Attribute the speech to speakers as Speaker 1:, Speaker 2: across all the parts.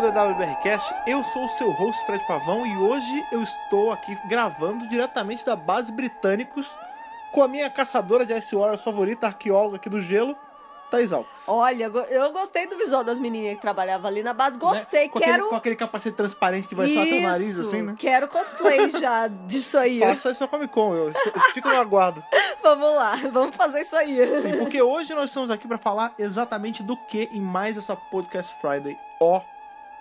Speaker 1: WBRCast, eu sou o seu host Fred Pavão e hoje eu estou aqui gravando diretamente da base Britânicos com a minha caçadora de Ice Warriors favorita, arqueóloga aqui do gelo, Thais Alves.
Speaker 2: Olha, go- eu gostei do visual das meninas que trabalhavam ali na base. Gostei,
Speaker 1: Né? com
Speaker 2: quero.
Speaker 1: Aquele, com aquele capacete transparente que vai só até o nariz,
Speaker 2: Isso,
Speaker 1: assim, né?
Speaker 2: Quero cosplay já disso aí.
Speaker 1: Faça isso na Comic Con, eu eu fico no aguardo.
Speaker 2: vamos lá, vamos fazer isso aí.
Speaker 1: Sim, porque hoje nós estamos aqui para falar exatamente do que em mais essa Podcast Friday. Ó,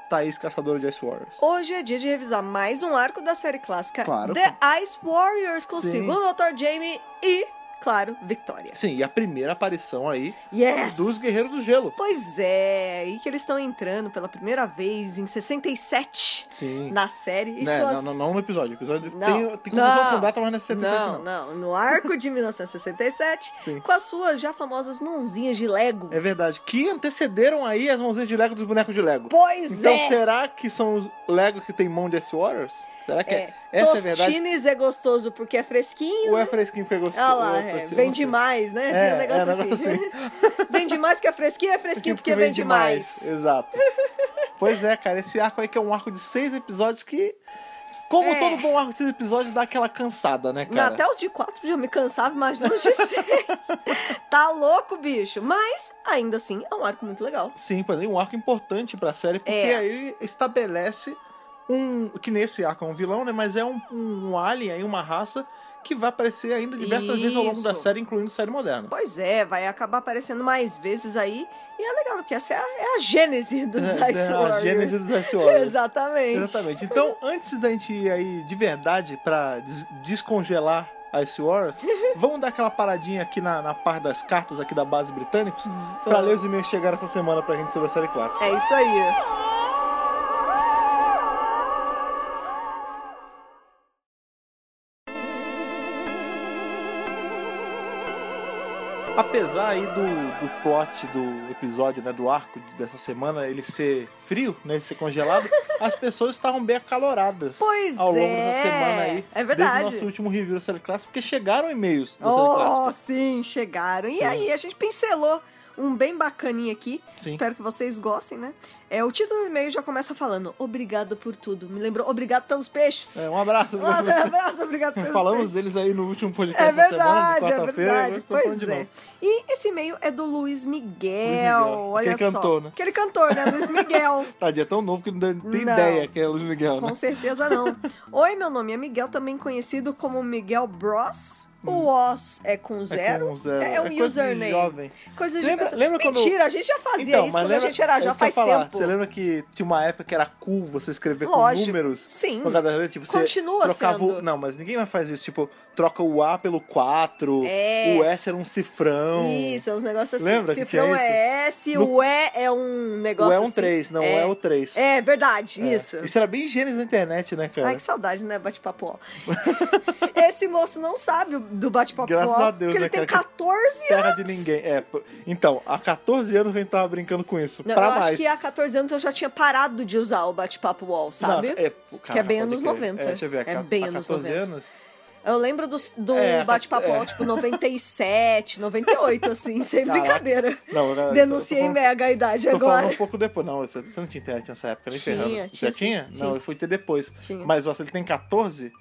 Speaker 1: Thaís, caçadora de Ice Warriors.
Speaker 2: Hoje é dia de revisar mais um arco da série clássica
Speaker 1: Claro.
Speaker 2: The Ice Warriors com o
Speaker 1: Sim.
Speaker 2: segundo Dr. Jamie e, claro, Victoria.
Speaker 1: Sim, e a primeira aparição aí
Speaker 2: Yes!
Speaker 1: dos Guerreiros do Gelo.
Speaker 2: Pois é, e que eles estão entrando pela primeira vez em 67
Speaker 1: Sim.
Speaker 2: na série. E
Speaker 1: Né,
Speaker 2: suas...
Speaker 1: não, não, não no episódio. O episódio
Speaker 2: Não,
Speaker 1: tem, tem confusão
Speaker 2: não,
Speaker 1: com data, mas não é 77
Speaker 2: Não,
Speaker 1: não.
Speaker 2: não, no arco de 1967,
Speaker 1: Sim.
Speaker 2: com as suas já famosas mãozinhas de Lego.
Speaker 1: É verdade. Que antecederam aí as mãozinhas de Lego dos bonecos de Lego.
Speaker 2: Pois
Speaker 1: Então,
Speaker 2: é!
Speaker 1: será que são os Lego que tem mão de Ice Warriors? Será que é?
Speaker 2: É.
Speaker 1: essa é a verdade?
Speaker 2: Tostines é gostoso porque é fresquinho.
Speaker 1: Ou é fresquinho porque gostou?
Speaker 2: Ah lá,
Speaker 1: Ou
Speaker 2: é,
Speaker 1: torcida,
Speaker 2: vem
Speaker 1: não sei.
Speaker 2: demais, né?
Speaker 1: assim, É,
Speaker 2: Tem um negócio
Speaker 1: é, um negócio Tipo
Speaker 2: assim. vem demais porque é fresquinho, é fresquinho porque, vem demais.
Speaker 1: Exato. pois é, cara, esse arco aí que é um arco de seis episódios que. Como
Speaker 2: É.
Speaker 1: todo bom arco de seis episódios, dá aquela cansada, né,
Speaker 2: Não,
Speaker 1: cara?
Speaker 2: até os de quatro já me cansava, imagina os de seis. tá louco, bicho. Mas, ainda assim, é um arco muito legal.
Speaker 1: Sim, pois é, um arco importante pra série, porque
Speaker 2: É.
Speaker 1: aí estabelece um. Que nesse arco é um vilão, né? Mas é um, um alien aí, uma raça que vai aparecer ainda diversas vezes ao longo da
Speaker 2: Isso.
Speaker 1: série, incluindo série moderna.
Speaker 2: Pois é, vai acabar aparecendo mais vezes aí. E é legal, porque essa é a, é a gênese dos
Speaker 1: É,
Speaker 2: Ice
Speaker 1: a
Speaker 2: Warriors.
Speaker 1: Gênese dos Ice Warriors.
Speaker 2: Exatamente.
Speaker 1: Exatamente. Então, antes da gente ir aí de verdade pra des- descongelar Ice Wars, vamos dar aquela paradinha aqui na, na parte das cartas aqui da base britânicos
Speaker 2: Hum,
Speaker 1: pra ler os e-mails que chegaram essa semana pra gente sobre a série clássica.
Speaker 2: É isso aí.
Speaker 1: Apesar aí do, do plot do episódio, né, do arco de- dessa semana, ele ser frio, né, ele ser congelado, as pessoas estavam bem acaloradas.
Speaker 2: Pois
Speaker 1: ao longo
Speaker 2: é.
Speaker 1: dessa semana aí,
Speaker 2: É
Speaker 1: Desde o
Speaker 2: verdade.
Speaker 1: nosso último review da série clássica, porque chegaram e-mails da série clássica.
Speaker 2: Oh, sim, chegaram.
Speaker 1: Sim.
Speaker 2: E aí, a gente pincelou um bem bacaninha aqui.
Speaker 1: Sim.
Speaker 2: Espero que vocês gostem, né? É, o título do e-mail já começa falando Obrigado por tudo. Me lembrou Obrigado pelos peixes.
Speaker 1: É, um abraço.
Speaker 2: Um abraço, obrigado pelos
Speaker 1: Falamos
Speaker 2: peixes.
Speaker 1: deles aí no último podcast
Speaker 2: É
Speaker 1: da semana,
Speaker 2: verdade,
Speaker 1: de
Speaker 2: é
Speaker 1: quarta-feira. agora
Speaker 2: verdade.
Speaker 1: estou falando
Speaker 2: Pois
Speaker 1: de
Speaker 2: é.
Speaker 1: novo.
Speaker 2: E esse e-mail é do Luiz Miguel.
Speaker 1: Miguel,
Speaker 2: Olha
Speaker 1: aquele
Speaker 2: só.
Speaker 1: cantor, né?
Speaker 2: Aquele cantor, né? Luiz Miguel.
Speaker 1: Tadinha, é tão novo que não dá- tem
Speaker 2: Não.
Speaker 1: ideia que é Luiz Miguel, né?
Speaker 2: Com certeza não. Oi, meu nome é Miguel, também conhecido como Miguel Bros. O Oz é com
Speaker 1: Hum. É,
Speaker 2: zero.
Speaker 1: com um zero.
Speaker 2: É um
Speaker 1: coisa de
Speaker 2: username.
Speaker 1: jovem.
Speaker 2: Coisa de
Speaker 1: Lembra-
Speaker 2: pessoa-
Speaker 1: lembra quando-
Speaker 2: Mentira, a gente já fazia isso quando a gente
Speaker 1: é
Speaker 2: era
Speaker 1: isso
Speaker 2: já
Speaker 1: que eu
Speaker 2: faz
Speaker 1: ia falar.
Speaker 2: tempo.
Speaker 1: Você lembra que tinha uma época que era cool você escrever
Speaker 2: Lógico.
Speaker 1: com números?
Speaker 2: Sim.
Speaker 1: Por causa das letras, tipo, você
Speaker 2: Continua
Speaker 1: trocava
Speaker 2: sendo.
Speaker 1: O... Não, mas ninguém mais faz isso. Tipo, troca o A pelo 4,
Speaker 2: É.
Speaker 1: o S era um cifrão.
Speaker 2: Isso, é uns negócios assim.
Speaker 1: Lembra que
Speaker 2: Cifrão
Speaker 1: tinha
Speaker 2: é S, o E é um
Speaker 1: O
Speaker 2: negócio
Speaker 1: E é um
Speaker 2: assim.
Speaker 1: 3, não,
Speaker 2: É.
Speaker 1: o E é o 3.
Speaker 2: É verdade, isso.
Speaker 1: Isso era bem gênesis na internet, né, cara?
Speaker 2: Ai, que saudade, né? Bate-papo. ó. Esse moço não sabe do bate-papo.
Speaker 1: Graças
Speaker 2: ó,
Speaker 1: a Deus,
Speaker 2: Porque
Speaker 1: né,
Speaker 2: ele tem
Speaker 1: cara?
Speaker 2: 14 anos.
Speaker 1: terra de ninguém. É, p- então, há 14 anos a gente tava brincando com isso.
Speaker 2: Não,
Speaker 1: pra
Speaker 2: eu
Speaker 1: mais.
Speaker 2: acho que é, há 14 anos eu já tinha parado de usar o bate-papo wall, sabe?
Speaker 1: Não, é, pô,
Speaker 2: Que é bem
Speaker 1: pode
Speaker 2: anos
Speaker 1: crer.
Speaker 2: 90.
Speaker 1: É, deixa eu ver,
Speaker 2: É
Speaker 1: há,
Speaker 2: bem
Speaker 1: há
Speaker 2: anos
Speaker 1: 14
Speaker 2: 90.
Speaker 1: anos.
Speaker 2: Eu lembro do, do
Speaker 1: É,
Speaker 2: bate-papo
Speaker 1: é.
Speaker 2: wall, tipo, 97, 98, assim, sem
Speaker 1: Caraca.
Speaker 2: brincadeira.
Speaker 1: Não, eu- eu
Speaker 2: Denunciei
Speaker 1: tô falando-
Speaker 2: mega a idade
Speaker 1: Tô
Speaker 2: agora.
Speaker 1: falando um pouco depois. Não, você você não tinha internet nessa época, nem
Speaker 2: Tinha,
Speaker 1: ferrando.
Speaker 2: tinha
Speaker 1: Já tinha?
Speaker 2: sim,
Speaker 1: Não,
Speaker 2: tinha.
Speaker 1: eu fui ter depois.
Speaker 2: Tinha.
Speaker 1: Mas, ó, se ele tem 14,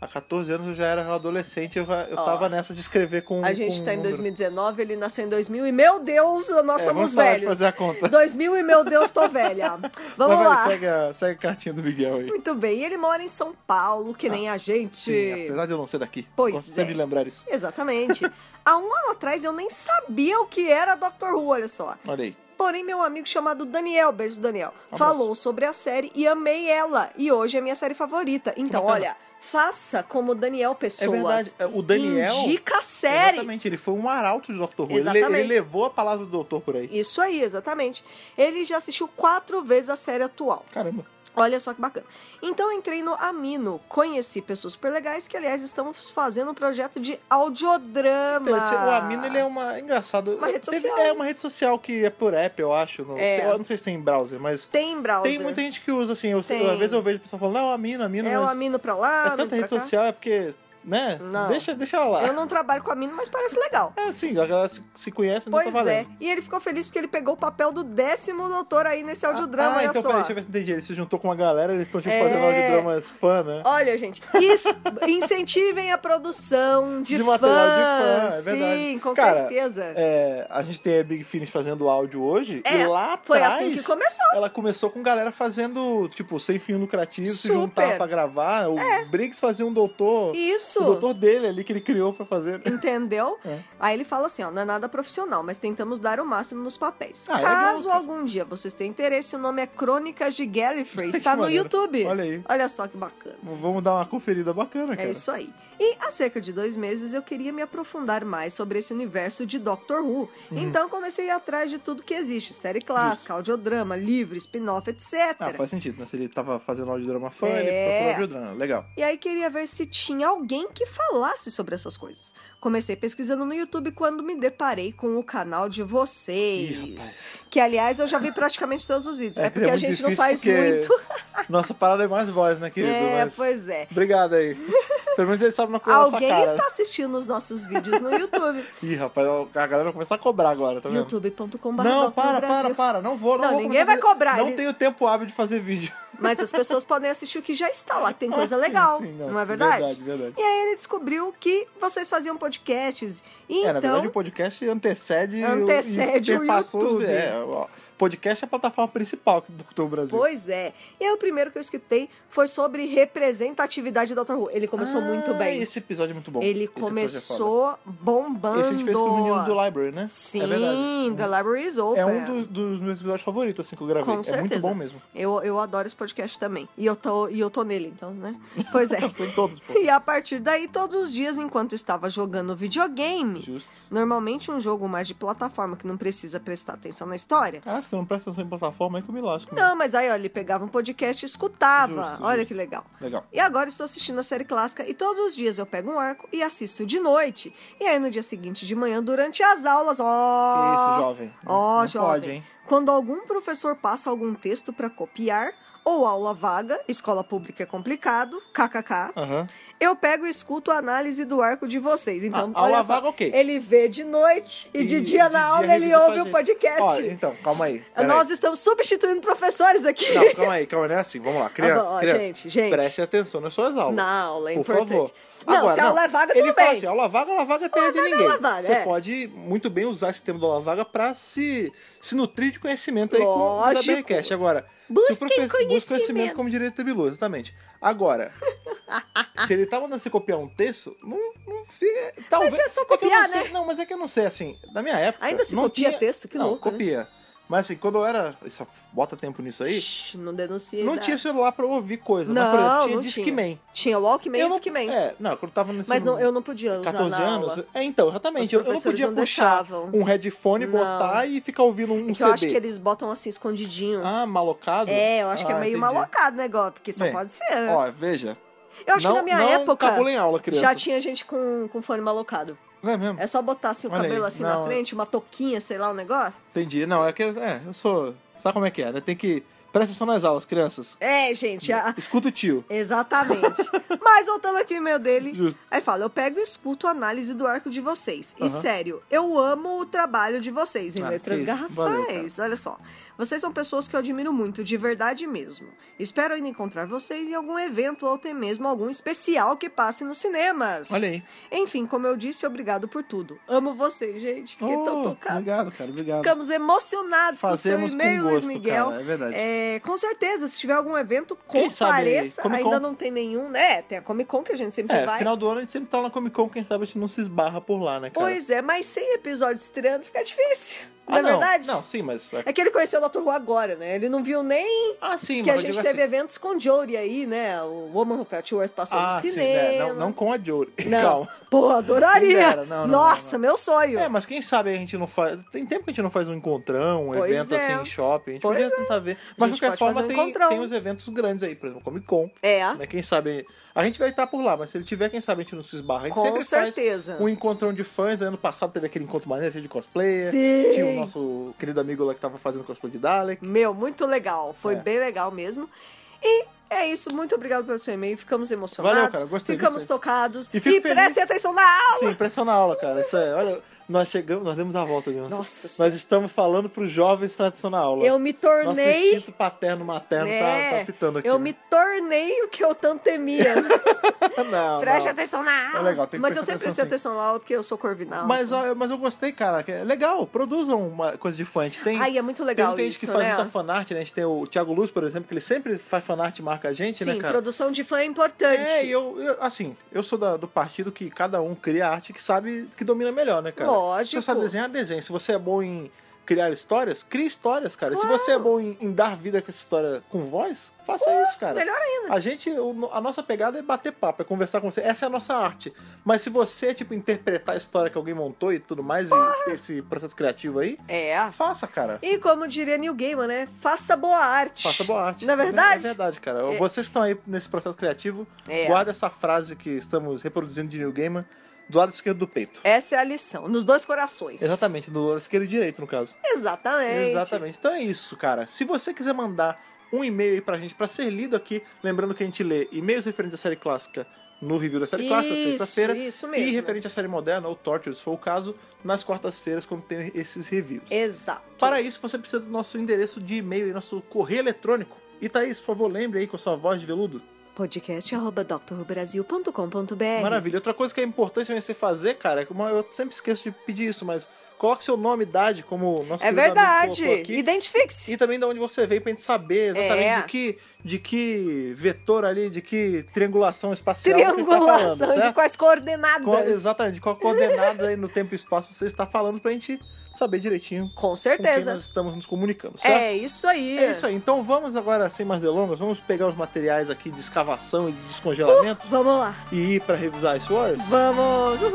Speaker 1: há 14 anos eu já era um adolescente, eu, já- eu
Speaker 2: Ó.
Speaker 1: tava nessa de escrever com
Speaker 2: A gente
Speaker 1: com
Speaker 2: tá em
Speaker 1: um número.
Speaker 2: 2019, ele nasceu em 2000 e, meu Deus, nós
Speaker 1: É,
Speaker 2: somos
Speaker 1: vamos parar de
Speaker 2: velhos.
Speaker 1: fazer a conta.
Speaker 2: 2000 e, meu Deus, tô velha. Vamos
Speaker 1: Mas,
Speaker 2: lá.
Speaker 1: velho, Segue a, segue a cartinha do Miguel aí.
Speaker 2: Muito bem, e ele mora em São Paulo, que nem a gente.
Speaker 1: Ah, Sim, apesar de eu não ser daqui.
Speaker 2: Pois
Speaker 1: gosto
Speaker 2: é.
Speaker 1: sempre de lembrar isso.
Speaker 2: Exatamente. Há um ano atrás eu nem sabia o que era Doctor Who, olha só.
Speaker 1: Olha aí.
Speaker 2: Porém, meu amigo chamado Daniel, beijo Daniel,
Speaker 1: Um Abraço.
Speaker 2: falou sobre a série e amei ela. E hoje é minha série favorita. Então,
Speaker 1: bacana.
Speaker 2: olha, faça como Daniel
Speaker 1: É verdade.
Speaker 2: Pessoas.
Speaker 1: é, O Daniel.
Speaker 2: Indica a série.
Speaker 1: Exatamente, ele foi um arauto de Dr. Who. Ele- Ele,
Speaker 2: Exatamente.
Speaker 1: levou a palavra do doutor por aí.
Speaker 2: Isso aí, exatamente. Ele já assistiu quatro vezes a série atual.
Speaker 1: Caramba.
Speaker 2: Olha só que bacana. Então eu entrei no Amino, conheci pessoas super legais que, aliás, estamos fazendo um projeto de audiodrama.
Speaker 1: Interessante, O Amino, ele é uma... Engraçado.
Speaker 2: Uma rede
Speaker 1: Teve-
Speaker 2: social.
Speaker 1: É uma rede social que é por app, eu acho. Não,
Speaker 2: É.
Speaker 1: Eu não sei se tem em browser, mas...
Speaker 2: Tem browser.
Speaker 1: Tem muita gente que usa, assim. Eu,
Speaker 2: Tem.
Speaker 1: Às vezes eu vejo o pessoal falando, não, Amino, Amino.
Speaker 2: É o
Speaker 1: mas
Speaker 2: Amino pra lá,
Speaker 1: É
Speaker 2: Amino
Speaker 1: tanta
Speaker 2: pra
Speaker 1: rede
Speaker 2: cá.
Speaker 1: social, é porque... né?
Speaker 2: Não.
Speaker 1: Deixa, deixa ela lá.
Speaker 2: Eu não trabalho com a Mino, mas parece legal.
Speaker 1: É, sim, a galera se, se conhece, não
Speaker 2: Pois
Speaker 1: tá
Speaker 2: é.
Speaker 1: valendo.
Speaker 2: E ele ficou feliz porque ele pegou o papel do décimo doutor aí nesse audiodrama,
Speaker 1: ah,
Speaker 2: olha
Speaker 1: então
Speaker 2: só.
Speaker 1: peraí, deixa eu ver se eu entendi. Ele se juntou com uma galera, eles estão tipo
Speaker 2: É.
Speaker 1: fazendo audiodramas fã, né?
Speaker 2: Olha, gente, isso- incentivem a produção de,
Speaker 1: De material
Speaker 2: fã.
Speaker 1: de fã, é verdade.
Speaker 2: Sim, com
Speaker 1: Cara,
Speaker 2: certeza.
Speaker 1: É, a gente tem a Big Finish fazendo áudio hoje,
Speaker 2: É,
Speaker 1: e lá
Speaker 2: Foi
Speaker 1: atrás
Speaker 2: assim que começou.
Speaker 1: ela começou com galera fazendo, tipo, sem fim lucrativo, se
Speaker 2: Super. É.
Speaker 1: juntar pra gravar. O Briggs fazia um doutor,
Speaker 2: Isso.
Speaker 1: o doutor dele ali que ele criou pra fazer.
Speaker 2: Entendeu?
Speaker 1: É.
Speaker 2: Aí ele fala assim, ó, não é nada profissional, mas tentamos dar o máximo nos papéis.
Speaker 1: Ah, é
Speaker 2: Caso
Speaker 1: legal,
Speaker 2: algum dia vocês tenham interesse, o nome é Crônicas de Gallifrey, está
Speaker 1: Que
Speaker 2: no
Speaker 1: maneiro.
Speaker 2: YouTube.
Speaker 1: Olha aí.
Speaker 2: Olha só que bacana.
Speaker 1: Vamos dar uma conferida bacana,
Speaker 2: É
Speaker 1: cara.
Speaker 2: isso aí. E há cerca de dois meses eu queria me aprofundar mais sobre esse universo de Doctor Who.
Speaker 1: Uhum.
Speaker 2: Então comecei a ir atrás de tudo que existe: série clássica, audiodrama, livro, spin-off, etc.
Speaker 1: Ah, faz sentido, né? Se ele tava fazendo audiodrama fã,
Speaker 2: É.
Speaker 1: ele procurou audiodrama. Legal.
Speaker 2: E aí queria ver se tinha alguém que falasse sobre essas coisas. Comecei pesquisando no YouTube quando me deparei com o canal de vocês.
Speaker 1: Ih, rapaz.
Speaker 2: que aliás eu já vi praticamente todos os vídeos. É,
Speaker 1: É,
Speaker 2: porque
Speaker 1: é
Speaker 2: a
Speaker 1: muito
Speaker 2: gente não
Speaker 1: difícil
Speaker 2: faz
Speaker 1: porque-
Speaker 2: muito.
Speaker 1: Nossa parada é mais voz, né, querido?
Speaker 2: é,
Speaker 1: Mas-
Speaker 2: pois é.
Speaker 1: Obrigado aí. Pelo menos ele sabe na coisa nossa
Speaker 2: Alguém
Speaker 1: cara.
Speaker 2: está assistindo os nossos vídeos no YouTube.
Speaker 1: Ih, rapaz, a galera vai começar a cobrar agora, tá vendo?
Speaker 2: youtube.com.br
Speaker 1: Não, para, para, para. Não vou, não,
Speaker 2: Não,
Speaker 1: vou
Speaker 2: ninguém
Speaker 1: começar a
Speaker 2: vai
Speaker 1: fazer-
Speaker 2: cobrar,
Speaker 1: Não
Speaker 2: ele-
Speaker 1: tenho tempo hábil de fazer vídeo.
Speaker 2: Mas as pessoas podem assistir o que já está lá, que tem coisa
Speaker 1: Ah, sim,
Speaker 2: legal.
Speaker 1: sim,
Speaker 2: não, é verdade?
Speaker 1: Verdade, verdade.
Speaker 2: E aí ele descobriu que vocês faziam podcasts. E
Speaker 1: É, na
Speaker 2: então,
Speaker 1: verdade, o podcast antecede, o-
Speaker 2: Antecede
Speaker 1: e
Speaker 2: o
Speaker 1: perpassou os-
Speaker 2: YouTube.
Speaker 1: É, o podcast é a plataforma principal do Dr. Brasil.
Speaker 2: Pois é. E aí o primeiro que eu escutei foi sobre representatividade do Dr. Who. Ele começou
Speaker 1: Ah,
Speaker 2: muito bem.
Speaker 1: Esse episódio é muito bom. Esse
Speaker 2: Ele
Speaker 1: episódio
Speaker 2: começou
Speaker 1: é
Speaker 2: bombando.
Speaker 1: foda. Esse a gente fez com o menino do Library, né?
Speaker 2: Sim,
Speaker 1: é verdade.
Speaker 2: The Library is Open.
Speaker 1: É um do- dos meus episódios favoritos, assim, que eu gravei.
Speaker 2: Com
Speaker 1: é muito
Speaker 2: certeza.
Speaker 1: bom mesmo.
Speaker 2: eu, eu adoro esse podcast também. E eu tô, e eu tô nele, então, né? Pois é.
Speaker 1: São todos, pô.
Speaker 2: E a partir daí, todos os dias, enquanto estava jogando videogame,
Speaker 1: Justo.
Speaker 2: normalmente um jogo mais de plataforma que não precisa prestar atenção na história.
Speaker 1: Caraca, você não presta atenção em plataforma, é que eu me lasco. mesmo.
Speaker 2: Não, mas aí, olha, ele pegava um podcast e escutava.
Speaker 1: Justo,
Speaker 2: olha
Speaker 1: justo.
Speaker 2: que legal.
Speaker 1: Legal.
Speaker 2: E agora estou assistindo a série clássica e todos os dias eu pego um arco e assisto de noite. E aí no dia seguinte de manhã, durante as aulas,
Speaker 1: Que isso,
Speaker 2: ó.
Speaker 1: jovem.
Speaker 2: Ó,
Speaker 1: Não
Speaker 2: jovem.
Speaker 1: Pode, hein?
Speaker 2: Quando algum professor passa algum texto para copiar, ou aula vaga, escola pública é complicado, kkk,
Speaker 1: Aham.
Speaker 2: eu pego e escuto a análise do arco de vocês. Então,
Speaker 1: Ah,
Speaker 2: olha
Speaker 1: aula
Speaker 2: só,
Speaker 1: vaga, ok.
Speaker 2: Ele vê de noite e, de
Speaker 1: E
Speaker 2: dia
Speaker 1: de
Speaker 2: na
Speaker 1: dia
Speaker 2: aula ele
Speaker 1: revisa
Speaker 2: ouve
Speaker 1: pra
Speaker 2: o
Speaker 1: gente.
Speaker 2: podcast.
Speaker 1: Olha, então, calma aí. peraí.
Speaker 2: Nós estamos substituindo professores aqui.
Speaker 1: Não, calma aí, calma aí. Não é assim, vamos lá. Criança,
Speaker 2: bom, ó,
Speaker 1: criança,
Speaker 2: gente, gente.
Speaker 1: preste atenção nas suas aulas.
Speaker 2: Na aula, é
Speaker 1: Por
Speaker 2: importante.
Speaker 1: favor.
Speaker 2: Não, se a aula é vaga,
Speaker 1: ele
Speaker 2: tudo
Speaker 1: fala
Speaker 2: bem.
Speaker 1: assim, aula vaga, aula vaga é terra de
Speaker 2: vaga é
Speaker 1: ninguém.
Speaker 2: aula vaga,
Speaker 1: Você
Speaker 2: é.
Speaker 1: pode muito bem usar esse tema da aula vaga pra se, se nutrir de conhecimento aí com o
Speaker 2: Lógico.
Speaker 1: da BRCast. Agora, se o
Speaker 2: Busquem
Speaker 1: professor- busca
Speaker 2: conhecimento.
Speaker 1: conhecimento como direito tribuloso, exatamente. Agora, se ele tá mandando você copiar um texto, não, não fica... Talvez,
Speaker 2: é só
Speaker 1: que eu
Speaker 2: copiar,
Speaker 1: não sei- Não, mas é que eu não sei, assim, na minha época...
Speaker 2: Ainda se
Speaker 1: não
Speaker 2: copia
Speaker 1: tinha-
Speaker 2: texto, que
Speaker 1: não,
Speaker 2: louco, né?
Speaker 1: copia. Mas assim, quando eu era... Isso, bota tempo nisso aí.
Speaker 2: Shhh, não denuncia.
Speaker 1: Não
Speaker 2: nada.
Speaker 1: tinha celular pra ouvir coisa.
Speaker 2: Não,
Speaker 1: mas, por exemplo, tinha
Speaker 2: não
Speaker 1: Discman.
Speaker 2: Tinha Walkman e
Speaker 1: Eu não-
Speaker 2: Discman.
Speaker 1: É, não, quando eu tava nesse
Speaker 2: Mas não, eu não podia usar
Speaker 1: 14
Speaker 2: na
Speaker 1: anos.
Speaker 2: aula.
Speaker 1: É, então,
Speaker 2: Os
Speaker 1: exatamente. Eu, eu não
Speaker 2: professores
Speaker 1: podia
Speaker 2: não
Speaker 1: puxar
Speaker 2: deixavam.
Speaker 1: um headphone,
Speaker 2: Não.
Speaker 1: botar e ficar ouvindo um
Speaker 2: É que
Speaker 1: CD.
Speaker 2: eu acho que eles botam assim, escondidinho.
Speaker 1: Ah, malocado?
Speaker 2: é, eu acho que é
Speaker 1: Ah,
Speaker 2: meio
Speaker 1: entendi.
Speaker 2: malocado o negócio, porque só
Speaker 1: Bem,
Speaker 2: pode ser. né?
Speaker 1: Ó, veja.
Speaker 2: eu acho
Speaker 1: não,
Speaker 2: que na minha
Speaker 1: não
Speaker 2: época
Speaker 1: cabula em aula, criança.
Speaker 2: já tinha gente com, com fone malocado.
Speaker 1: Não é mesmo?
Speaker 2: É só botar assim o
Speaker 1: Olha aí,
Speaker 2: cabelo assim na
Speaker 1: não,
Speaker 2: frente, uma touquinha, sei lá, um negócio.
Speaker 1: Entendi. Não, é que... É, eu sou... Sabe como é que é, né? Tem que... Presta atenção nas aulas, crianças.
Speaker 2: É, gente, a-
Speaker 1: Escuta o tio.
Speaker 2: exatamente. Mas voltando aqui no meu dele,
Speaker 1: Justo.
Speaker 2: Aí fala, eu pego e escuto a análise do arco de vocês. E
Speaker 1: Aham.
Speaker 2: sério, eu amo o trabalho de vocês em
Speaker 1: Ah,
Speaker 2: letras
Speaker 1: que isso. Valeu,
Speaker 2: garrafais. Olha só. Vocês são pessoas que eu admiro muito, de verdade mesmo. Espero ainda encontrar vocês em algum evento ou até mesmo algum especial que passe nos cinemas.
Speaker 1: Olha aí.
Speaker 2: Enfim, como eu disse, obrigado por tudo. Amo vocês, gente. Fiquei tão
Speaker 1: Oh,
Speaker 2: tocada.
Speaker 1: Obrigado, cara. Obrigado.
Speaker 2: Ficamos emocionados
Speaker 1: Fazemos
Speaker 2: com o seu e-mail,
Speaker 1: com gosto,
Speaker 2: Luiz Miguel.
Speaker 1: cara. É verdade.
Speaker 2: É, com certeza, se tiver algum evento,
Speaker 1: Quem sabe
Speaker 2: compareça.
Speaker 1: Comic Con?
Speaker 2: Ainda não tem nenhum, né? Tem a Comic Con que a gente sempre
Speaker 1: É,
Speaker 2: vai.
Speaker 1: final do ano a gente sempre tá na Comic Con, quem sabe a gente não se esbarra por lá, né, cara?
Speaker 2: Pois é, mas sem episódio estreando fica difícil.
Speaker 1: Ah,
Speaker 2: não é verdade?
Speaker 1: Não, sim, mas.
Speaker 2: É que ele conheceu o Dr. Who agora, né? Ele não viu nem
Speaker 1: Ah, sim,
Speaker 2: que a
Speaker 1: mas eu
Speaker 2: gente
Speaker 1: digo
Speaker 2: teve
Speaker 1: assim,
Speaker 2: eventos com Jory aí, né? O Woman Who Felt Worth passou
Speaker 1: ah,
Speaker 2: no
Speaker 1: sim,
Speaker 2: cinema.
Speaker 1: né? não, não com a Jory.
Speaker 2: Não.
Speaker 1: Calma.
Speaker 2: Pô, adoraria!
Speaker 1: Quem dera, não, não,
Speaker 2: Nossa,
Speaker 1: não,
Speaker 2: meu sonho!
Speaker 1: É, mas quem sabe a gente não faz. Tem tempo que a gente não faz um encontrão, um
Speaker 2: Pois
Speaker 1: evento
Speaker 2: é.
Speaker 1: assim em shopping. A gente
Speaker 2: Pois é.
Speaker 1: podia tentar ver. Mas
Speaker 2: gente
Speaker 1: de qualquer
Speaker 2: pode fazer
Speaker 1: forma,
Speaker 2: um
Speaker 1: tem,
Speaker 2: encontrão.
Speaker 1: tem os eventos grandes aí, por exemplo, Comic Con.
Speaker 2: É,
Speaker 1: Né? Quem sabe. A gente vai estar por lá, mas se ele tiver, quem sabe a gente não se esbarra. A gente
Speaker 2: com
Speaker 1: sempre
Speaker 2: certeza.
Speaker 1: faz um encontrão de fãs. Ano passado teve aquele encontro maneiro cheio de cosplayer.
Speaker 2: Sim.
Speaker 1: Tinha o nosso querido amigo lá que tava fazendo cosplay de Dalek.
Speaker 2: Meu, muito legal. Foi
Speaker 1: É.
Speaker 2: bem legal mesmo. E É isso, muito obrigado pelo seu e-mail. Ficamos emocionados,
Speaker 1: Valeu, cara, gostei
Speaker 2: ficamos
Speaker 1: disso
Speaker 2: tocados
Speaker 1: E
Speaker 2: e,
Speaker 1: fico feliz.
Speaker 2: prestem atenção na aula.
Speaker 1: Sim, impressiona a aula, cara. Isso é, olha, nós chegamos, nós demos a volta, mesmo.
Speaker 2: Nossa
Speaker 1: Nós estamos falando pros jovens tradicional aula.
Speaker 2: Eu me
Speaker 1: Nosso
Speaker 2: tornei.
Speaker 1: instinto paterno materno tá,
Speaker 2: É,
Speaker 1: tá pitando tipo aqui.
Speaker 2: eu
Speaker 1: né?
Speaker 2: me tornei o que eu tanto temia.
Speaker 1: Não,
Speaker 2: Preste
Speaker 1: não.
Speaker 2: atenção na aula.
Speaker 1: É legal, tem que
Speaker 2: Mas eu
Speaker 1: prestar
Speaker 2: sempre prestei
Speaker 1: atenção,
Speaker 2: atenção na aula porque eu sou corvinal.
Speaker 1: Mas, ó, mas eu gostei, cara. que É legal, produzam uma coisa de fã. A gente tem.
Speaker 2: Ai, é muito
Speaker 1: tem
Speaker 2: legal
Speaker 1: muita gente
Speaker 2: isso,
Speaker 1: que faz
Speaker 2: né?
Speaker 1: muita fanart, né? A gente tem o Thiago Luz, por exemplo, que ele sempre faz fanart e marca a gente,
Speaker 2: Sim,
Speaker 1: né, cara?
Speaker 2: produção de fã é importante.
Speaker 1: É, e eu, eu- assim, eu sou da- do partido que cada um cria a arte que sabe, que domina melhor, né, cara?
Speaker 2: Lógico.
Speaker 1: Se você sabe desenhar, desenha. Se você é bom em criar histórias, cria histórias, cara. Se
Speaker 2: Claro.
Speaker 1: você é bom em, em dar vida com essa história com voz, faça isso, cara.
Speaker 2: Melhor ainda.
Speaker 1: A gente, o- a nossa pegada é bater papo, é conversar com você. Essa é a nossa arte. Mas se você, tipo, interpretar a história que alguém montou e tudo mais, e esse processo criativo aí,
Speaker 2: É.
Speaker 1: faça, cara.
Speaker 2: E como diria Neil Gaiman, né? Faça boa arte.
Speaker 1: Faça boa arte.
Speaker 2: Não é verdade?
Speaker 1: É verdade, cara.
Speaker 2: É.
Speaker 1: Vocês que estão aí nesse processo criativo,
Speaker 2: É.
Speaker 1: guarda essa frase que estamos reproduzindo de New Gamer do lado esquerdo do peito.
Speaker 2: Essa é a lição. Nos dois corações.
Speaker 1: Exatamente, do lado esquerdo e direito, no caso.
Speaker 2: Exatamente.
Speaker 1: Exatamente. Então é isso, cara. Se você quiser mandar um e-mail aí pra gente pra ser lido aqui, lembrando que a gente lê e-mails referentes à série clássica no review da série clássica,
Speaker 2: Isso,
Speaker 1: sexta-feira.
Speaker 2: Isso mesmo.
Speaker 1: E referente à série moderna, ou Torture, se for o caso, nas quartas-feiras, quando tem esses reviews.
Speaker 2: É. Exato.
Speaker 1: Para isso, você precisa do nosso endereço de e-mail e nosso correio eletrônico. E Thaís, por favor, lembre aí com a sua voz de veludo.
Speaker 2: podcast.drrubrasil.com.br
Speaker 1: Maravilha. Outra coisa que é importante também você fazer, cara, é que uma- eu sempre esqueço de pedir isso, mas coloque seu nome e idade, como o nosso
Speaker 2: É
Speaker 1: querido amigo
Speaker 2: verdade.
Speaker 1: colocou aqui.
Speaker 2: Identifique-se.
Speaker 1: E também de onde você veio pra gente saber exatamente
Speaker 2: É.
Speaker 1: de, que, de que vetor ali, de que triangulação espacial que a gente tá
Speaker 2: Triangulação
Speaker 1: falando,
Speaker 2: de
Speaker 1: certo?
Speaker 2: quais coordenadas.
Speaker 1: Qual- exatamente, de qual coordenada aí no tempo e espaço você está falando pra gente saber direitinho com
Speaker 2: Com
Speaker 1: quem
Speaker 2: certeza.
Speaker 1: nós estamos nos comunicando, certo?
Speaker 2: É isso aí.
Speaker 1: É isso aí. Então vamos agora, sem mais delongas, vamos pegar os materiais aqui de escavação e de descongelamento
Speaker 2: Vamos lá.
Speaker 1: e ir pra revisar as Wars.
Speaker 2: Vamos. Uhul.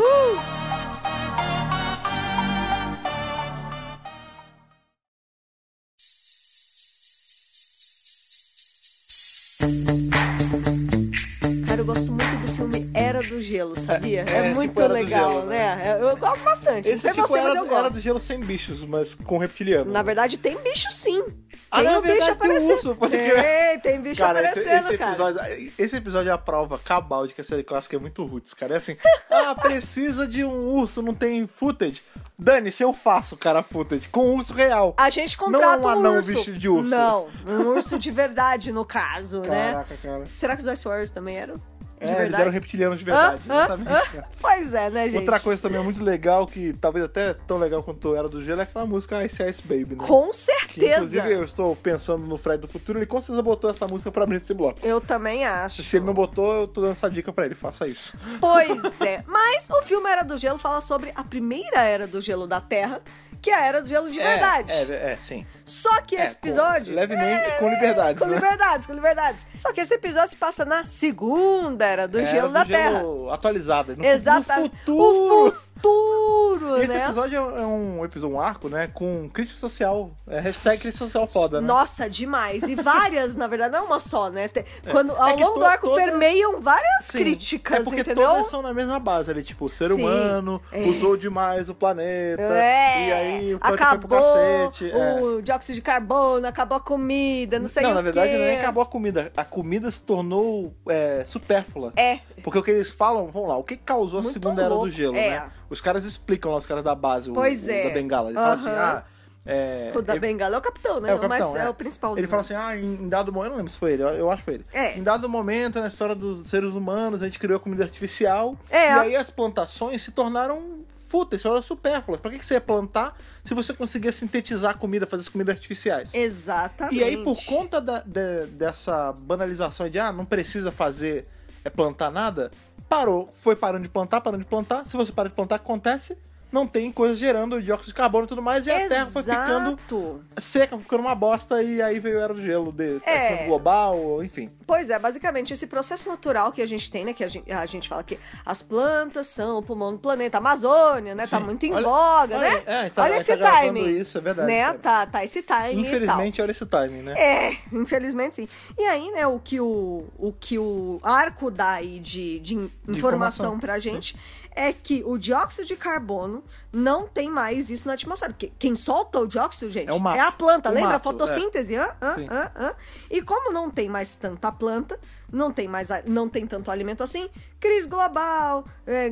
Speaker 2: Cara, eu gosto muito do filme Era do Gelo, sabia?
Speaker 1: É,
Speaker 2: É,
Speaker 1: tipo
Speaker 2: muito
Speaker 1: Era do
Speaker 2: legal,
Speaker 1: Gelo,
Speaker 2: né? Eu, eu gosto bastante.
Speaker 1: Esse
Speaker 2: não sei
Speaker 1: tipo
Speaker 2: é você,
Speaker 1: era,
Speaker 2: mas eu
Speaker 1: do-
Speaker 2: gosto.
Speaker 1: era do gelo sem bichos, mas com reptiliano.
Speaker 2: Na verdade, tem bicho sim.
Speaker 1: Ah,
Speaker 2: Tem
Speaker 1: não, é
Speaker 2: um bicho
Speaker 1: verdade, tem um
Speaker 2: aparecendo.
Speaker 1: urso, pode crer.
Speaker 2: tem, tem bicho
Speaker 1: Cara, esse,
Speaker 2: É, aparecendo,
Speaker 1: esse
Speaker 2: cara.
Speaker 1: episódio, esse episódio é a prova cabal de que a série clássica é muito roots, cara. É assim, ah, precisa de um urso, não tem footage. Dani, se eu faço, cara, footage com um urso real.
Speaker 2: A gente contrata
Speaker 1: Não é um anão
Speaker 2: um urso.
Speaker 1: vestido de urso.
Speaker 2: Não, um urso de verdade, no caso, né?
Speaker 1: Caraca, cara.
Speaker 2: Será que os Ice Warriors também eram? De
Speaker 1: É,
Speaker 2: verdade?
Speaker 1: eles eram reptilianos de verdade,
Speaker 2: Hã? Hã?
Speaker 1: exatamente.
Speaker 2: Hã?
Speaker 1: cara.
Speaker 2: Pois é, né, gente?
Speaker 1: Outra coisa também muito legal, que talvez até tão legal quanto Era do Gelo, é aquela música Ice Ice Baby, né?
Speaker 2: Com
Speaker 1: Que,
Speaker 2: certeza.
Speaker 1: inclusive, eu estou pensando no Fred do Futuro, ele com certeza botou essa música pra abrir esse bloco.
Speaker 2: Eu também acho.
Speaker 1: Se ele não botou, eu tô dando essa dica pra ele, faça isso.
Speaker 2: Pois é. Mas o filme Era do Gelo fala sobre a primeira Era do Gelo da Terra, que é a Era do Gelo de verdade.
Speaker 1: É, é, é, sim.
Speaker 2: Só que esse
Speaker 1: É, com-
Speaker 2: episódio... É,
Speaker 1: levemente, com liberdades,
Speaker 2: Com
Speaker 1: né?
Speaker 2: liberdades, com liberdades. Só que esse episódio se passa na segunda Era do
Speaker 1: É,
Speaker 2: Gelo
Speaker 1: do
Speaker 2: da
Speaker 1: gelo
Speaker 2: Terra.
Speaker 1: Atualizada. No,
Speaker 2: Exatamente.
Speaker 1: No futuro.
Speaker 2: O futuro,
Speaker 1: Esse
Speaker 2: né?
Speaker 1: episódio é um episódio, um arco, né? Com crítica social. É hashtag crítica social foda, né?
Speaker 2: Nossa, demais. E várias, na verdade, não é uma só, né? Tem- Quando, ao
Speaker 1: É que
Speaker 2: longo
Speaker 1: to-
Speaker 2: do arco
Speaker 1: todas-
Speaker 2: permeiam várias
Speaker 1: Sim.
Speaker 2: críticas,
Speaker 1: É porque
Speaker 2: entendeu?
Speaker 1: todas são na mesma base ali, tipo, o ser
Speaker 2: Sim.
Speaker 1: humano
Speaker 2: É.
Speaker 1: usou demais o planeta.
Speaker 2: É,
Speaker 1: E aí o planeta foi pro
Speaker 2: acabou
Speaker 1: cacete. é.
Speaker 2: o dióxido de carbono, acabou a comida, não sei o
Speaker 1: Não, na verdade,
Speaker 2: quê.
Speaker 1: não é nem acabou a comida. A comida se tornou é, supérflua.
Speaker 2: É,
Speaker 1: Porque o que eles falam, vamos lá, o que causou a
Speaker 2: Muito
Speaker 1: segunda era
Speaker 2: louco,
Speaker 1: do gelo,
Speaker 2: é.
Speaker 1: né? Os caras explicam lá, os caras da base, o-
Speaker 2: Pois
Speaker 1: o,
Speaker 2: é.
Speaker 1: da bengala. Eles falam assim,
Speaker 2: Aham.
Speaker 1: ah, é,
Speaker 2: o da
Speaker 1: ele-
Speaker 2: Bengala é o capitão, né?
Speaker 1: É, o capitão,
Speaker 2: Mas
Speaker 1: é.
Speaker 2: é, o principal.
Speaker 1: Ele fala assim, ah, em em dado momento, eu não lembro se foi ele, eu, eu acho que foi ele.
Speaker 2: É.
Speaker 1: Em dado momento, na história dos seres humanos, a gente criou a comida artificial,
Speaker 2: É.
Speaker 1: e aí as plantações se tornaram fúteis, se tornaram supérfluas. Pra que que você ia plantar se você conseguia sintetizar a comida, fazer as comidas artificiais?
Speaker 2: Exatamente.
Speaker 1: E aí, por conta da- de- dessa banalização de, ah, não precisa fazer, é plantar nada, parou, foi parando de plantar, parando de plantar. Se você parar de plantar, o que acontece? Não tem coisa gerando dióxido de carbono e tudo mais, e a Terra foi ficando
Speaker 2: Exato.
Speaker 1: seca, foi ficando uma bosta, e aí veio a era do gelo, de
Speaker 2: É.
Speaker 1: aquecimento global, enfim.
Speaker 2: Pois é, basicamente esse processo natural que a gente tem, né? Que a gente, a gente fala que as plantas são o pulmão do planeta, a Amazônia, né? Tá
Speaker 1: Sim.
Speaker 2: muito em
Speaker 1: Olha-
Speaker 2: voga,
Speaker 1: olha-
Speaker 2: né?
Speaker 1: é, tá-
Speaker 2: olha
Speaker 1: tá
Speaker 2: esse
Speaker 1: gravando
Speaker 2: timing.
Speaker 1: isso, é verdade,
Speaker 2: Né?
Speaker 1: cara.
Speaker 2: Tá, tá esse timing. E tal.
Speaker 1: Infelizmente, olha esse timing, né?
Speaker 2: É, infelizmente sim. E aí, né, o que o, o, que o arco dá aí de, de in-
Speaker 1: De
Speaker 2: informação
Speaker 1: informação. Uhum.
Speaker 2: pra gente é que o dióxido de carbono não tem mais isso na atmosfera. Porque quem solta o dióxido, gente,
Speaker 1: É o mato.
Speaker 2: a planta,
Speaker 1: O
Speaker 2: lembra?
Speaker 1: mato,
Speaker 2: a fotossíntese. hã? Hã?
Speaker 1: Sim.
Speaker 2: Hã? Hã? E como não tem mais tanta planta, não tem mais a- não tem tanto alimento assim, crise global, é,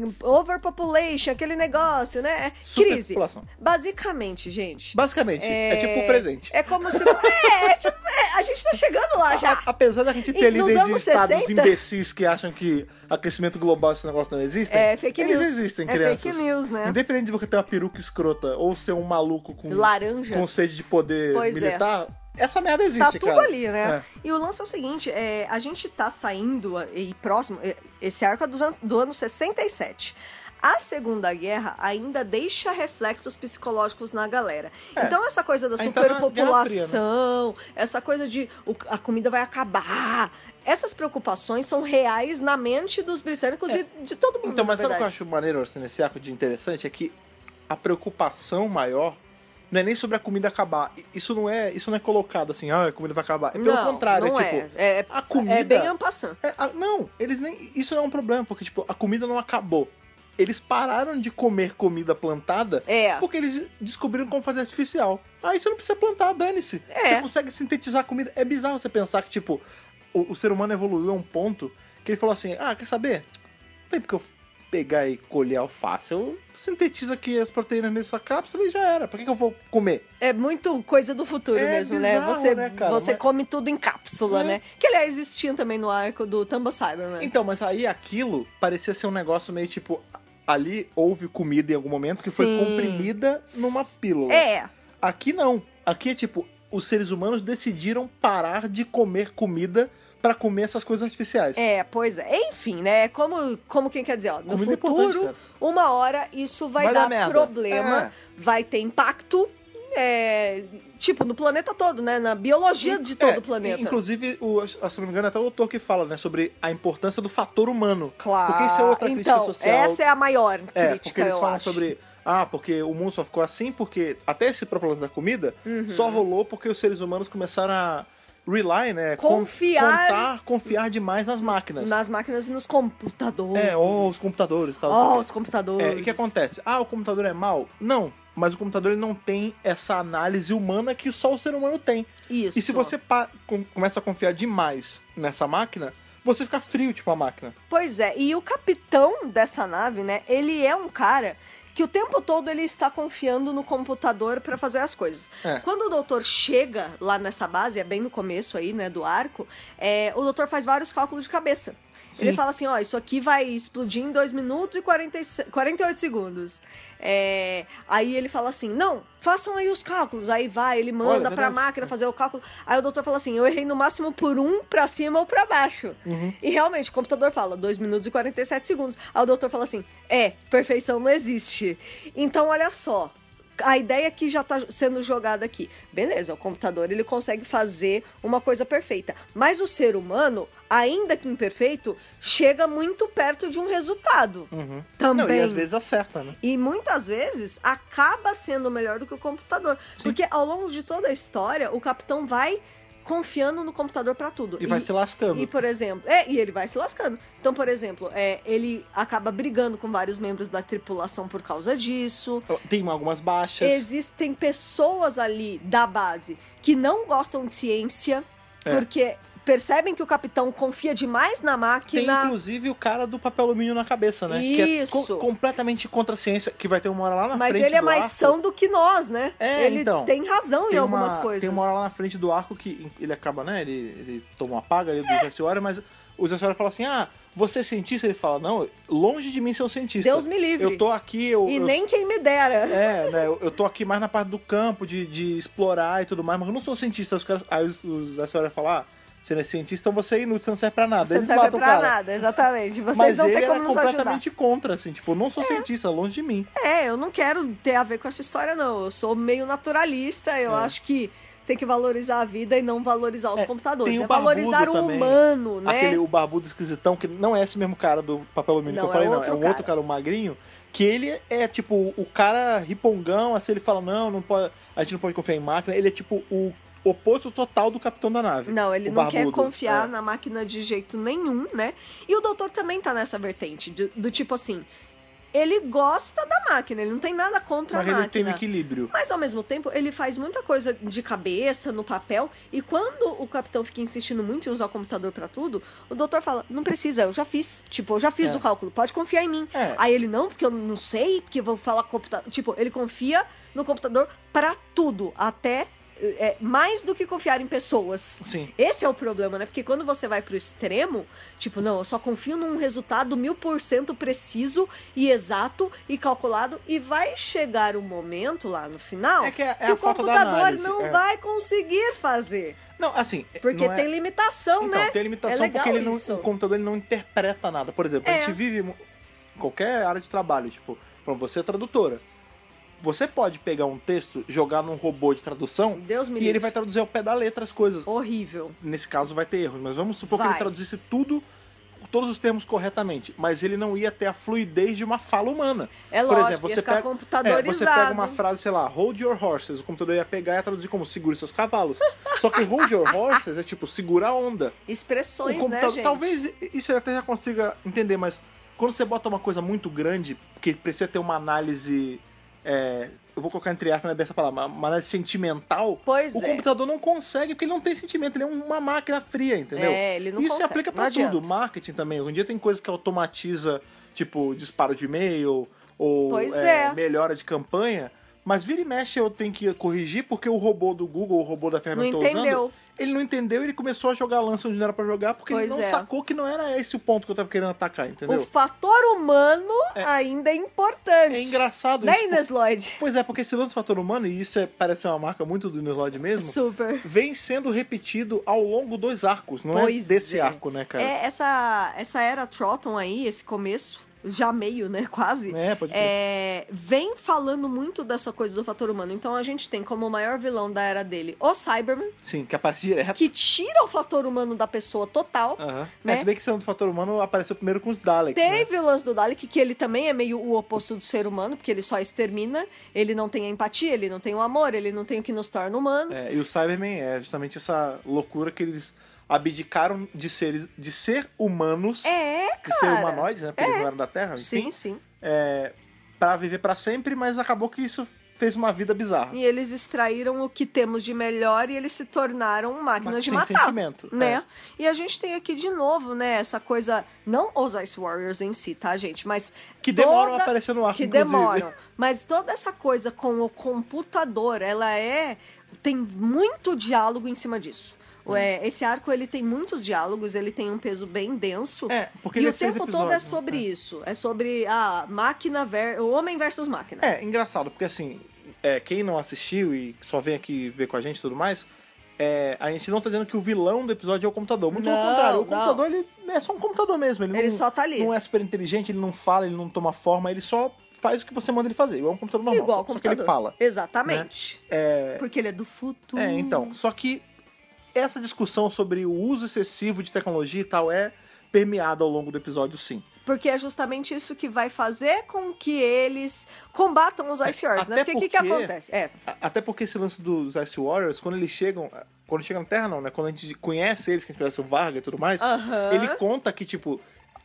Speaker 2: overpopulation, aquele negócio, né? É, Crise.
Speaker 1: Superpopulação.
Speaker 2: Basicamente, gente.
Speaker 1: Basicamente, é, tipo o presente. Ah,
Speaker 2: É como se. É, é tipo, é, a gente tá chegando lá já.
Speaker 1: A- Apesar da gente
Speaker 2: E
Speaker 1: ter
Speaker 2: nos
Speaker 1: líderes de
Speaker 2: anos
Speaker 1: estados
Speaker 2: 60?
Speaker 1: imbecis que acham que aquecimento global esse negócio não existe,
Speaker 2: É fake
Speaker 1: eles
Speaker 2: news.
Speaker 1: existem,
Speaker 2: É
Speaker 1: crianças.
Speaker 2: fake news, né?
Speaker 1: Independente de você ter uma peruca escrota ou ser um maluco com,
Speaker 2: Laranja.
Speaker 1: com sede de poder
Speaker 2: Pois é.
Speaker 1: militar, essa merda existe,
Speaker 2: Tá tudo
Speaker 1: cara.
Speaker 2: ali, né?
Speaker 1: É.
Speaker 2: E o lance é o seguinte: é, a gente tá saindo a- e próximo. é, Esse arco é dos anos- do ano 67. A Segunda Guerra ainda deixa reflexos psicológicos na galera.
Speaker 1: É.
Speaker 2: Então, essa coisa da
Speaker 1: Aí tá na Guerra Fria, né?
Speaker 2: superpopulação, essa coisa de o- a comida vai acabar. Essas preocupações são reais na mente dos britânicos e de todo mundo.
Speaker 1: Então, mas
Speaker 2: na
Speaker 1: sabe o que eu
Speaker 2: verdade.
Speaker 1: acho maneiro assim, nesse arco de interessante? É que a preocupação maior não é nem sobre a comida acabar. I- Isso não é, isso não é colocado assim, ah, a comida vai acabar. É pelo
Speaker 2: Não,
Speaker 1: contrário,
Speaker 2: não
Speaker 1: é tipo,
Speaker 2: é. É,
Speaker 1: a comida-
Speaker 2: É bem ampassando.
Speaker 1: É, a- não, eles nem. Isso não é um problema, porque, tipo, a comida não acabou. Eles pararam de comer comida plantada
Speaker 2: É.
Speaker 1: porque eles descobriram como fazer artificial. Aí você não precisa plantar, dane-se.
Speaker 2: É.
Speaker 1: Você consegue sintetizar a comida. É bizarro você pensar que, tipo, o, o ser humano evoluiu a um ponto que ele falou assim: ah, quer saber? Não tem porque eu pegar e colher alface. Eu sintetizo aqui as proteínas nessa cápsula e já era. Por que, que eu vou comer?
Speaker 2: É muito coisa do futuro
Speaker 1: É
Speaker 2: mesmo, né?
Speaker 1: bizarro,
Speaker 2: Você,
Speaker 1: né, cara?
Speaker 2: você
Speaker 1: Mas-
Speaker 2: come tudo em cápsula,
Speaker 1: É.
Speaker 2: né? Que aliás existia também no arco do né? Tumble Cyberman.
Speaker 1: Então, mas aí aquilo parecia ser um negócio meio tipo. Ali houve comida em algum momento que foi
Speaker 2: Sim.
Speaker 1: comprimida numa pílula.
Speaker 2: É,
Speaker 1: Aqui não. Aqui é tipo, os seres humanos decidiram parar de comer comida pra comer essas coisas artificiais.
Speaker 2: é, pois é. Enfim, né? Como, como quem quer dizer, ó, no
Speaker 1: Comida é importante,
Speaker 2: futuro,
Speaker 1: cara.
Speaker 2: uma hora isso vai,
Speaker 1: Vai dar
Speaker 2: dar,
Speaker 1: merda. É.
Speaker 2: problema, vai ter impacto, é, tipo, no planeta todo, né? Na biologia de todo
Speaker 1: É,
Speaker 2: o planeta.
Speaker 1: Inclusive, o, se eu não me engano, é até o doutor que fala, né, sobre a importância do fator humano.
Speaker 2: Claro.
Speaker 1: Porque isso é outra crítica
Speaker 2: então,
Speaker 1: social.
Speaker 2: Essa é a maior
Speaker 1: É, porque
Speaker 2: crítica,
Speaker 1: eles
Speaker 2: eu
Speaker 1: falam
Speaker 2: acho.
Speaker 1: sobre. Ah, porque o mundo só ficou assim porque até esse próprio lance da comida
Speaker 2: Uhum.
Speaker 1: só rolou porque os seres humanos começaram a rely, né? con-
Speaker 2: Confiar-
Speaker 1: contar, confiar demais nas máquinas.
Speaker 2: Nas máquinas e nos computadores.
Speaker 1: É, ou os computadores e tal. não sei o
Speaker 2: Ó,
Speaker 1: quê.
Speaker 2: os computadores.
Speaker 1: É, e o que acontece? Ah, o computador é mau? Não. Mas o computador ele não tem essa análise humana que só o ser humano tem.
Speaker 2: Isso.
Speaker 1: E se você pa- com- começa a confiar demais nessa máquina, você fica frio, tipo, a máquina.
Speaker 2: Pois é, e o capitão dessa nave, né? Ele é um cara que o tempo todo ele está confiando no computador para fazer as coisas.
Speaker 1: É.
Speaker 2: Quando o doutor chega lá nessa base, é bem no começo aí, né, do arco, é, o doutor faz vários cálculos de cabeça.
Speaker 1: Sim.
Speaker 2: Ele fala assim, ó, isso aqui vai explodir em 2 minutos e 40, e- 48 segundos. É, aí ele fala assim, não, façam aí os cálculos. Aí vai,
Speaker 1: Olha,
Speaker 2: ele
Speaker 1: é
Speaker 2: manda
Speaker 1: verdade.
Speaker 2: pra máquina fazer o cálculo. Aí o doutor fala assim, eu errei no máximo por um pra cima ou pra baixo.
Speaker 1: Uhum.
Speaker 2: E realmente, o computador fala 2 minutos e 47 segundos. Aí o doutor fala assim: é, perfeição não existe. Então, olha só. A ideia que já tá sendo jogada aqui. Beleza, o computador ele consegue fazer uma coisa perfeita. Mas o ser humano, ainda que imperfeito, chega muito perto de um resultado. Também.
Speaker 1: Uhum. Não, e às vezes acerta, né?
Speaker 2: E muitas vezes acaba sendo melhor do que o computador. Porque ao longo de toda a história, o capitão vai confiando no computador pra tudo.
Speaker 1: E, vai se lascando.
Speaker 2: E, por exemplo, é, e ele vai se lascando. Então, por exemplo, é, ele acaba brigando com vários membros da tripulação por causa disso.
Speaker 1: Tem algumas baixas.
Speaker 2: Existem pessoas ali da base que não gostam de ciência,
Speaker 1: É.
Speaker 2: porque percebem que o capitão confia demais na
Speaker 1: Tem
Speaker 2: máquina.
Speaker 1: inclusive o cara do papel alumínio na cabeça, né?
Speaker 2: Isso.
Speaker 1: Que é co- completamente contra a ciência, que vai ter uma hora lá na
Speaker 2: Mas
Speaker 1: frente.
Speaker 2: ele é
Speaker 1: do
Speaker 2: mais
Speaker 1: arco.
Speaker 2: são do que nós, né?
Speaker 1: É,
Speaker 2: ele
Speaker 1: então,
Speaker 2: tem razão em
Speaker 1: Tem
Speaker 2: algumas
Speaker 1: uma,
Speaker 2: coisas.
Speaker 1: Tem uma hora lá na frente do arco que ele acaba, né? Ele, ele toma uma paga ali do
Speaker 2: É.
Speaker 1: Zé Senhora, mas o Zé Senhora fala assim: ah, você é cientista? Ele fala: não, longe de mim ser um cientista.
Speaker 2: Deus me livre.
Speaker 1: Eu tô aqui, eu.
Speaker 2: E
Speaker 1: eu-
Speaker 2: nem quem me dera.
Speaker 1: É, né? Eu, eu tô aqui mais na parte do campo, de, de explorar e tudo mais, mas eu não sou cientista. Os caras, aí os- os- a senhora fala: ah, você não é cientista, então você é inútil, você não serve pra nada.
Speaker 2: Você não
Speaker 1: Eles
Speaker 2: serve
Speaker 1: matam o
Speaker 2: pra
Speaker 1: cara.
Speaker 2: nada, exatamente. Vocês
Speaker 1: mas
Speaker 2: não
Speaker 1: ele
Speaker 2: têm como
Speaker 1: era
Speaker 2: nos ajudar.
Speaker 1: completamente contra, assim, tipo, eu não sou cientista, longe de mim.
Speaker 2: É, eu não quero ter a ver com essa história, não. Eu sou meio naturalista, eu
Speaker 1: É.
Speaker 2: acho que tem que valorizar a vida e não valorizar os
Speaker 1: É,
Speaker 2: computadores.
Speaker 1: tem o
Speaker 2: é valorizar o
Speaker 1: barbudo também.
Speaker 2: humano, né?
Speaker 1: Aquele, o barbudo esquisitão, que não é esse mesmo cara do papel alumínio que
Speaker 2: Não,
Speaker 1: eu
Speaker 2: é
Speaker 1: falei, não. É
Speaker 2: outro
Speaker 1: um outro cara, o magrinho, que ele é tipo o cara ripongão, assim, ele fala, não, não pode, a gente não pode confiar em máquina. Ele é tipo o oposto total do capitão da nave.
Speaker 2: Não, ele
Speaker 1: o
Speaker 2: não quer
Speaker 1: barbudo,
Speaker 2: confiar
Speaker 1: é.
Speaker 2: na máquina de jeito nenhum, né? E o doutor também tá nessa vertente, de- do tipo assim. ele gosta da máquina, ele não tem nada contra
Speaker 1: Mas
Speaker 2: a
Speaker 1: ele tem um
Speaker 2: máquina.
Speaker 1: equilíbrio.
Speaker 2: Mas ao mesmo tempo, ele faz muita coisa de cabeça, no papel, e quando o capitão fica insistindo muito em usar o computador pra tudo, o doutor fala: "Não precisa, eu já fiz. Tipo, eu já fiz
Speaker 1: É.
Speaker 2: o cálculo, pode confiar em mim".
Speaker 1: É.
Speaker 2: Aí ele não, porque eu não sei, porque eu vou falar com o computador, tipo, ele confia no computador pra tudo, até é, mais do que confiar em pessoas.
Speaker 1: Sim.
Speaker 2: Esse é o problema, né? Porque quando você vai pro extremo, tipo, não, eu só confio num resultado mil por cento preciso e exato e calculado, e vai chegar um momento lá no final
Speaker 1: É que é- é a
Speaker 2: o
Speaker 1: falta da
Speaker 2: computador
Speaker 1: análise,
Speaker 2: não
Speaker 1: é.
Speaker 2: vai conseguir fazer.
Speaker 1: Não, assim.
Speaker 2: Porque
Speaker 1: não é-
Speaker 2: tem limitação,
Speaker 1: Então,
Speaker 2: né?
Speaker 1: tem a limitação
Speaker 2: É legal
Speaker 1: porque ele não,
Speaker 2: isso.
Speaker 1: o computador ele não interpreta nada. Por exemplo,
Speaker 2: É.
Speaker 1: a gente vive mu- em qualquer área de trabalho, tipo, pra você é tradutora. Você pode pegar um texto, jogar num robô de tradução
Speaker 2: Deus me
Speaker 1: e ele
Speaker 2: livre.
Speaker 1: vai traduzir ao pé da letra as coisas.
Speaker 2: Horrível.
Speaker 1: Nesse caso vai ter erros, mas vamos supor que
Speaker 2: Vai.
Speaker 1: ele traduzisse tudo, todos os termos corretamente, mas ele não ia ter a fluidez de uma fala humana.
Speaker 2: É
Speaker 1: Por
Speaker 2: lógico,
Speaker 1: exemplo,
Speaker 2: ia
Speaker 1: você
Speaker 2: ficar
Speaker 1: pega, é,
Speaker 2: computadorizado.
Speaker 1: você pega uma frase, sei lá, hold your horses, o computador ia pegar e ia traduzir como segure seus cavalos. Só que hold your horses é tipo segura a onda.
Speaker 2: Expressões,
Speaker 1: O um computador-
Speaker 2: né, gente?
Speaker 1: Talvez isso eu até já consiga entender, mas quando você bota uma coisa muito grande, que precisa ter uma análise. é, eu vou colocar entre aspas, não é bem essa palavra, uma análise sentimental.
Speaker 2: Pois
Speaker 1: o
Speaker 2: é.
Speaker 1: computador não consegue, porque ele não tem sentimento, ele é uma máquina fria, entendeu?
Speaker 2: É, ele não
Speaker 1: Isso se
Speaker 2: consegue,
Speaker 1: aplica
Speaker 2: não
Speaker 1: pra tudo.
Speaker 2: adianta.
Speaker 1: Marketing também. Hoje em dia tem coisa que automatiza, tipo, disparo de e-mail, ou
Speaker 2: Pois é.
Speaker 1: melhora de campanha. Mas vira e mexe eu tenho que corrigir, porque o robô do Google, o robô da ferramenta
Speaker 2: Não
Speaker 1: que eu tô
Speaker 2: entendeu.
Speaker 1: usando, ele não entendeu e ele começou a jogar lança onde não era pra jogar, porque
Speaker 2: Pois
Speaker 1: ele não
Speaker 2: é.
Speaker 1: sacou que não era esse o ponto que eu tava querendo atacar,
Speaker 2: O
Speaker 1: entendeu?
Speaker 2: fator humano ainda é importante.
Speaker 1: É engraçado
Speaker 2: Né,
Speaker 1: isso.
Speaker 2: Inês Lloyd?
Speaker 1: Pois é, porque esse lance do fator humano, e isso é, parece ser uma marca muito do Nilod mesmo,
Speaker 2: Super.
Speaker 1: vem sendo repetido ao longo dos arcos, não
Speaker 2: Pois
Speaker 1: é desse
Speaker 2: é.
Speaker 1: arco, né, cara?
Speaker 2: É, essa, essa era Trotton aí, esse começo, já meio, né, quase,
Speaker 1: É, pode crer.
Speaker 2: é, vem falando muito dessa coisa do fator humano. Então a gente tem como o maior vilão da era dele o Cyberman,
Speaker 1: Sim, que aparece direto.
Speaker 2: que tira o fator humano da pessoa total.
Speaker 1: Aham.
Speaker 2: Né?
Speaker 1: É, se bem que esse lance do fator humano apareceu primeiro com os Daleks, né?
Speaker 2: Teve o lance do Dalek, que ele também é meio o oposto do ser humano, porque ele só extermina, ele não tem a empatia, ele não tem o amor, ele não tem o que nos torna humanos.
Speaker 1: É, e o Cyberman é justamente essa loucura que eles abdicaram de, seres, de ser humanos,
Speaker 2: É,
Speaker 1: de ser
Speaker 2: cara. É.
Speaker 1: humanoides, né? Porque eles não eram da Terra, enfim.
Speaker 2: Sim, sim.
Speaker 1: é, para viver pra sempre, mas acabou que isso fez uma vida bizarra.
Speaker 2: E eles extraíram o que temos de melhor e eles se tornaram
Speaker 1: Mas
Speaker 2: máquinas de
Speaker 1: sem
Speaker 2: matar.
Speaker 1: sentimento. é.
Speaker 2: Né? E a gente tem aqui de novo, né, essa coisa, não os Ice Warriors em si, tá, gente? Mas.
Speaker 1: Que demoram
Speaker 2: toda-
Speaker 1: a aparecer no arco,
Speaker 2: Que
Speaker 1: inclusive.
Speaker 2: demoram. Mas toda essa coisa com o computador, ela é. tem muito diálogo em cima disso.
Speaker 1: Hum.
Speaker 2: É, esse arco ele tem muitos diálogos, ele tem um peso bem denso.
Speaker 1: É, porque
Speaker 2: e
Speaker 1: ele é
Speaker 2: o
Speaker 1: seis
Speaker 2: tempo todo é
Speaker 1: episódios,
Speaker 2: sobre
Speaker 1: né?
Speaker 2: isso. É sobre a máquina ver... o homem versus máquina.
Speaker 1: É, engraçado, porque assim, é, quem não assistiu e só vem aqui ver com a gente e tudo mais, é, a gente não tá dizendo que o vilão do episódio é o computador. Muito
Speaker 2: Não,
Speaker 1: pelo contrário,
Speaker 2: não.
Speaker 1: o computador ele é só um computador mesmo. Ele,
Speaker 2: Ele
Speaker 1: não,
Speaker 2: só tá ali.
Speaker 1: não é super inteligente, ele não fala, ele não toma forma, ele só faz o que você manda ele fazer. Igual um computador normal,
Speaker 2: Igual
Speaker 1: só,
Speaker 2: ao computador.
Speaker 1: só que ele fala. né?
Speaker 2: Exatamente.
Speaker 1: É,
Speaker 2: Porque ele é do futuro.
Speaker 1: É, então. Só que essa discussão sobre o uso excessivo de tecnologia e tal é permeada ao longo do episódio, sim.
Speaker 2: Porque é justamente isso que vai fazer com que eles combatam os Ice Warriors, né?
Speaker 1: É, até
Speaker 2: Porque o que, que
Speaker 1: porque-
Speaker 2: acontece? É,
Speaker 1: A- Até porque esse lance dos Ice Warriors, quando eles chegam. eh, Quando chegam na Terra, não, né? Quando a gente conhece eles, que a gente conhece o Varga e tudo mais,
Speaker 2: Aham.
Speaker 1: ele conta que, tipo,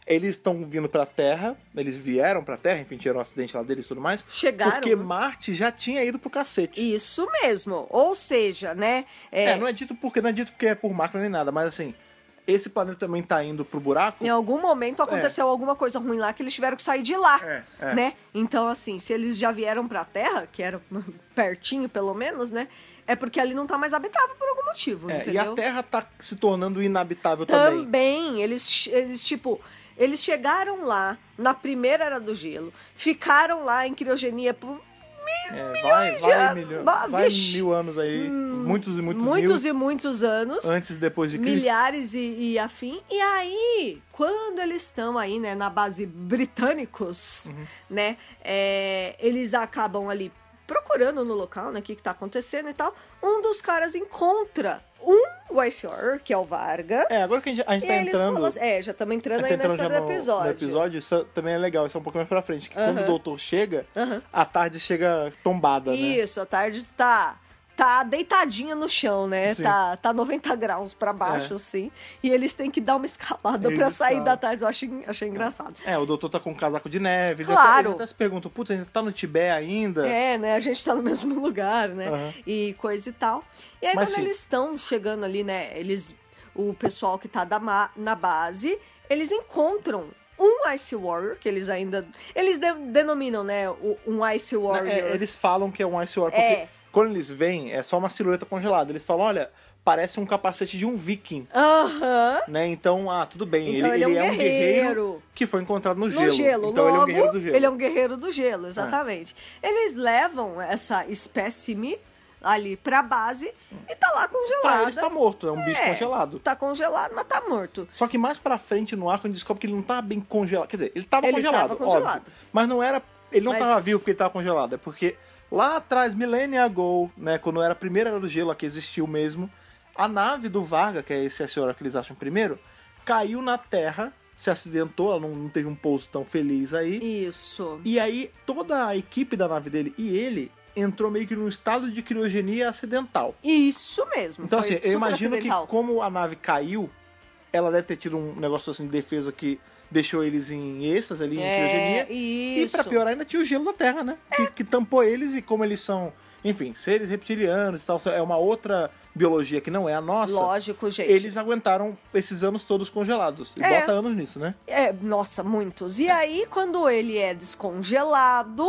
Speaker 1: eles estão vindo pra Terra, eles vieram pra Terra, enfim, tiveram um acidente lá deles e tudo mais.
Speaker 2: Chegaram,
Speaker 1: Porque
Speaker 2: né?
Speaker 1: Marte já tinha ido pro cacete.
Speaker 2: isso mesmo. Ou seja, né?
Speaker 1: É,
Speaker 2: é,
Speaker 1: não é dito porque, não é dito porque é por máquina nem nada, mas assim, esse planeta também tá indo pro buraco.
Speaker 2: Em algum momento aconteceu alguma coisa ruim lá que eles tiveram que sair de lá,
Speaker 1: É, é.
Speaker 2: né? Então, assim, se eles já vieram pra Terra, que era pertinho pelo menos, né? É porque ali não tá mais habitável por algum motivo,
Speaker 1: É, e
Speaker 2: entendeu?
Speaker 1: a Terra tá se tornando inabitável também.
Speaker 2: Também, eles, eles, tipo, eles chegaram lá na primeira era do gelo, ficaram lá em criogenia por mil,
Speaker 1: É, vai
Speaker 2: milhões de
Speaker 1: vai,
Speaker 2: anos.
Speaker 1: milho-
Speaker 2: Ba-
Speaker 1: vai
Speaker 2: vixe, Hum,
Speaker 1: mil anos aí, muitos e muitos,
Speaker 2: muitos
Speaker 1: mil,
Speaker 2: e muitos anos.
Speaker 1: antes e depois de Cristo.
Speaker 2: Milhares e, e afim. E aí, quando eles estão aí, né, na base britânicos,
Speaker 1: Uhum.
Speaker 2: né, é, eles acabam ali procurando no local, né, o que, que tá acontecendo e tal. Um dos caras encontra um Vice Warrior, que é o Varga,
Speaker 1: É, agora que a gente, a gente
Speaker 2: e
Speaker 1: tá
Speaker 2: eles
Speaker 1: entrando,
Speaker 2: falam assim, é, já estamos
Speaker 1: a
Speaker 2: entrando
Speaker 1: gente
Speaker 2: aí
Speaker 1: tá
Speaker 2: na
Speaker 1: entrando já
Speaker 2: história do
Speaker 1: no,
Speaker 2: episódio.
Speaker 1: no episódio, isso também é legal, isso é um pouquinho mais pra frente, que quando
Speaker 2: Aham.
Speaker 1: o doutor chega,
Speaker 2: Aham.
Speaker 1: a tarde chega tombada, né?
Speaker 2: Isso, a tarde está tá deitadinha no chão, né?
Speaker 1: Sim.
Speaker 2: Tá, tá 90 graus pra baixo,
Speaker 1: É.
Speaker 2: assim. E eles têm que dar uma escalada
Speaker 1: Eles
Speaker 2: pra sair
Speaker 1: escalam.
Speaker 2: da tarde. Eu achei, achei engraçado.
Speaker 1: É, o doutor tá com um casaco de neve. eles
Speaker 2: Claro.
Speaker 1: até- Eles até, se perguntam, putz, a gente tá no Tibete ainda?
Speaker 2: É, né? A gente tá no mesmo lugar, né?
Speaker 1: Aham.
Speaker 2: E coisa e tal. E aí,
Speaker 1: Mas
Speaker 2: quando
Speaker 1: sim.
Speaker 2: eles estão chegando ali, né? Eles. O pessoal que tá da ma- na base, eles encontram um Ice Warrior, que eles ainda. Eles de- denominam, né? o- Um Ice Warrior.
Speaker 1: É, eles falam que é um Ice War, porque
Speaker 2: É.
Speaker 1: quando eles vêm, é só uma silhueta congelada. Eles falam, olha, parece um capacete de um viking,
Speaker 2: Aham.
Speaker 1: né? Então, ah, tudo bem.
Speaker 2: Então ele é um guerreiro.
Speaker 1: que foi encontrado no gelo.
Speaker 2: No gelo,
Speaker 1: então
Speaker 2: logo
Speaker 1: ele é um guerreiro do gelo. Ah.
Speaker 2: ele é um guerreiro do gelo, exatamente. Eles levam essa espécime ali pra base e tá lá
Speaker 1: Tá, ele
Speaker 2: congelada.
Speaker 1: está morto, é um bicho
Speaker 2: É,
Speaker 1: congelado.
Speaker 2: Tá congelado, mas tá morto.
Speaker 1: Só que mais pra frente no arco a gente descobre que ele não tava bem congelado. Quer dizer, ele tava
Speaker 2: Ele
Speaker 1: congelado,
Speaker 2: tava congelado.
Speaker 1: óbvio. Mas não era. Ele não
Speaker 2: Mas-
Speaker 1: tava vivo porque ele tava congelado. É porque lá atrás, milênia ago, né? Quando era a primeira era do gelo a que existiu mesmo, a nave do Varga, que é esse a senhora que eles acham primeiro, caiu na Terra, se acidentou, ela não, não teve um pouso tão feliz aí.
Speaker 2: Isso.
Speaker 1: E aí toda a equipe da nave dele e ele entrou meio que num estado de criogenia acidental.
Speaker 2: Isso mesmo.
Speaker 1: Então, assim,
Speaker 2: foi
Speaker 1: eu
Speaker 2: super
Speaker 1: imagino que
Speaker 2: acidental.
Speaker 1: como a nave caiu, ela deve ter tido um negócio assim de defesa que deixou eles em êxtase ali, em
Speaker 2: É,
Speaker 1: criogenia. E
Speaker 2: isso. É.
Speaker 1: pra piorar, ainda tinha o gelo da Terra, né? Que, que tampou eles e como eles são, enfim, seres reptilianos e tal, é uma outra biologia que não é a nossa.
Speaker 2: Lógico, gente.
Speaker 1: Eles aguentaram esses anos todos congelados. E
Speaker 2: É.
Speaker 1: bota anos nisso, né?
Speaker 2: É, nossa, muitos. E aí, quando ele é descongelado,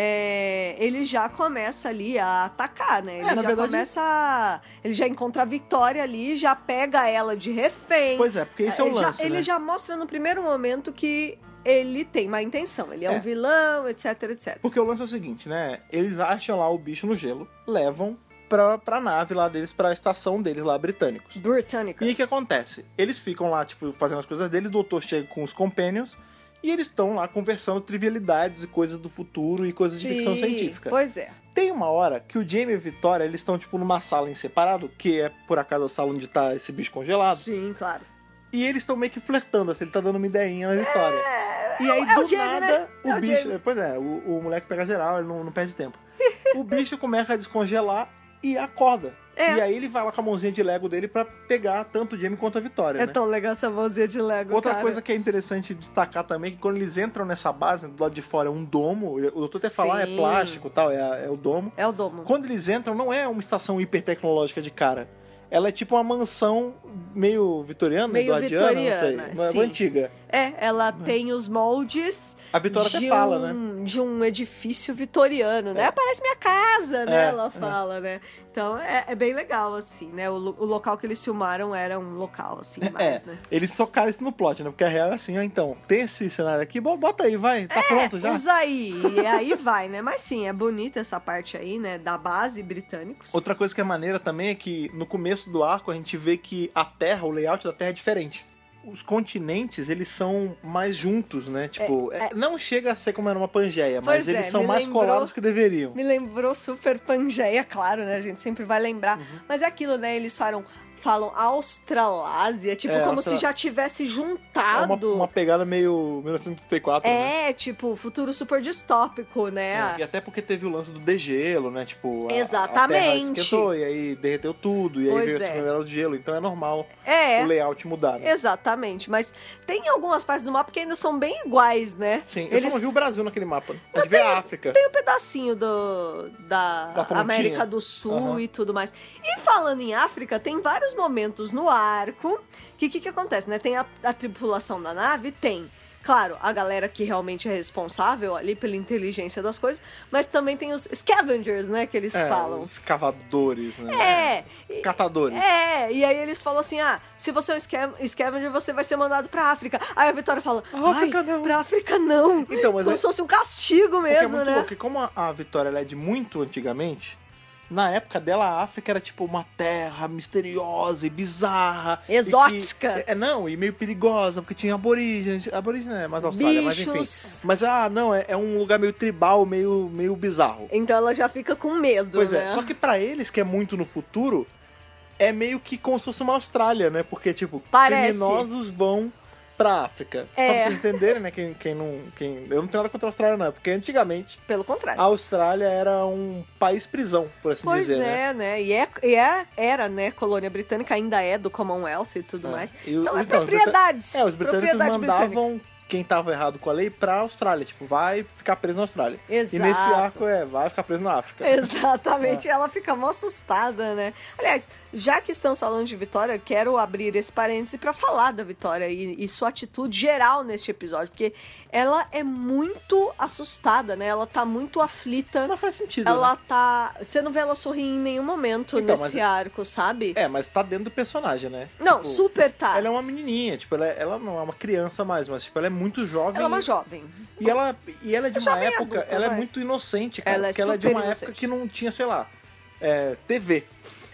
Speaker 2: é, ele já começa ali a atacar, né? Ele
Speaker 1: É, na
Speaker 2: já
Speaker 1: verdade-
Speaker 2: começa. A, ele já encontra a Victoria ali, já pega ela de refém.
Speaker 1: Pois é, porque esse é o
Speaker 2: ele,
Speaker 1: lance,
Speaker 2: já, ele
Speaker 1: né?
Speaker 2: já mostra no primeiro momento que ele tem má intenção. Ele é,
Speaker 1: É.
Speaker 2: um vilão, etc, etc.
Speaker 1: Porque o lance é o seguinte, né? Eles acham lá o bicho no gelo, levam pra, pra nave lá deles, pra estação deles lá, britânicos.
Speaker 2: Britânicas.
Speaker 1: E aí o que acontece? Eles ficam lá, tipo, fazendo as coisas deles, o doutor chega com os companions e eles estão lá conversando trivialidades e coisas do futuro e coisas de ficção
Speaker 2: Sim,
Speaker 1: científica.
Speaker 2: Pois é.
Speaker 1: Tem uma hora que o Jamie e o Vitória, eles estão, tipo, numa sala em separado, que é, por acaso, a sala onde tá esse bicho congelado,
Speaker 2: Sim, claro.
Speaker 1: e eles estão meio que flertando, assim, ele tá dando uma ideinha na Vitória. e aí,
Speaker 2: é o
Speaker 1: do
Speaker 2: Jamie,
Speaker 1: nada,
Speaker 2: né?
Speaker 1: o
Speaker 2: É o
Speaker 1: bicho...
Speaker 2: Jamie.
Speaker 1: Pois é, o, o moleque pega geral, ele não, não perde tempo. o bicho começa a descongelar e acorda.
Speaker 2: É.
Speaker 1: E aí ele vai lá com a mãozinha de Lego dele pra pegar tanto o Jamie quanto a Vitória,
Speaker 2: É
Speaker 1: né?
Speaker 2: tão legal essa mãozinha de Lego.
Speaker 1: Outra
Speaker 2: cara.
Speaker 1: coisa que é interessante destacar também é que quando eles entram nessa base, do lado de fora é um domo, o doutor até falar
Speaker 2: Sim.
Speaker 1: é plástico e tal, é, é o domo.
Speaker 2: É o domo.
Speaker 1: Quando eles entram, não é uma estação hipertecnológica de cara. Ela é tipo uma mansão meio vitoriana,
Speaker 2: Meio
Speaker 1: eduardiana,
Speaker 2: vitoriana,
Speaker 1: não sei,
Speaker 2: sim.
Speaker 1: uma antiga.
Speaker 2: É, ela tem os moldes
Speaker 1: A Vitória até
Speaker 2: de
Speaker 1: fala, né?
Speaker 2: um, de um edifício vitoriano, né? Parece minha casa, né?
Speaker 1: É,
Speaker 2: Ela
Speaker 1: é.
Speaker 2: fala, né? Então é, é bem legal, assim, né? O, lo- o local que eles filmaram era um local, assim, mais,
Speaker 1: é,
Speaker 2: né?
Speaker 1: eles socaram isso no plot, né? Porque a real é assim, ó, então, tem esse cenário aqui, bo- bota aí, vai,
Speaker 2: É,
Speaker 1: tá pronto já.
Speaker 2: Usa aí, e aí vai, né? Mas sim, é bonita essa parte aí, né? Da base britânicos.
Speaker 1: Outra coisa que é maneira também é que no começo do arco a gente vê que a Terra, o layout da Terra é diferente. Os continentes, eles são mais juntos, né? Tipo, é- não chega a ser como era uma Pangeia, mas
Speaker 2: Pois
Speaker 1: eles
Speaker 2: é,
Speaker 1: são
Speaker 2: me
Speaker 1: mais
Speaker 2: lembrou-
Speaker 1: colados que deveriam.
Speaker 2: Me lembrou super Pangeia, claro, né? A gente sempre vai lembrar.
Speaker 1: Uhum.
Speaker 2: Mas é aquilo, né? Eles falam, falam Australásia, tipo,
Speaker 1: É,
Speaker 2: como
Speaker 1: Austra-
Speaker 2: se já tivesse
Speaker 1: É
Speaker 2: juntado.
Speaker 1: uma, uma pegada meio 1934, né? É.
Speaker 2: É, tipo, futuro super distópico, né?
Speaker 1: E até porque teve o lance do degelo, né? Tipo, a- A terra
Speaker 2: Exatamente.
Speaker 1: esquentou, e aí derreteu tudo, e aí
Speaker 2: Pois
Speaker 1: veio
Speaker 2: é.
Speaker 1: a segunda era do gelo. Então é normal
Speaker 2: É,
Speaker 1: o layout mudar, né?
Speaker 2: exatamente. Mas tem algumas partes do mapa que ainda são bem iguais, né?
Speaker 1: Sim, eu
Speaker 2: Eles
Speaker 1: só não vi o Brasil naquele mapa. A gente vê a África.
Speaker 2: tem um pedacinho do, da
Speaker 1: Da pontinha.
Speaker 2: América do Sul
Speaker 1: Aham.
Speaker 2: e tudo mais. E falando em África, tem vários momentos no arco que o que, que acontece, né? Tem a, a tripulação da nave, tem. Claro, a galera que realmente é responsável ali pela inteligência das coisas, mas também tem os scavengers, né, que eles
Speaker 1: É,
Speaker 2: falam.
Speaker 1: Os cavadores, né?
Speaker 2: É, e-
Speaker 1: Catadores.
Speaker 2: É, e aí eles falam assim: ah, se você é um sca- scavenger, você vai ser mandado pra África. Aí a Vitória fala:
Speaker 1: África
Speaker 2: Ai,
Speaker 1: não."
Speaker 2: pra África não.
Speaker 1: Então, mas
Speaker 2: Como
Speaker 1: é-
Speaker 2: se fosse um castigo
Speaker 1: Porque é
Speaker 2: mesmo,
Speaker 1: muito
Speaker 2: né?
Speaker 1: louco. E como a, a Vitória ela é de muito antigamente, na época dela a África era tipo uma terra misteriosa e bizarra. e
Speaker 2: Exótica.
Speaker 1: que- é, não, e meio perigosa, porque tinha aborígenes. Aborígenes é mais Austrália, mas
Speaker 2: Bichos.
Speaker 1: enfim. Mas, ah, não, é, é um lugar meio tribal, meio, meio bizarro.
Speaker 2: Então ela já fica com medo,
Speaker 1: Pois
Speaker 2: né?
Speaker 1: é, só que pra eles, que é muito no futuro, é meio que como se fosse uma Austrália, né? Porque, tipo,
Speaker 2: Parece.
Speaker 1: criminosos vão pra África. Só pra
Speaker 2: É.
Speaker 1: vocês entenderem, né? Quem, quem não. Quem... Eu não tenho nada contra a Austrália, não. É Porque antigamente
Speaker 2: Pelo contrário.
Speaker 1: a Austrália era um país prisão, por assim
Speaker 2: Pois
Speaker 1: dizer. né?
Speaker 2: é, né? E, é, e é- era, né? Colônia britânica, ainda é do Commonwealth e tudo mais.
Speaker 1: E o-
Speaker 2: Então é
Speaker 1: então, os brita-
Speaker 2: propriedades.
Speaker 1: É, os britânicos
Speaker 2: propriedade britânica.
Speaker 1: mandavam quem tava errado com a lei pra Austrália. Tipo, vai ficar preso na Austrália.
Speaker 2: Exato.
Speaker 1: E nesse arco é, vai ficar preso na África.
Speaker 2: Exatamente,
Speaker 1: É.
Speaker 2: e ela fica mó assustada, né? Aliás, já que estamos falando de Vitória, quero abrir esse parêntese pra falar da Vitória e, e sua atitude geral neste episódio, porque ela é muito assustada, né? Ela tá muito aflita.
Speaker 1: Mas faz sentido. né?
Speaker 2: Ela tá. Você não vê ela sorrir em nenhum momento
Speaker 1: Então,
Speaker 2: nesse
Speaker 1: mas-
Speaker 2: arco, sabe?
Speaker 1: É, mas tá dentro do personagem, né?
Speaker 2: não,
Speaker 1: Tipo,
Speaker 2: super tá.
Speaker 1: Ela é uma menininha, tipo, ela, é- ela não é uma criança mais, mas tipo, ela é muito jovem.
Speaker 2: Ela é uma jovem.
Speaker 1: E ela, e ela é de
Speaker 2: É
Speaker 1: uma
Speaker 2: jovem
Speaker 1: época,
Speaker 2: adulta,
Speaker 1: ela é
Speaker 2: vai.
Speaker 1: muito inocente, cara.
Speaker 2: Ela é
Speaker 1: porque ela é de
Speaker 2: super
Speaker 1: uma época
Speaker 2: inocente.
Speaker 1: que não tinha, sei lá, é, TV.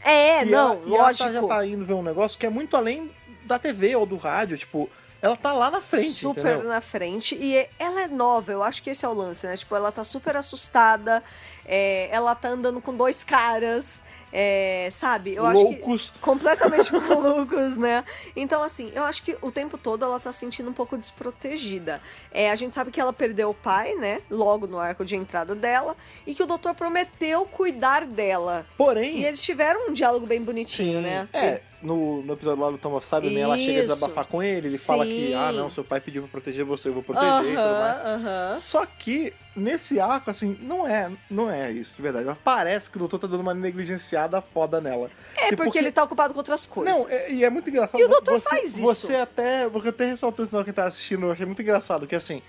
Speaker 2: É,
Speaker 1: e
Speaker 2: não,
Speaker 1: ela, e ela
Speaker 2: lógico.
Speaker 1: tá, já tá indo ver um negócio que é muito além da TV ou do rádio, tipo, ela tá lá na frente,
Speaker 2: super
Speaker 1: entendeu?
Speaker 2: na frente. E é- ela é nova, eu acho que esse é o lance, né? Tipo, ela tá super assustada, é, ela tá andando com dois caras, é, sabe? Eu acho que.
Speaker 1: Loucos.
Speaker 2: Completamente malucos, né? Então, assim, eu acho que o tempo todo ela tá se sentindo um pouco desprotegida. É, a gente sabe que ela perdeu o pai, né? Logo no arco de entrada dela, e que o doutor prometeu cuidar dela.
Speaker 1: Porém,
Speaker 2: E eles tiveram um diálogo bem bonitinho,
Speaker 1: Sim,
Speaker 2: né?
Speaker 1: É, no, no episódio lá do Tom of Sabe, ela chega a
Speaker 2: Isso.
Speaker 1: desabafar com ele, ele fala que,
Speaker 2: Sim.
Speaker 1: ah, não, seu pai pediu pra proteger você, eu vou proteger
Speaker 2: Aham,
Speaker 1: e tudo mais.
Speaker 2: aham.
Speaker 1: Só que, nesse arco, assim, não é, não é isso, de verdade. Mas parece que o doutor tá dando uma negligenciada foda nela.
Speaker 2: É porque, ele tá ocupado com outras coisas.
Speaker 1: Não, é- e é muito engraçado.
Speaker 2: E o doutor
Speaker 1: você,
Speaker 2: faz isso.
Speaker 1: Você até, porque até ressaltou isso na hora que tá assistindo, eu achei muito engraçado, que assim,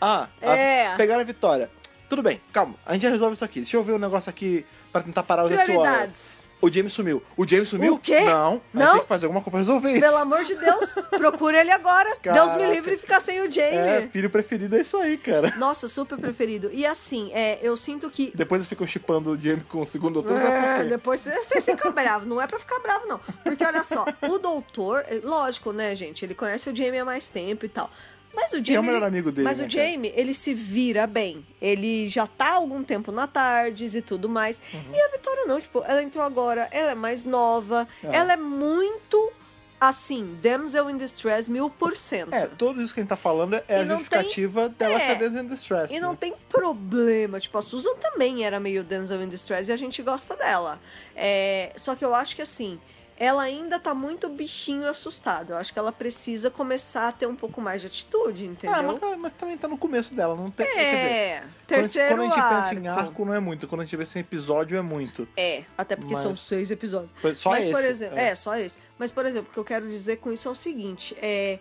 Speaker 1: ah, a-
Speaker 2: É.
Speaker 1: pegaram a vitória. Tudo bem, calma, a gente já resolve isso aqui. Deixa eu ver um negócio aqui pra tentar parar os S.O.S.
Speaker 2: Prioridades.
Speaker 1: O James sumiu. O James sumiu?
Speaker 2: O quê?
Speaker 1: Não.
Speaker 2: Não?
Speaker 1: Tem que fazer alguma coisa pra resolver isso.
Speaker 2: Pelo amor de Deus, procura ele agora.
Speaker 1: Caraca.
Speaker 2: Deus me livre de ficar sem o
Speaker 1: É,
Speaker 2: Jamie.
Speaker 1: filho preferido é isso aí, cara.
Speaker 2: Nossa, super preferido. E assim, é, eu sinto que.
Speaker 1: Depois eles ficam chipando o James com o segundo doutor.
Speaker 2: É,
Speaker 1: sabe por quê?
Speaker 2: depois você- você fica bravo, não é pra ficar bravo, não. Porque olha só, o doutor, é, lógico, né, gente? Ele conhece o Jamie há mais tempo e tal. Mas o Jamie.
Speaker 1: é o melhor
Speaker 2: ele-
Speaker 1: amigo dele,
Speaker 2: Mas
Speaker 1: né,
Speaker 2: o
Speaker 1: cara?
Speaker 2: Jamie, ele se vira bem. Ele já tá há algum tempo na tardes e tudo mais.
Speaker 1: Uhum.
Speaker 2: E a Vitória não, tipo, ela entrou agora, ela é mais nova,
Speaker 1: É.
Speaker 2: ela é muito assim, damsel in distress mil por cento.
Speaker 1: É, tudo isso que a gente tá falando é
Speaker 2: E
Speaker 1: a
Speaker 2: não
Speaker 1: justificativa dela
Speaker 2: É.
Speaker 1: ser Dance in Distress.
Speaker 2: E não
Speaker 1: né?
Speaker 2: tem problema. Tipo, a Susan também era meio Denzel in Distress e a gente gosta dela. É, só que eu acho que assim. Ela ainda tá muito bichinho assustado. Eu acho que ela precisa começar a ter um pouco mais de atitude,
Speaker 1: Ah,
Speaker 2: entendeu?
Speaker 1: mas, mas também tá no começo dela, não tem. Quer dizer,
Speaker 2: é, terceiro
Speaker 1: quando a gente, quando a gente pensa em
Speaker 2: arco.
Speaker 1: arco, não é muito. Quando a gente pensa em episódio, é muito.
Speaker 2: É, até porque
Speaker 1: Mas-
Speaker 2: são seis episódios.
Speaker 1: Foi Só
Speaker 2: Mas,
Speaker 1: esse.
Speaker 2: por exemplo,
Speaker 1: é.
Speaker 2: é. só esse. Mas, por exemplo, o que eu quero dizer com isso é o seguinte: é,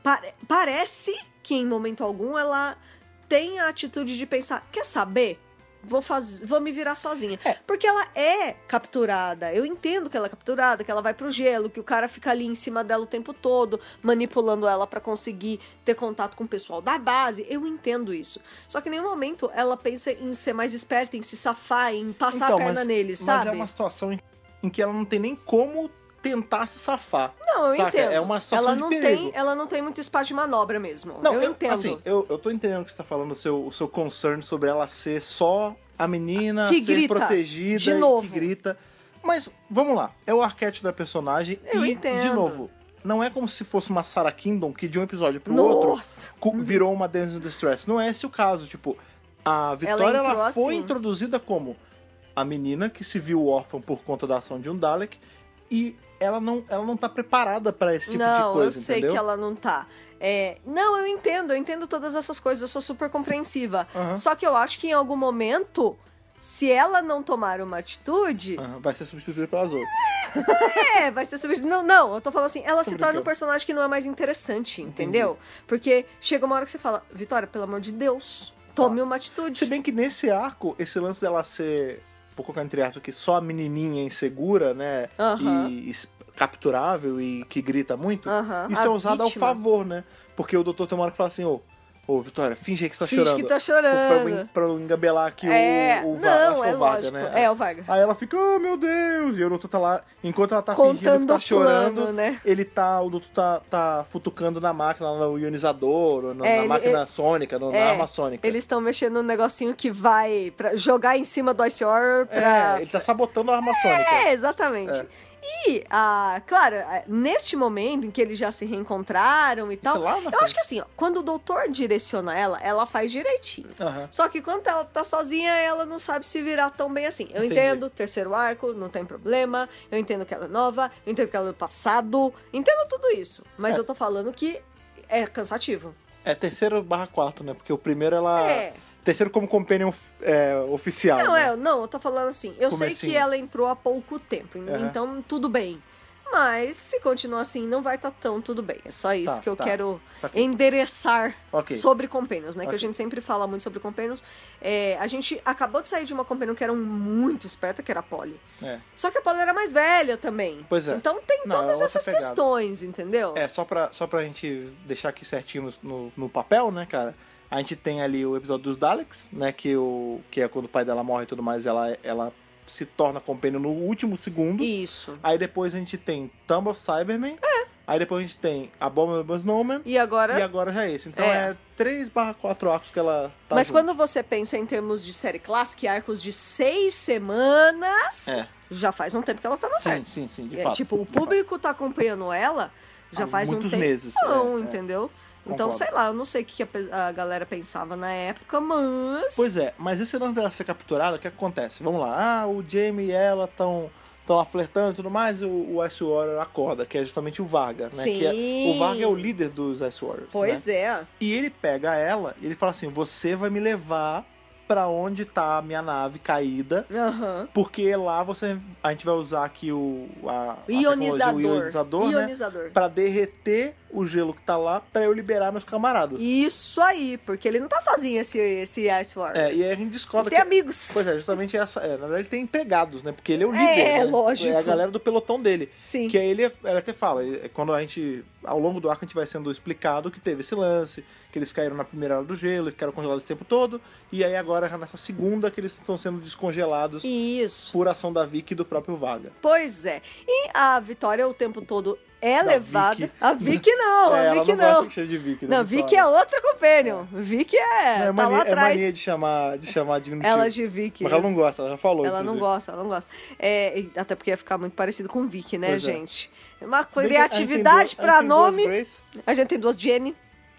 Speaker 2: pare- parece que em momento algum ela tem a atitude de pensar, quer saber? Vou, faz... Vou me virar sozinha.
Speaker 1: É.
Speaker 2: Porque ela é capturada. Eu entendo que ela é capturada, que ela vai pro gelo, que o cara fica ali em cima dela o tempo todo, manipulando ela pra conseguir ter contato com o pessoal da base. Eu entendo isso. Só que em nenhum momento ela pensa em ser mais esperta, em se safar, em passar
Speaker 1: Então,
Speaker 2: a perna
Speaker 1: mas-
Speaker 2: nele,
Speaker 1: Mas
Speaker 2: sabe?
Speaker 1: é uma situação em, em que ela não tem nem como tentar se safar.
Speaker 2: Não, eu
Speaker 1: saca?
Speaker 2: entendo.
Speaker 1: É uma situação
Speaker 2: ela
Speaker 1: de
Speaker 2: não
Speaker 1: perigo.
Speaker 2: tem, ela não tem muito espaço de manobra mesmo.
Speaker 1: Não,
Speaker 2: eu, entendo.
Speaker 1: Assim, eu, eu tô entendendo o que você tá falando, o seu, o seu concern sobre ela ser só a menina,
Speaker 2: Que
Speaker 1: ser
Speaker 2: grita,
Speaker 1: protegida,
Speaker 2: de
Speaker 1: e
Speaker 2: novo.
Speaker 1: que grita. Mas, vamos lá, é o arquétipo da personagem
Speaker 2: Eu
Speaker 1: e, de
Speaker 2: entendo.
Speaker 1: novo, não é como se fosse uma Sarah Kingdom que de um episódio pro outro
Speaker 2: Nossa.
Speaker 1: cu- virou uma Dance in Distress. Não é esse o caso, tipo, a Vitória ela,
Speaker 2: entrou
Speaker 1: foi
Speaker 2: assim.
Speaker 1: introduzida como a menina que se viu órfã por conta da ação de um Dalek e ela não, ela não tá preparada pra esse tipo
Speaker 2: não,
Speaker 1: de coisa,
Speaker 2: eu sei
Speaker 1: entendeu?
Speaker 2: que ela não tá. É, não, eu entendo, eu entendo todas essas coisas, eu sou super compreensiva.
Speaker 1: Aham.
Speaker 2: Só que eu acho que em algum momento, se ela não tomar uma atitude,
Speaker 1: Aham, vai ser substituída pelas outras.
Speaker 2: é, vai ser substituída. Não, não, eu tô falando assim, ela se torna um
Speaker 1: brincando.
Speaker 2: personagem que não é mais interessante, entendeu? Porque chega uma hora que você fala, Vitória, pelo amor de Deus, tome uma atitude.
Speaker 1: Tá. Se bem que nesse arco, esse lance dela ser, vou colocar entre aspas, que só a menininha insegura, né?
Speaker 2: Aham.
Speaker 1: E, e s- capturável e que grita muito,
Speaker 2: Aham,
Speaker 1: isso
Speaker 2: a
Speaker 1: é usado
Speaker 2: vítima.
Speaker 1: ao favor, né? Porque o doutor tem uma hora que fala assim, ô, ô Vitória, finge aí que você tá
Speaker 2: Finge
Speaker 1: chorando.
Speaker 2: que tá
Speaker 1: Pra eu, en-
Speaker 2: chorando.
Speaker 1: pra eu engabelar aqui
Speaker 2: É,
Speaker 1: o, o, Va- acho
Speaker 2: não,
Speaker 1: que
Speaker 2: é
Speaker 1: o Varga,
Speaker 2: lógico.
Speaker 1: né?
Speaker 2: É, o Varga.
Speaker 1: Aí ela fica, oh meu Deus! E o doutor tá lá, enquanto ela tá fingindo que
Speaker 2: Contando
Speaker 1: tá
Speaker 2: o plano,
Speaker 1: chorando,
Speaker 2: né?
Speaker 1: ele tá, o doutor tá, tá futucando na máquina, lá no ionizador, ou na,
Speaker 2: É,
Speaker 1: na
Speaker 2: ele-
Speaker 1: máquina sônica, no, na
Speaker 2: É,
Speaker 1: arma sônica.
Speaker 2: Eles estão mexendo num negocinho que vai pra jogar em cima do Ice Horror pra.
Speaker 1: É, ele tá É, sabotando a arma sônica.
Speaker 2: É, exatamente. E, ah, claro, ah, neste momento em que eles já se reencontraram e tal,
Speaker 1: é lá na
Speaker 2: eu
Speaker 1: frente.
Speaker 2: acho que assim, ó, quando o doutor direciona ela, ela faz direitinho.
Speaker 1: Aham.
Speaker 2: Só que quando ela tá sozinha, ela não sabe se virar tão bem assim. Eu
Speaker 1: Entendi.
Speaker 2: entendo, terceiro arco, não tem problema. Eu entendo que ela é nova, eu entendo que ela é do passado. Entendo tudo isso. Mas
Speaker 1: É.
Speaker 2: eu tô falando que é cansativo.
Speaker 1: É terceiro barra quarto, né? Porque o primeiro ela.
Speaker 2: É.
Speaker 1: Terceiro como companion é, oficial.
Speaker 2: Não,
Speaker 1: né?
Speaker 2: é, não, eu tô falando assim. Eu sei
Speaker 1: Comecinho.
Speaker 2: que ela entrou há pouco tempo, en-
Speaker 1: Aham.
Speaker 2: então tudo bem. Mas se continuar assim, não vai estar tão tudo bem. É só isso
Speaker 1: Tá,
Speaker 2: que eu
Speaker 1: tá.
Speaker 2: quero
Speaker 1: Saquei.
Speaker 2: endereçar
Speaker 1: Ok.
Speaker 2: sobre Companions, né? Que
Speaker 1: Ok.
Speaker 2: a gente sempre fala muito sobre Companions. É, a gente acabou de sair de uma Companion que era um muito esperta, que era a Polly.
Speaker 1: É.
Speaker 2: Só que a Polly era mais velha também.
Speaker 1: Pois é.
Speaker 2: Então tem
Speaker 1: Não, é
Speaker 2: todas
Speaker 1: outra
Speaker 2: essas
Speaker 1: pegada.
Speaker 2: questões, entendeu?
Speaker 1: É, só pra, só pra gente deixar aqui certinho no, no, no papel, né, cara? A gente tem ali o episódio dos Daleks, né? Que, o, que é quando o pai dela morre e tudo mais, ela, ela se torna companion no último segundo.
Speaker 2: Isso.
Speaker 1: Aí depois a gente tem Tomb of Cybermen. É. Aí depois a gente tem Abominable Snowman.
Speaker 2: E agora.
Speaker 1: E agora já é esse. Então
Speaker 2: É.
Speaker 1: é, 3 barra 4 arcos que ela tá
Speaker 2: Mas
Speaker 1: junto.
Speaker 2: quando você pensa em termos de série clássica, e arcos de seis semanas,
Speaker 1: É.
Speaker 2: já faz um tempo que ela tá na série.
Speaker 1: Sim, sim, sim, de
Speaker 2: É,
Speaker 1: fato.
Speaker 2: tipo, o
Speaker 1: de fato.
Speaker 2: público tá acompanhando ela já
Speaker 1: Há
Speaker 2: faz um
Speaker 1: muitos
Speaker 2: tempo.
Speaker 1: meses,
Speaker 2: Não,
Speaker 1: é, é.
Speaker 2: entendeu? Então,
Speaker 1: Concordo.
Speaker 2: sei lá, eu não sei o que a pe- a galera pensava na época, mas.
Speaker 1: Pois é, mas esse lance dela ser capturada, o que acontece? Vamos lá, ah, o Jamie e ela estão estão lá flertando e tudo mais, e o, o Ice Warrior acorda, que é justamente o Varga, né?
Speaker 2: Sim.
Speaker 1: Que é- o Varga é o líder dos Ice Warriors,
Speaker 2: Pois
Speaker 1: né?
Speaker 2: é.
Speaker 1: E ele pega ela e ele fala assim, você vai me levar pra onde tá a minha nave caída,
Speaker 2: Aham.
Speaker 1: porque lá você a gente vai usar aqui o a, a tecnologia,
Speaker 2: Ionizador.
Speaker 1: o ionizador, né?
Speaker 2: Ionizador.
Speaker 1: Pra derreter o gelo que tá lá, pra eu liberar meus camaradas.
Speaker 2: Isso aí, porque ele não tá sozinho, esse, esse Ice War.
Speaker 1: É, e aí a gente descobre
Speaker 2: tem
Speaker 1: que
Speaker 2: amigos.
Speaker 1: Pois é, justamente essa. É, na verdade, ele tem empregados, né? Porque ele é o
Speaker 2: É,
Speaker 1: líder. né?
Speaker 2: lógico.
Speaker 1: É a galera do pelotão dele.
Speaker 2: Sim.
Speaker 1: Que é aí ele, ela até fala, é, quando a gente. Ao longo do arco a gente vai sendo explicado que teve esse lance, que eles caíram na primeira hora do gelo e ficaram congelados o tempo todo. E aí agora, já nessa segunda, que eles estão sendo descongelados
Speaker 2: Isso.
Speaker 1: por ação da Vicky e do próprio Vaga.
Speaker 2: Pois é. E a Vitória o tempo todo é
Speaker 1: Da
Speaker 2: levada.
Speaker 1: Vicky.
Speaker 2: A Vicky não,
Speaker 1: é,
Speaker 2: a Vicky
Speaker 1: ela não,
Speaker 2: não.
Speaker 1: gosta que chama de Vicky. né,
Speaker 2: Não, Vicky é
Speaker 1: Vitória?
Speaker 2: outra companion. Vicky é.
Speaker 1: É
Speaker 2: tá
Speaker 1: mania,
Speaker 2: lá
Speaker 1: é
Speaker 2: atrás.
Speaker 1: mania de chamar, de chamar diminutivo.
Speaker 2: Ela é de Vicky.
Speaker 1: Mas ela não gosta, ela já falou.
Speaker 2: Ela não
Speaker 1: inclusive.
Speaker 2: gosta, ela não gosta. É, e até porque ia ficar muito parecido com Vicky, né,
Speaker 1: Pois é.
Speaker 2: gente? É Uma
Speaker 1: Se bem que a
Speaker 2: criatividade
Speaker 1: gente tem
Speaker 2: pra
Speaker 1: duas- a gente
Speaker 2: nome.
Speaker 1: tem duas Grace.
Speaker 2: A gente tem duas Jenny.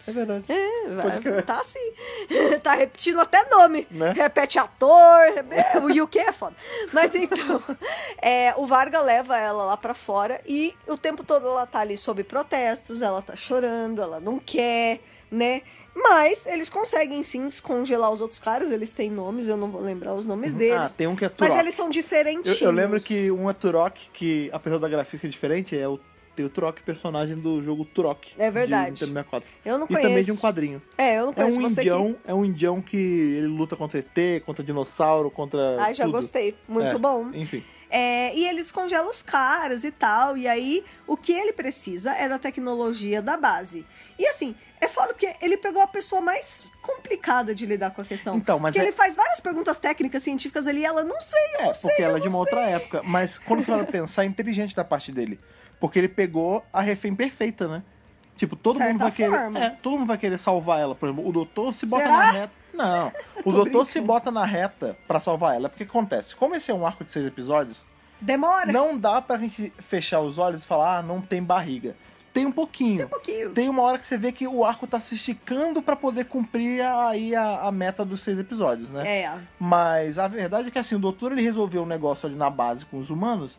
Speaker 1: É verdade.
Speaker 2: É, vai-
Speaker 1: crer.
Speaker 2: tá assim. tá repetindo até nome.
Speaker 1: Né?
Speaker 2: Repete ator. é, o UK é foda. Mas então, é, o Varga leva ela lá pra fora e o tempo todo ela tá ali sob protestos, ela tá chorando, ela não quer, né? Mas eles conseguem sim descongelar os outros caras, eles têm nomes, eu não vou lembrar os nomes
Speaker 1: Ah,
Speaker 2: deles.
Speaker 1: tem um que é
Speaker 2: mas
Speaker 1: Turok.
Speaker 2: eles são
Speaker 1: Eu,
Speaker 2: diferentes.
Speaker 1: eu lembro que um é Turok, que apesar da grafista diferente, é o, tem o Turok, personagem do jogo Turok.
Speaker 2: É verdade.
Speaker 1: De Nintendo 64.
Speaker 2: Eu não
Speaker 1: E também de
Speaker 2: conheço.
Speaker 1: um quadrinho.
Speaker 2: É, eu não
Speaker 1: É
Speaker 2: conheço
Speaker 1: um
Speaker 2: você que...
Speaker 1: indião, é um indião que ele luta contra ET, contra dinossauro, contra.
Speaker 2: Ai, já
Speaker 1: tudo.
Speaker 2: gostei. Muito
Speaker 1: É,
Speaker 2: bom.
Speaker 1: Enfim.
Speaker 2: É, e ele descongela os caras e tal. E aí, o que ele precisa é da tecnologia da base. E assim, é foda porque ele pegou a pessoa mais complicada de lidar com a questão.
Speaker 1: Então, mas
Speaker 2: porque
Speaker 1: é-
Speaker 2: ele faz várias perguntas técnicas, científicas ali, e ela não sei, eu
Speaker 1: É,
Speaker 2: não sei.
Speaker 1: porque ela
Speaker 2: eu
Speaker 1: é de
Speaker 2: não
Speaker 1: uma outra época. Mas quando você vai pensar, é inteligente da parte dele. Porque ele pegou a refém perfeita, né? Tipo, todo
Speaker 2: Certa
Speaker 1: mundo vai
Speaker 2: forma.
Speaker 1: querer. é, todo mundo vai querer salvar ela. Por exemplo, o doutor se bota
Speaker 2: Será?
Speaker 1: na reta. Não. O doutor se
Speaker 2: brincando.
Speaker 1: bota na reta pra salvar ela. Porque acontece, como esse é um arco de seis episódios,
Speaker 2: Demora
Speaker 1: não dá pra gente fechar os olhos e falar, ah, não tem barriga. Tem um pouquinho.
Speaker 2: um pouquinho.
Speaker 1: Tem uma hora que você vê que o arco tá se esticando pra poder cumprir aí a, a meta dos seis episódios, né?
Speaker 2: É.
Speaker 1: Mas a verdade é que assim, o doutor ele resolveu um negócio ali na base com os humanos.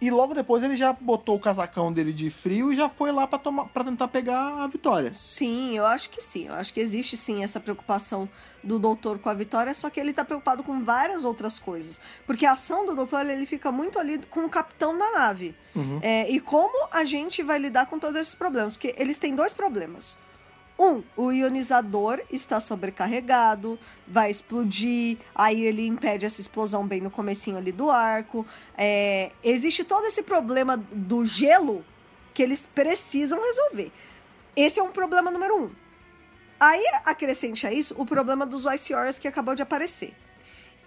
Speaker 1: E logo depois ele já botou o casacão dele de frio e já foi lá pra tomar para tentar pegar a vitória.
Speaker 2: Sim, eu acho que sim. Eu acho que existe sim essa preocupação do doutor com a vitória, só que ele tá preocupado com várias outras coisas. Porque a ação do doutor, ele fica muito ali com o capitão da nave. É, e como a gente vai lidar com todos esses problemas? Porque eles têm dois problemas. Um, o ionizador está sobrecarregado, vai explodir, aí ele impede essa explosão bem no comecinho ali do arco. É, existe todo esse problema do gelo que eles precisam resolver. Esse é um problema número um. Aí acrescente a isso o problema dos Ice Warriors que acabou de aparecer.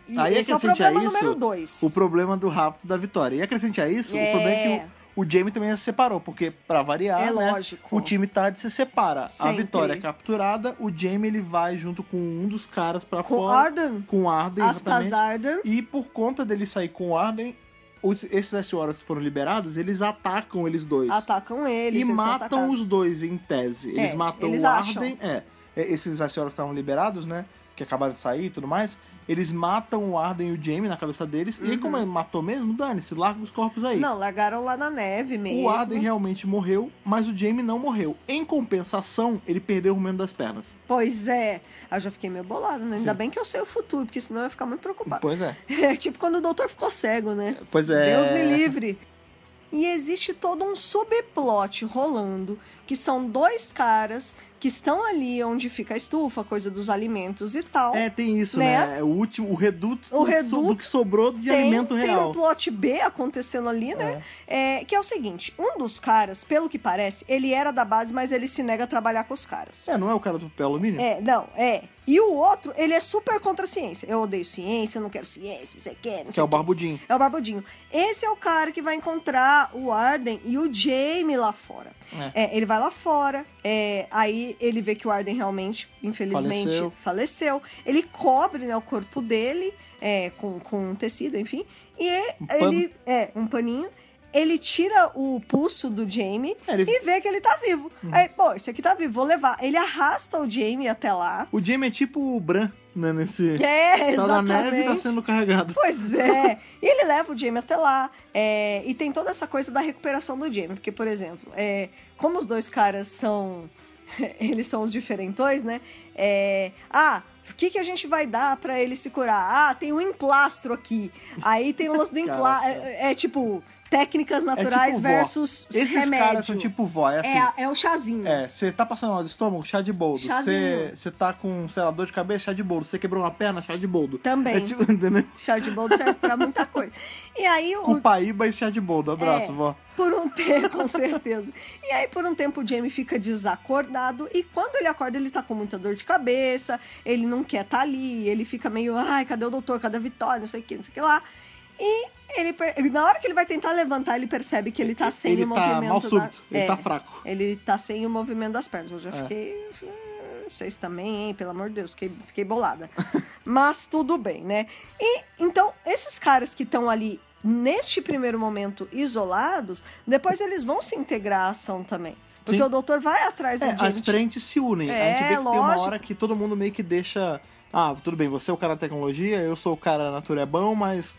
Speaker 2: E
Speaker 1: Aí
Speaker 2: esse é o
Speaker 1: acrescente a
Speaker 2: problema
Speaker 1: isso,
Speaker 2: número dois.
Speaker 1: O problema do rapto da vitória. E acrescente a isso,
Speaker 2: É.
Speaker 1: o problema é que o, o Jamie também se separou, porque pra variar,
Speaker 2: É
Speaker 1: né,
Speaker 2: lógico.
Speaker 1: o time tarde se separa. A
Speaker 2: Sempre.
Speaker 1: vitória é capturada, o Jamie ele vai junto com um dos caras pra
Speaker 2: Com
Speaker 1: fora
Speaker 2: Arden,
Speaker 1: com o Arden, exatamente.
Speaker 2: Aftazarden,
Speaker 1: E por conta dele sair com o Arden, os- esses SORs que foram liberados, eles atacam eles dois.
Speaker 2: Atacam eles.
Speaker 1: e
Speaker 2: eles são
Speaker 1: matam
Speaker 2: atacados.
Speaker 1: os dois, em tese. Eles
Speaker 2: É,
Speaker 1: matam
Speaker 2: eles
Speaker 1: o
Speaker 2: acham.
Speaker 1: Arden. É, é, esses SORs que estavam liberados, né? Que acabaram de sair e tudo mais. Eles matam o Arden e o Jamie na cabeça deles. E aí, como ele matou mesmo, dane-se, larga os corpos aí.
Speaker 2: Uhum. Não, é né? largaram lá na neve mesmo.
Speaker 1: O Arden realmente morreu, mas o Jamie não morreu. Em compensação, ele perdeu o rumeno das pernas.
Speaker 2: Pois é. Aí eu já fiquei meio bolado, né? Ainda
Speaker 1: Sim.
Speaker 2: bem que eu sei o futuro, porque senão eu ia ficar muito preocupado.
Speaker 1: Pois é.
Speaker 2: É tipo quando o doutor ficou cego, né?
Speaker 1: Pois é.
Speaker 2: Deus me livre. E existe todo um subplot rolando, que são dois caras que estão ali onde fica a estufa, coisa dos alimentos e tal.
Speaker 1: É, tem isso,
Speaker 2: Né?
Speaker 1: né? É O último, o reduto,
Speaker 2: O
Speaker 1: do que so- do que sobrou de alimento
Speaker 2: tem
Speaker 1: real.
Speaker 2: um plot B acontecendo ali, né? É, que é o seguinte: um dos caras, pelo que parece, ele era da base, mas ele se nega a trabalhar com os caras.
Speaker 1: É, não é o cara do papel alumínio?
Speaker 2: É, não, é. E o outro, ele é super contra a ciência. Eu odeio ciência, eu não quero ciência, não sei o que, não
Speaker 1: que
Speaker 2: sei
Speaker 1: é
Speaker 2: o
Speaker 1: o Barbudinho.
Speaker 2: É o Barbudinho. Esse é o cara que vai encontrar o Arden e o Jamie lá fora. É, ele vai lá fora, é, aí ele vê que o Arden realmente, infelizmente, faleceu.
Speaker 1: Faleceu.
Speaker 2: Ele cobre né, o corpo dele é, com, com um tecido, enfim. E
Speaker 1: pano.
Speaker 2: ele. É, um paninho. Ele tira o pulso do Jamie
Speaker 1: É, ele-
Speaker 2: e vê que ele tá vivo.
Speaker 1: Hum.
Speaker 2: Aí, pô, esse aqui tá vivo, vou levar. Ele arrasta o Jamie até lá.
Speaker 1: O Jamie é tipo o Bran, né? Nesse.
Speaker 2: É,
Speaker 1: tá na
Speaker 2: exatamente.
Speaker 1: neve e tá sendo carregado.
Speaker 2: Pois é. E ele leva o Jamie até lá. é, e tem toda essa coisa da recuperação do Jamie. Porque, por exemplo, é, como os dois caras são. Eles são os diferentões, né? É, ah, o que, que a gente vai dar pra ele se curar? Ah, tem um emplastro aqui. Aí tem o lance do emplastro.
Speaker 1: Caraca.
Speaker 2: é, é tipo, técnicas
Speaker 1: tipo
Speaker 2: naturais
Speaker 1: vó.
Speaker 2: versus
Speaker 1: Esses
Speaker 2: remédio.
Speaker 1: caras são tipo vó, é assim.
Speaker 2: é, a- é o chazinho.
Speaker 1: É, você tá passando mal de estômago? Chá de boldo.
Speaker 2: Chazinho.
Speaker 1: Você você tá com, sei lá, dor de cabeça? Chá de boldo. Você quebrou uma perna? Chá de boldo.
Speaker 2: Também.
Speaker 1: É tipo, entendeu?
Speaker 2: Chá de boldo serve pra muita coisa. E aí o,
Speaker 1: Cupaíba e chá de boldo. Abraço,
Speaker 2: É.
Speaker 1: vó.
Speaker 2: Por um tempo, com certeza. E aí, por um tempo, o Jamie fica desacordado. E quando ele acorda, ele tá com muita dor de cabeça. Ele não quer estar ali. Ele fica meio, ai, cadê o doutor? Cadê a Vitória? Não sei o que, não sei o que lá. E ele, per- na hora que ele vai tentar levantar, ele percebe que ele tá sem
Speaker 1: ele
Speaker 2: o
Speaker 1: tá
Speaker 2: movimento.
Speaker 1: mal
Speaker 2: da-
Speaker 1: súbito. Ele
Speaker 2: É.
Speaker 1: tá fraco.
Speaker 2: Ele tá sem o movimento das pernas. Eu já
Speaker 1: É.
Speaker 2: fiquei. Vocês também, hein? Pelo amor de Deus, fiquei, fiquei bolada. Mas tudo bem, né? E então, esses caras que estão ali neste primeiro momento isolados, depois eles vão se integrar à ação também. Porque
Speaker 1: Sim.
Speaker 2: o doutor vai atrás do
Speaker 1: É, as
Speaker 2: James.
Speaker 1: frentes se unem.
Speaker 2: É,
Speaker 1: a gente vê que tem uma
Speaker 2: lógico.
Speaker 1: hora que todo mundo meio que deixa. Ah, tudo bem, você é o cara da tecnologia, eu sou o cara da natureza é bom, mas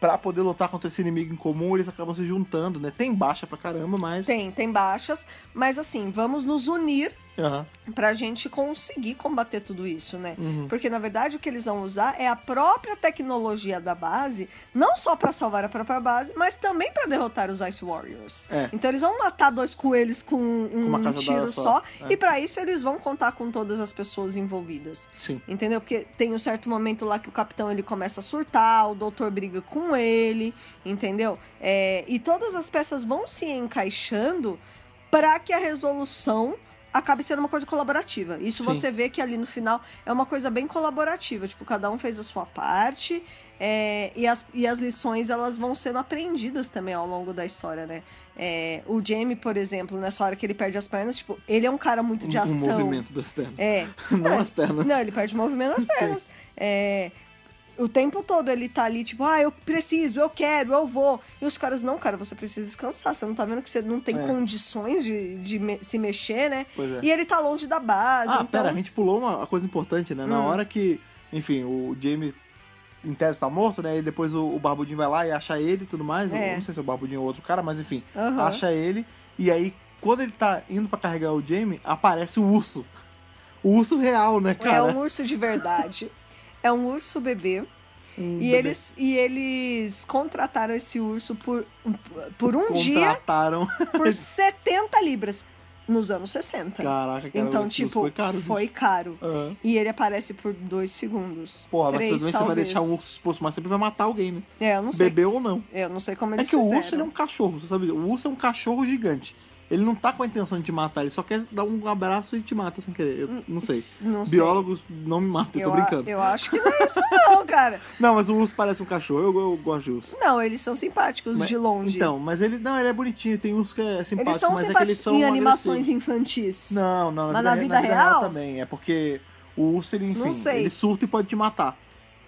Speaker 1: pra poder lutar contra esse inimigo em comum, eles acabam se juntando, né? Tem baixa pra caramba, mas.
Speaker 2: Tem, tem baixas, mas assim, vamos nos unir
Speaker 1: Aham.
Speaker 2: pra gente conseguir combater tudo isso, né?
Speaker 1: Uhum.
Speaker 2: Porque na verdade o que eles vão usar é a própria tecnologia da base, não só pra salvar a própria base, mas também pra derrotar os Ice Warriors.
Speaker 1: É.
Speaker 2: Então eles vão matar dois coelhos com um
Speaker 1: uma cajadada
Speaker 2: tiro só,
Speaker 1: só. É.
Speaker 2: e pra isso eles vão contar com todas as pessoas envolvidas.
Speaker 1: Sim.
Speaker 2: Entendeu? Porque tem um certo momento lá que o capitão ele começa a surtar, o doutor briga com ele, entendeu? É, e todas as peças vão se encaixando para que a resolução acabe sendo uma coisa colaborativa. Isso
Speaker 1: Sim.
Speaker 2: você vê que ali no final é uma coisa bem colaborativa, tipo, cada um fez a sua parte. é, e, as, e as lições elas vão sendo aprendidas também ao longo da história, né? É, o Jamie, por exemplo, nessa hora que ele perde as pernas, tipo, ele é um cara muito de
Speaker 1: Um-
Speaker 2: ação.
Speaker 1: Um movimento das pernas.
Speaker 2: É,
Speaker 1: Não as pernas.
Speaker 2: não, ele perde o movimento nas pernas. É, o tempo todo ele tá ali, tipo, ah, eu preciso, eu quero, eu vou. E os caras, não, cara, você precisa descansar. Você não tá vendo que você não tem
Speaker 1: É.
Speaker 2: condições de, de me- se mexer, né?
Speaker 1: Pois é.
Speaker 2: E ele tá longe da base.
Speaker 1: Ah,
Speaker 2: então...
Speaker 1: pera, a gente pulou uma coisa importante, né? Na
Speaker 2: Hum.
Speaker 1: hora que, enfim, o Jamie em tese tá morto, né? E depois o, o Barbudinho vai lá e acha ele e tudo mais.
Speaker 2: É.
Speaker 1: Eu não sei se é o Barbudinho ou outro cara, mas enfim,
Speaker 2: Aham.
Speaker 1: acha ele. E aí, quando ele tá indo pra carregar o Jamie, aparece o urso. O urso real, né,
Speaker 2: É
Speaker 1: cara?
Speaker 2: um urso de verdade. é um urso bebê.
Speaker 1: Um
Speaker 2: e,
Speaker 1: bebê.
Speaker 2: Eles, e eles contrataram esse urso por, por um dia
Speaker 1: Contrataram.
Speaker 2: por 70 libras nos anos 60.
Speaker 1: Caraca, cara,
Speaker 2: então,
Speaker 1: esse urso
Speaker 2: tipo,
Speaker 1: foi caro. viu?
Speaker 2: foi caro.
Speaker 1: Ah.
Speaker 2: E ele aparece por dois segundos.
Speaker 1: Porra, mas
Speaker 2: Três,
Speaker 1: também você vai
Speaker 2: talvez.
Speaker 1: deixar um urso expulso, mas sempre vai matar alguém, né?
Speaker 2: É, eu não sei.
Speaker 1: Bebeu ou não.
Speaker 2: Eu não sei como
Speaker 1: É
Speaker 2: eles
Speaker 1: que o
Speaker 2: fizeram.
Speaker 1: urso ele é um cachorro, você sabe? O urso é um cachorro gigante. Ele não tá com a intenção de te matar, ele só quer dar um abraço e te mata sem querer. Eu não sei.
Speaker 2: Hum, Não sei.
Speaker 1: Biólogos não me matam, eu
Speaker 2: eu,
Speaker 1: tô
Speaker 2: a-
Speaker 1: brincando.
Speaker 2: eu acho que não é isso, não, cara.
Speaker 1: Não, mas o urso parece um cachorro, eu, eu gosto de urso.
Speaker 2: Não, eles são simpáticos
Speaker 1: Mas-
Speaker 2: de longe.
Speaker 1: Então, mas ele. Não, ele é bonitinho, tem urso que é simpático,
Speaker 2: eles são
Speaker 1: mas é que eles
Speaker 2: simpáticos
Speaker 1: são.
Speaker 2: em animações
Speaker 1: agressivos.
Speaker 2: infantis.
Speaker 1: Não, não, na
Speaker 2: Mas
Speaker 1: vida,
Speaker 2: na
Speaker 1: re-
Speaker 2: vida
Speaker 1: na vida real?
Speaker 2: real?
Speaker 1: também. É porque o urso, ele, enfim,
Speaker 2: sei.
Speaker 1: ele surta e pode te matar.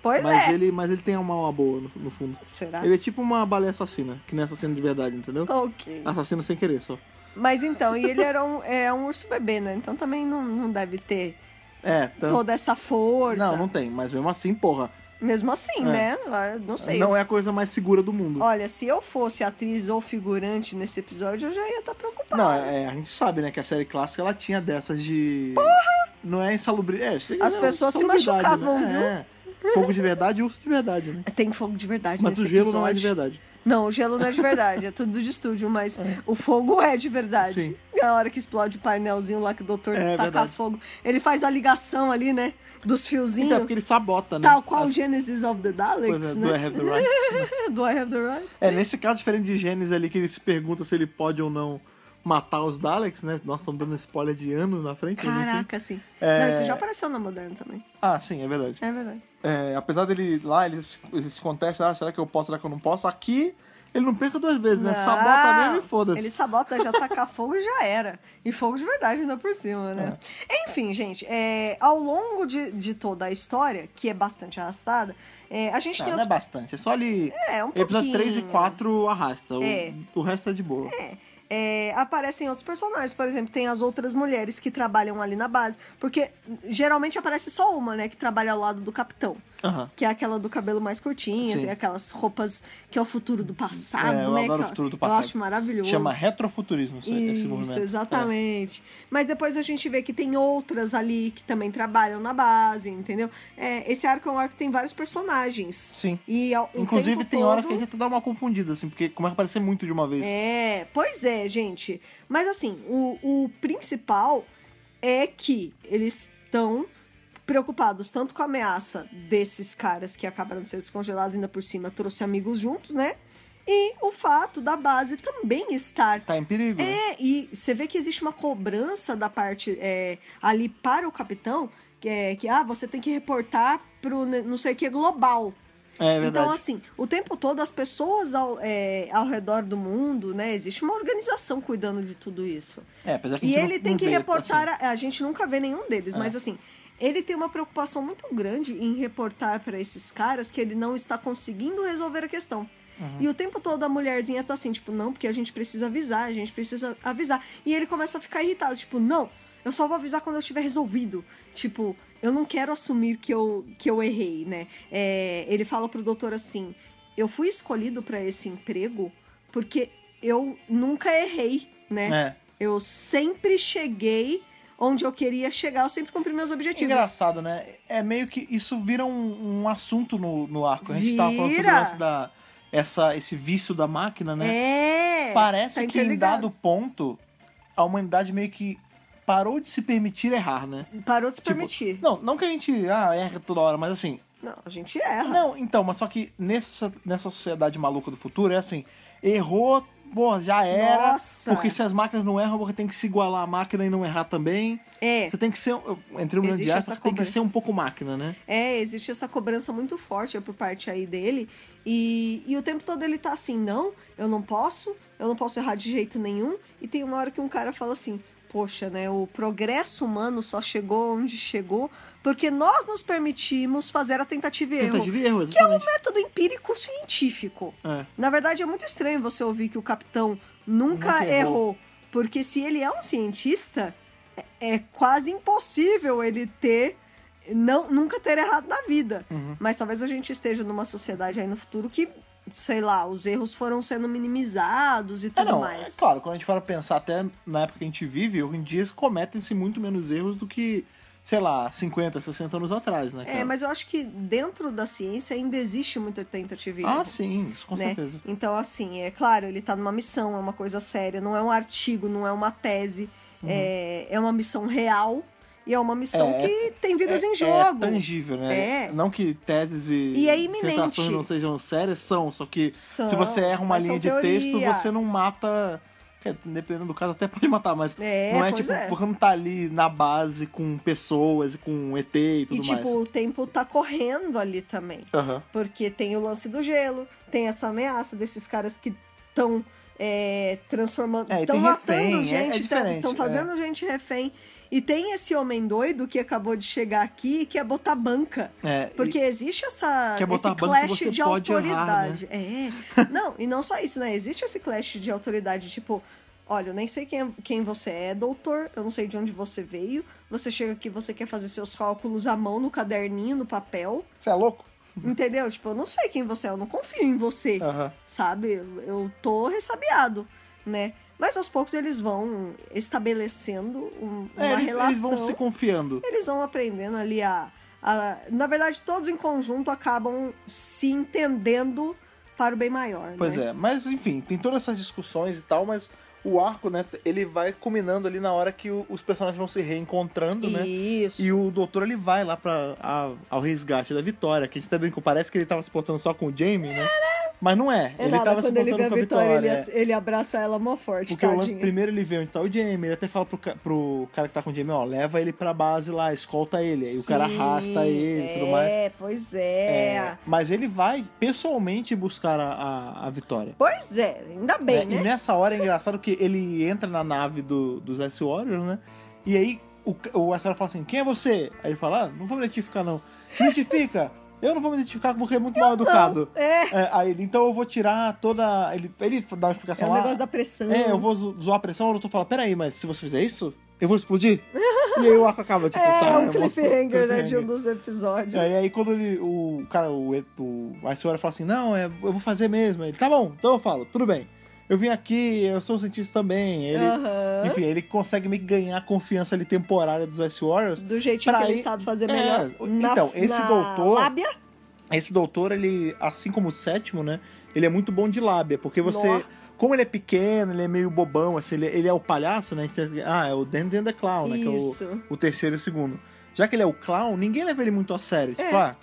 Speaker 2: Pois
Speaker 1: mas
Speaker 2: é. Tá.
Speaker 1: ele, mas ele tem uma alma boa no, no fundo.
Speaker 2: Será?
Speaker 1: Ele é tipo uma baleia assassina, que não é assassino de verdade, entendeu?
Speaker 2: Ok.
Speaker 1: Assassino sem querer só.
Speaker 2: Mas então, e ele era um, é um urso bebê, né? Então também não, não deve ter
Speaker 1: É, tanto.
Speaker 2: toda essa força.
Speaker 1: Não, não tem, mas mesmo assim, porra.
Speaker 2: Mesmo assim, né? Eu não sei.
Speaker 1: Não é a coisa mais segura do mundo.
Speaker 2: Olha, se eu fosse atriz ou figurante nesse episódio, eu já ia tá estar preocupada.
Speaker 1: Não, é, a gente sabe, né, que a série clássica ela tinha dessas de. Porra! Não é insalubridade. É, chega-
Speaker 2: As
Speaker 1: não,
Speaker 2: pessoas se
Speaker 1: insalubridade,
Speaker 2: machucavam,
Speaker 1: né? É. Fogo de verdade e urso de verdade, né?
Speaker 2: Tem fogo de verdade
Speaker 1: Mas
Speaker 2: nesse
Speaker 1: o gelo
Speaker 2: episódio.
Speaker 1: não é de verdade.
Speaker 2: Não, o gelo não é de verdade, é tudo de estúdio, mas o fogo é de verdade.
Speaker 1: Sim.
Speaker 2: Na hora que explode o painelzinho lá que o doutor
Speaker 1: É,
Speaker 2: taca
Speaker 1: verdade.
Speaker 2: fogo, ele faz a ligação ali, né? Dos fiozinhos.
Speaker 1: Então é porque ele sabota, né?
Speaker 2: Tal qual
Speaker 1: As
Speaker 2: o Genesis of the Daleks,
Speaker 1: coisas
Speaker 2: né?
Speaker 1: é, do I Have the Rights. né?
Speaker 2: Do I have the right?
Speaker 1: É, nesse caso, diferente de Gênesis ali, que ele se pergunta se ele pode ou não matar os Daleks, né? Nós estamos dando spoiler de anos na frente. mas enfim.
Speaker 2: Caraca, sim.
Speaker 1: É.
Speaker 2: Não, isso já apareceu na Moderna também.
Speaker 1: Ah, sim, é verdade.
Speaker 2: É verdade.
Speaker 1: É, apesar dele lá, ele se, ele se contesta, ah, será que eu posso, será que eu não posso? Aqui, ele não pensa duas vezes, né?
Speaker 2: Não,
Speaker 1: Sabota mesmo e foda-se.
Speaker 2: Ah, Ele sabota, já tacar fogo e já era. E fogo de verdade ainda por cima, né? Enfim, gente, é, ao longo de, de toda a história, que é bastante arrastada, é, a gente
Speaker 1: Não,
Speaker 2: tem
Speaker 1: não é
Speaker 2: outros
Speaker 1: bastante, é só ele.
Speaker 2: É, um
Speaker 1: Episódio
Speaker 2: pouquinho.
Speaker 1: 3 e 4 arrasta, o,
Speaker 2: É.
Speaker 1: o resto é de boa.
Speaker 2: É, é, aparecem outros personagens, por exemplo, tem as outras mulheres que trabalham ali na base, porque geralmente aparece só uma, né, que trabalha ao lado do capitão.
Speaker 1: Aham.
Speaker 2: Que é aquela do cabelo mais curtinho,
Speaker 1: Sim.
Speaker 2: assim, aquelas roupas que é o futuro do passado,
Speaker 1: É, eu adoro
Speaker 2: né? aquela-
Speaker 1: o futuro do passado.
Speaker 2: Eu acho maravilhoso.
Speaker 1: Chama retrofuturismo esse, esse movimento. É.
Speaker 2: Isso, exatamente. Mas depois a gente vê que tem outras ali que também trabalham na base, entendeu? É, esse arco é um arco que tem vários personagens.
Speaker 1: Sim.
Speaker 2: E ao- o
Speaker 1: Inclusive,
Speaker 2: tempo
Speaker 1: tem horas
Speaker 2: todo-
Speaker 1: que a gente dá uma confundida, assim, porque começa a aparecer muito de uma vez.
Speaker 2: é, pois é, gente. Mas assim, o, o principal é que eles estão preocupados tanto com a ameaça desses caras que acabaram sendo descongelados, ainda por cima trouxe amigos juntos, né? E o fato da base também estar
Speaker 1: Tá em perigo. né?
Speaker 2: é, e você vê que existe uma cobrança da parte é, ali para o capitão, que, é, que ah, você tem que reportar pro ne- não sei o que global.
Speaker 1: É verdade.
Speaker 2: Então, assim, o tempo todo as pessoas ao, é, ao redor do mundo, né? Existe uma organização cuidando de tudo isso.
Speaker 1: É, apesar que a
Speaker 2: assim, E
Speaker 1: gente não-
Speaker 2: ele tem
Speaker 1: não
Speaker 2: que
Speaker 1: vê,
Speaker 2: reportar.
Speaker 1: assim. É.
Speaker 2: a, a gente nunca vê nenhum deles, mas assim, ele tem uma preocupação muito grande em reportar para esses caras que ele não está conseguindo resolver a questão.
Speaker 1: Uhum.
Speaker 2: E o tempo todo a mulherzinha tá assim, tipo, não, porque a gente precisa avisar, a gente precisa avisar. E ele começa a ficar irritado, tipo, não, eu só vou avisar quando eu estiver resolvido. Tipo, eu não quero assumir que eu, que eu errei, né? É, ele fala pro doutor assim: eu fui escolhido para esse emprego porque eu nunca errei, né?
Speaker 1: É.
Speaker 2: Eu sempre cheguei onde eu queria chegar, eu sempre cumpri meus objetivos.
Speaker 1: Engraçado, né? É meio que isso vira um, um assunto no, no arco. A gente tava falando sobre
Speaker 2: Vira.
Speaker 1: o lance da, essa, esse vício da máquina, né?
Speaker 2: É.
Speaker 1: Parece
Speaker 2: tá
Speaker 1: que em
Speaker 2: interligado.
Speaker 1: dado ponto, a humanidade meio que parou de se permitir errar, né?
Speaker 2: Parou de se
Speaker 1: Tipo,
Speaker 2: permitir.
Speaker 1: Não, não que a gente ah, erra toda hora, mas assim.
Speaker 2: Não, a gente erra.
Speaker 1: Não, então, mas só que nessa, nessa sociedade maluca do futuro é assim: errou, pô, já era.
Speaker 2: Nossa.
Speaker 1: é. Porque se as máquinas não erram, você tem que se igualar à máquina e não errar também.
Speaker 2: É.
Speaker 1: Você tem que ser, eu- entre um milhão de aspas,
Speaker 2: Existe essa
Speaker 1: você tem que
Speaker 2: cobrança.
Speaker 1: ser um pouco máquina, né?
Speaker 2: É, existe essa cobrança muito forte por parte aí dele. E, e o tempo todo ele tá assim, não, eu não posso, eu não posso errar de jeito nenhum. E tem uma hora que um cara fala assim, poxa, né, o progresso humano só chegou onde chegou porque nós nos permitimos fazer a tentativa e
Speaker 1: Tentativa e
Speaker 2: erro.
Speaker 1: erro,
Speaker 2: Que é um
Speaker 1: exatamente.
Speaker 2: método empírico científico.
Speaker 1: É.
Speaker 2: Na verdade, é muito estranho você ouvir que o capitão nunca,
Speaker 1: Nunca errou.
Speaker 2: errou. Porque se ele é um cientista, é, é quase impossível ele ter. Não, nunca ter errado na vida.
Speaker 1: Uhum.
Speaker 2: Mas talvez a gente esteja numa sociedade aí no futuro que, sei lá, os erros foram sendo minimizados e
Speaker 1: É,
Speaker 2: tudo
Speaker 1: não, é
Speaker 2: mais.
Speaker 1: claro, quando a gente para pensar, até na época que a gente vive, hoje em dia cometem-se muito menos erros do que, sei lá, 50, 60 anos atrás, né?
Speaker 2: É,
Speaker 1: Cara?
Speaker 2: mas eu acho que dentro da ciência ainda existe muita tentativa e
Speaker 1: Ah,
Speaker 2: erro.
Speaker 1: sim, isso com
Speaker 2: né?
Speaker 1: certeza.
Speaker 2: Então, assim, é claro, ele tá numa missão, é uma coisa séria, não é um artigo, não é uma tese, é, é uma missão real e é uma missão
Speaker 1: Uhum. É,
Speaker 2: que tem vidas
Speaker 1: é,
Speaker 2: em jogo.
Speaker 1: É tangível, né?
Speaker 2: É.
Speaker 1: Não que teses e,
Speaker 2: E é iminente.
Speaker 1: dissertações não sejam sérias, são, só que
Speaker 2: São,
Speaker 1: se você erra uma
Speaker 2: mas
Speaker 1: linha
Speaker 2: são
Speaker 1: de texto,
Speaker 2: teoria.
Speaker 1: você não mata. é, Dependendo do caso, até pode matar, mas
Speaker 2: É,
Speaker 1: não é
Speaker 2: pois
Speaker 1: tipo,
Speaker 2: é.
Speaker 1: você não tá ali na base com pessoas e com ET e tudo
Speaker 2: E, tipo,
Speaker 1: mais.
Speaker 2: o tempo tá correndo ali também.
Speaker 1: Aham.
Speaker 2: Porque tem o lance do gelo, tem essa ameaça desses caras que estão é, transformando.
Speaker 1: É, e
Speaker 2: Estão
Speaker 1: tem refém,
Speaker 2: matando
Speaker 1: é- é
Speaker 2: gente,
Speaker 1: diferente,
Speaker 2: estão fazendo gente refém. E tem esse homem doido que acabou de chegar aqui que é botar banca.
Speaker 1: É,
Speaker 2: Porque existe essa,
Speaker 1: Quer botar
Speaker 2: esse
Speaker 1: banco que
Speaker 2: clash
Speaker 1: você
Speaker 2: de
Speaker 1: pode errar, né?
Speaker 2: autoridade. É. Não, e não só isso, né? Existe esse clash de autoridade, tipo, olha, eu nem sei quem, é- quem você é, doutor, eu não sei de onde você veio. Você chega aqui, você quer fazer seus cálculos à mão, no caderninho, no papel.
Speaker 1: Você é louco?
Speaker 2: Entendeu? Tipo, eu não sei quem você é, eu não confio em você.
Speaker 1: Aham.
Speaker 2: Sabe? Eu- Eu tô ressabiado, né? Mas aos poucos eles vão estabelecendo um- uma
Speaker 1: É, eles,
Speaker 2: relação.
Speaker 1: eles vão se confiando.
Speaker 2: Eles vão aprendendo ali a, a- Na verdade, todos em conjunto acabam se entendendo para o bem maior. né?
Speaker 1: Pois é, mas enfim, tem todas essas discussões e tal, mas o arco, né, ele vai culminando ali na hora que o- os personagens vão se reencontrando, né?
Speaker 2: Isso.
Speaker 1: E o doutor ele vai lá para ao resgate da Vitória, que a gente tá brincou, parece que ele tava se portando só com o Jamie, né? Mas não é,
Speaker 2: É
Speaker 1: ele
Speaker 2: nada,
Speaker 1: tava se
Speaker 2: quando ele
Speaker 1: portando
Speaker 2: vê a
Speaker 1: com
Speaker 2: vitória,
Speaker 1: a Vitória.
Speaker 2: ele,
Speaker 1: é.
Speaker 2: ass- ele abraça ela mó forte,
Speaker 1: Porque o lance,
Speaker 2: tadinha.
Speaker 1: primeiro ele vê onde tá o Jamie, ele até fala pro, ca- pro cara que tá com o Jamie, ó, leva ele pra base lá, escolta ele. Aí o cara
Speaker 2: Sim,
Speaker 1: arrasta ele e tudo mais.
Speaker 2: É, pois é.
Speaker 1: É, mas ele vai pessoalmente buscar a, a, a Vitória.
Speaker 2: Pois é, ainda bem,
Speaker 1: É,
Speaker 2: né?
Speaker 1: E nessa hora é engraçado que ele entra na nave do, dos S-Warriors, né? E aí o, ca- o S-Warrior fala assim, quem é você? Aí ele fala, ah, não vou me identificar não. Se identifica! Eu não vou me identificar porque é muito mal educado.
Speaker 2: É,
Speaker 1: É, aí ele, então eu vou tirar toda... Ele, ele dá uma
Speaker 2: é
Speaker 1: explicação
Speaker 2: o
Speaker 1: lá.
Speaker 2: negócio da pressão.
Speaker 1: É, eu vou zo- zoar a pressão, o doutor fala, peraí, mas se você fizer isso, eu vou explodir? e aí o arco acaba, tipo,
Speaker 2: É,
Speaker 1: tá...
Speaker 2: é um
Speaker 1: eu vou-
Speaker 2: cliffhanger, né, de
Speaker 1: cliffhanger.
Speaker 2: um dos episódios.
Speaker 1: É, e aí quando ele, o cara, o, o, a senhora fala assim, não, é, eu vou fazer mesmo. Ele, tá bom, então eu falo, tudo bem. Eu vim aqui, eu sou um cientista também. Ele,
Speaker 2: Aham.
Speaker 1: Enfim, ele consegue meio que ganhar a confiança ali temporária dos S-Warriors.
Speaker 2: Do jeitinho
Speaker 1: pra
Speaker 2: que ele
Speaker 1: ir-
Speaker 2: sabe fazer
Speaker 1: É,
Speaker 2: melhor. Na-
Speaker 1: então, esse
Speaker 2: na
Speaker 1: doutor-
Speaker 2: Lábia,
Speaker 1: Esse doutor, ele, assim como o sétimo, né, ele é muito bom de lábia, porque você...
Speaker 2: Nó.
Speaker 1: Como ele é pequeno, ele é meio bobão, assim, ele, ele é o palhaço, né? a gente tem- Ah, é o Dandy and the Clown, né? Que é o-
Speaker 2: Isso.
Speaker 1: o terceiro e o segundo. Já que ele é o clown, ninguém leva ele muito a sério.
Speaker 2: É.
Speaker 1: Tipo, ah,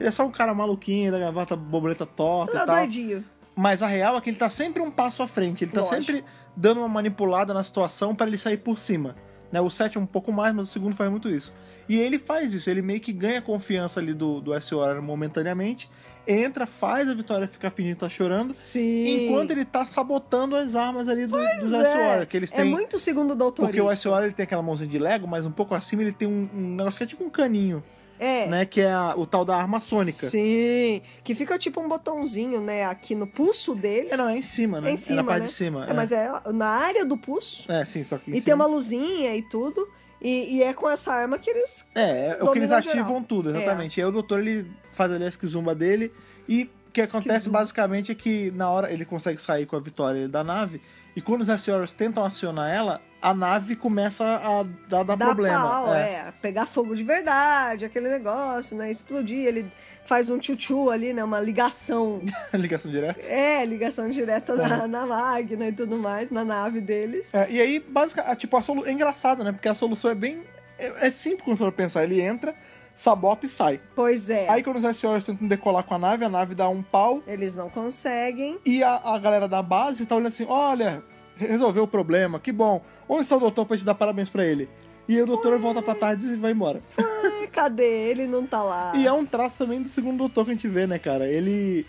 Speaker 1: ele é só um cara maluquinho, da gravata borboleta torta
Speaker 2: Tá
Speaker 1: e tal.
Speaker 2: doidinho.
Speaker 1: Mas a real é que ele tá sempre um passo à frente. Ele tá
Speaker 2: Lógico.
Speaker 1: sempre dando uma manipulada na situação pra ele sair por cima. Né? O sétimo um pouco mais, mas o segundo faz muito isso. E ele faz isso, ele meio que ganha a confiança ali do, do S.O.R. momentaneamente, entra, faz a Vitória ficar fingindo que tá chorando,
Speaker 2: Sim.
Speaker 1: enquanto ele tá sabotando as armas ali do, dos
Speaker 2: é.
Speaker 1: S.O.R. Que eles
Speaker 2: É
Speaker 1: têm
Speaker 2: muito segundo doutor.
Speaker 1: porque o
Speaker 2: isso.
Speaker 1: SOR ele tem aquela mãozinha de Lego, mas um pouco acima ele tem um, um negócio que é tipo um caninho,
Speaker 2: É.
Speaker 1: né? Que é a- o tal da arma sônica.
Speaker 2: Sim. Que fica tipo um botãozinho, né? Aqui no pulso deles.
Speaker 1: É, não, é em cima, né?
Speaker 2: É em
Speaker 1: na
Speaker 2: cima,
Speaker 1: parte
Speaker 2: né?
Speaker 1: de cima.
Speaker 2: É, mas é na área do pulso.
Speaker 1: É, sim, só que em
Speaker 2: e tem
Speaker 1: cima.
Speaker 2: uma luzinha e tudo. E, e é com essa arma que eles.
Speaker 1: É, é o que
Speaker 2: domina
Speaker 1: eles
Speaker 2: geral. É.
Speaker 1: ativam tudo, exatamente. E aí o doutor, ele faz ali a esquizumba dele e o que acontece
Speaker 2: Esquizumba.
Speaker 1: basicamente é que na hora ele consegue sair com a vitória da nave e quando os SORs tentam acionar ela, a nave começa a dar, dar
Speaker 2: dá
Speaker 1: problema.
Speaker 2: pau,
Speaker 1: é.
Speaker 2: é. Pegar fogo de verdade, aquele negócio, né? Explodir. Ele faz um tchutchu ali, né? Uma ligação.
Speaker 1: Ligação direta.
Speaker 2: é, ligação direta na, na máquina e tudo mais, na nave deles.
Speaker 1: É, e aí, basicamente, tipo, a solu... é engraçado, né? Porque a solução é bem. É, é simples quando você vai pensar. Ele entra, sabota e sai.
Speaker 2: Pois é.
Speaker 1: Aí, quando os SORs tentam decolar com a nave, a nave dá um pau.
Speaker 2: Eles não conseguem.
Speaker 1: E a, a galera da base tá olhando assim: olha, resolveu o problema, que bom. Onde está o doutor pra te dar parabéns pra ele? E aí o doutor volta pra tarde e vai embora.
Speaker 2: Ai, cadê ele? Não tá lá.
Speaker 1: E é um traço também do segundo doutor que a gente vê, né, cara? Ele.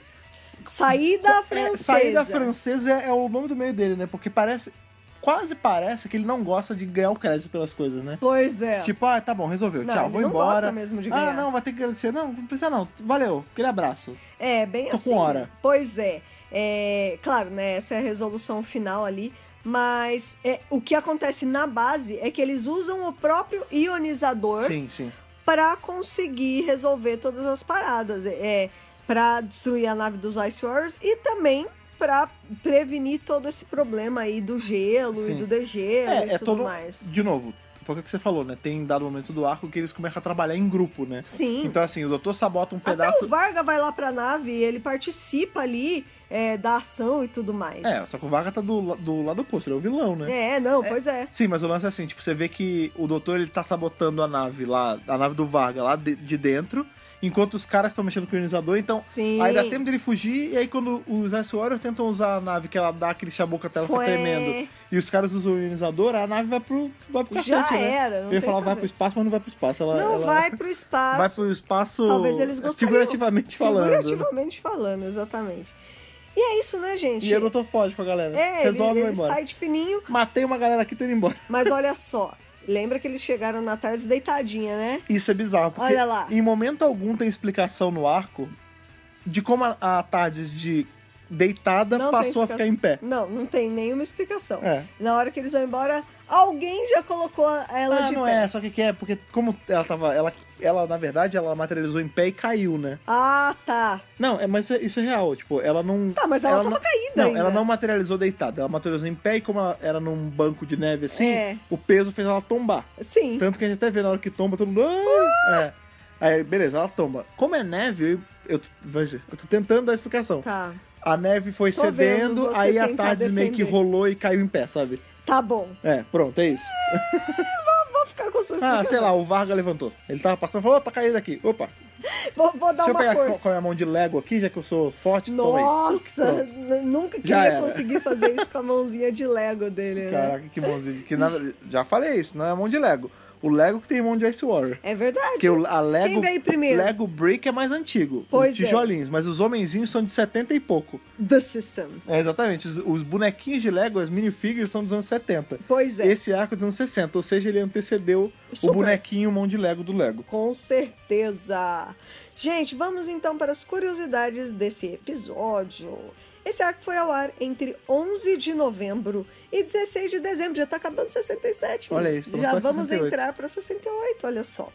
Speaker 2: Saída
Speaker 1: É,
Speaker 2: francesa.
Speaker 1: saída francesa é, é o nome do meio dele, né? Porque parece. Quase parece que ele não gosta de ganhar o crédito pelas coisas, né?
Speaker 2: Pois é.
Speaker 1: Tipo, ah, tá bom, resolveu.
Speaker 2: Não,
Speaker 1: Tchau,
Speaker 2: ele
Speaker 1: vou
Speaker 2: não gosta
Speaker 1: embora.
Speaker 2: mesmo de
Speaker 1: ah,
Speaker 2: ganhar.
Speaker 1: não, vai ter que agradecer. Não, não precisa não. Valeu, aquele abraço.
Speaker 2: é, bem
Speaker 1: tô
Speaker 2: assim.
Speaker 1: com hora.
Speaker 2: Pois é. É, Claro, né? Essa é a resolução final ali. Mas é, o que acontece na base é que eles usam o próprio ionizador
Speaker 1: Sim, sim.
Speaker 2: para conseguir resolver todas as paradas. É, para destruir a nave dos Ice Warriors e também para prevenir todo esse problema aí do gelo
Speaker 1: Sim.
Speaker 2: e do degelo
Speaker 1: É,
Speaker 2: e
Speaker 1: é
Speaker 2: tudo
Speaker 1: todo-
Speaker 2: mais.
Speaker 1: De novo, foi o que você falou, né? Tem dado momento do arco que eles começam a trabalhar em grupo, né?
Speaker 2: Sim.
Speaker 1: Então, assim, o doutor sabota um
Speaker 2: Hum. Até o
Speaker 1: pedaço.
Speaker 2: Varga vai lá pra nave e ele participa ali é, da ação e tudo mais.
Speaker 1: É, só que o Vaga tá do, la- do lado oposto, ele é o vilão, né?
Speaker 2: É, não, pois é.
Speaker 1: Sim, mas o lance é assim, tipo, você vê que o doutor ele tá sabotando a nave lá, a nave do Varga lá de, de dentro, enquanto os caras estão mexendo com o ionizador, então
Speaker 2: Sim.
Speaker 1: Aí dá tempo dele fugir, e aí quando os S-Warriors tentam usar a nave, que ela dá aquele chabuco até ela
Speaker 2: Foi.
Speaker 1: fica tremendo, e os caras usam o ionizador, a nave vai pro, vai pro
Speaker 2: Já
Speaker 1: cacete, né?
Speaker 2: era. Não
Speaker 1: Eu ia
Speaker 2: tem
Speaker 1: falar,
Speaker 2: o que
Speaker 1: vai pro
Speaker 2: fazer.
Speaker 1: espaço, mas não vai pro espaço. Ela,
Speaker 2: Não
Speaker 1: ela
Speaker 2: vai pro espaço.
Speaker 1: vai pro espaço
Speaker 2: Talvez eles gostariam.
Speaker 1: figurativamente falando. né?
Speaker 2: Figurativamente falando, exatamente. E é isso, né, gente?
Speaker 1: E eu não tô foge com a galera.
Speaker 2: É, ele,
Speaker 1: Resolve vai
Speaker 2: ele
Speaker 1: embora.
Speaker 2: sai de fininho,
Speaker 1: Matei uma galera aqui, tô indo embora.
Speaker 2: mas olha só. Lembra que eles chegaram na tarde deitadinha, né?
Speaker 1: Isso é bizarro, porque
Speaker 2: Olha lá.
Speaker 1: em momento algum tem explicação no arco de como a, a Tardes de deitada
Speaker 2: Não tem
Speaker 1: passou a ficar em pé.
Speaker 2: Não, não tem nenhuma explicação.
Speaker 1: É.
Speaker 2: Na hora que eles vão embora, alguém já colocou ela
Speaker 1: ah,
Speaker 2: de
Speaker 1: não
Speaker 2: pé.
Speaker 1: é, só que que é, porque como ela tava. Ela, ela, na verdade, ela materializou em pé e caiu, né?
Speaker 2: Ah, tá.
Speaker 1: Não, é, mas é- isso é real, tipo, ela não.
Speaker 2: Tá, mas ela,
Speaker 1: Ela
Speaker 2: tava
Speaker 1: não-
Speaker 2: caída
Speaker 1: Não,
Speaker 2: ainda.
Speaker 1: ela não materializou deitada, ela materializou em pé e como ela era num banco de neve assim,
Speaker 2: É.
Speaker 1: o peso fez ela tombar.
Speaker 2: Sim.
Speaker 1: Tanto que a gente até vê na hora que tomba, todo mundo. "Ai!" É. Aí, beleza, ela tomba. Como é neve, eu, eu, veja, eu tô tentando dar explicação.
Speaker 2: Tá.
Speaker 1: A neve foi
Speaker 2: Tô
Speaker 1: cedendo,
Speaker 2: vendo você
Speaker 1: aí a
Speaker 2: tentar
Speaker 1: tarde meio que
Speaker 2: defender.
Speaker 1: rolou e caiu em pé, sabe?
Speaker 2: Tá bom.
Speaker 1: É, pronto, é isso.
Speaker 2: Vou ficar com sua explicação.
Speaker 1: Ah, sei lá, o Varga levantou. Ele tava passando e falou, ó, tá caindo aqui. Opa,
Speaker 2: Vou, vou dar
Speaker 1: deixa eu
Speaker 2: uma
Speaker 1: pegar com- com a
Speaker 2: força.
Speaker 1: minha mão de Lego aqui, já que eu sou forte. toma aí.
Speaker 2: Nossa,
Speaker 1: Pronto.
Speaker 2: n- nunca
Speaker 1: Já
Speaker 2: queria
Speaker 1: era.
Speaker 2: conseguir fazer isso com a mãozinha de Lego dele, né?
Speaker 1: Caraca, que mãozinha. Que nada... Já falei isso, não é mão de Lego. O Lego que tem mão de Ice Warrior.
Speaker 2: É verdade.
Speaker 1: Porque o- a Lego,
Speaker 2: Quem veio primeiro?
Speaker 1: Lego Brick é mais antigo.
Speaker 2: Pois
Speaker 1: os
Speaker 2: é.
Speaker 1: tijolinhos, mas os homenzinhos são de 70 e pouco.
Speaker 2: The System.
Speaker 1: É, exatamente. Os, os bonequinhos de Lego, as minifigures, são dos anos 70.
Speaker 2: Pois é.
Speaker 1: Esse arco é dos anos 60, ou seja, ele antecedeu o
Speaker 2: Super.
Speaker 1: bonequinho mão de Lego do Lego.
Speaker 2: Com certeza. Gente, vamos então para as curiosidades desse episódio. Esse arco foi ao ar entre 11 de novembro e 16 de dezembro. Já tá acabando 67.
Speaker 1: Olha
Speaker 2: mano.
Speaker 1: aí, estamos
Speaker 2: Já
Speaker 1: quase
Speaker 2: vamos
Speaker 1: 68.
Speaker 2: entrar para 68, olha só.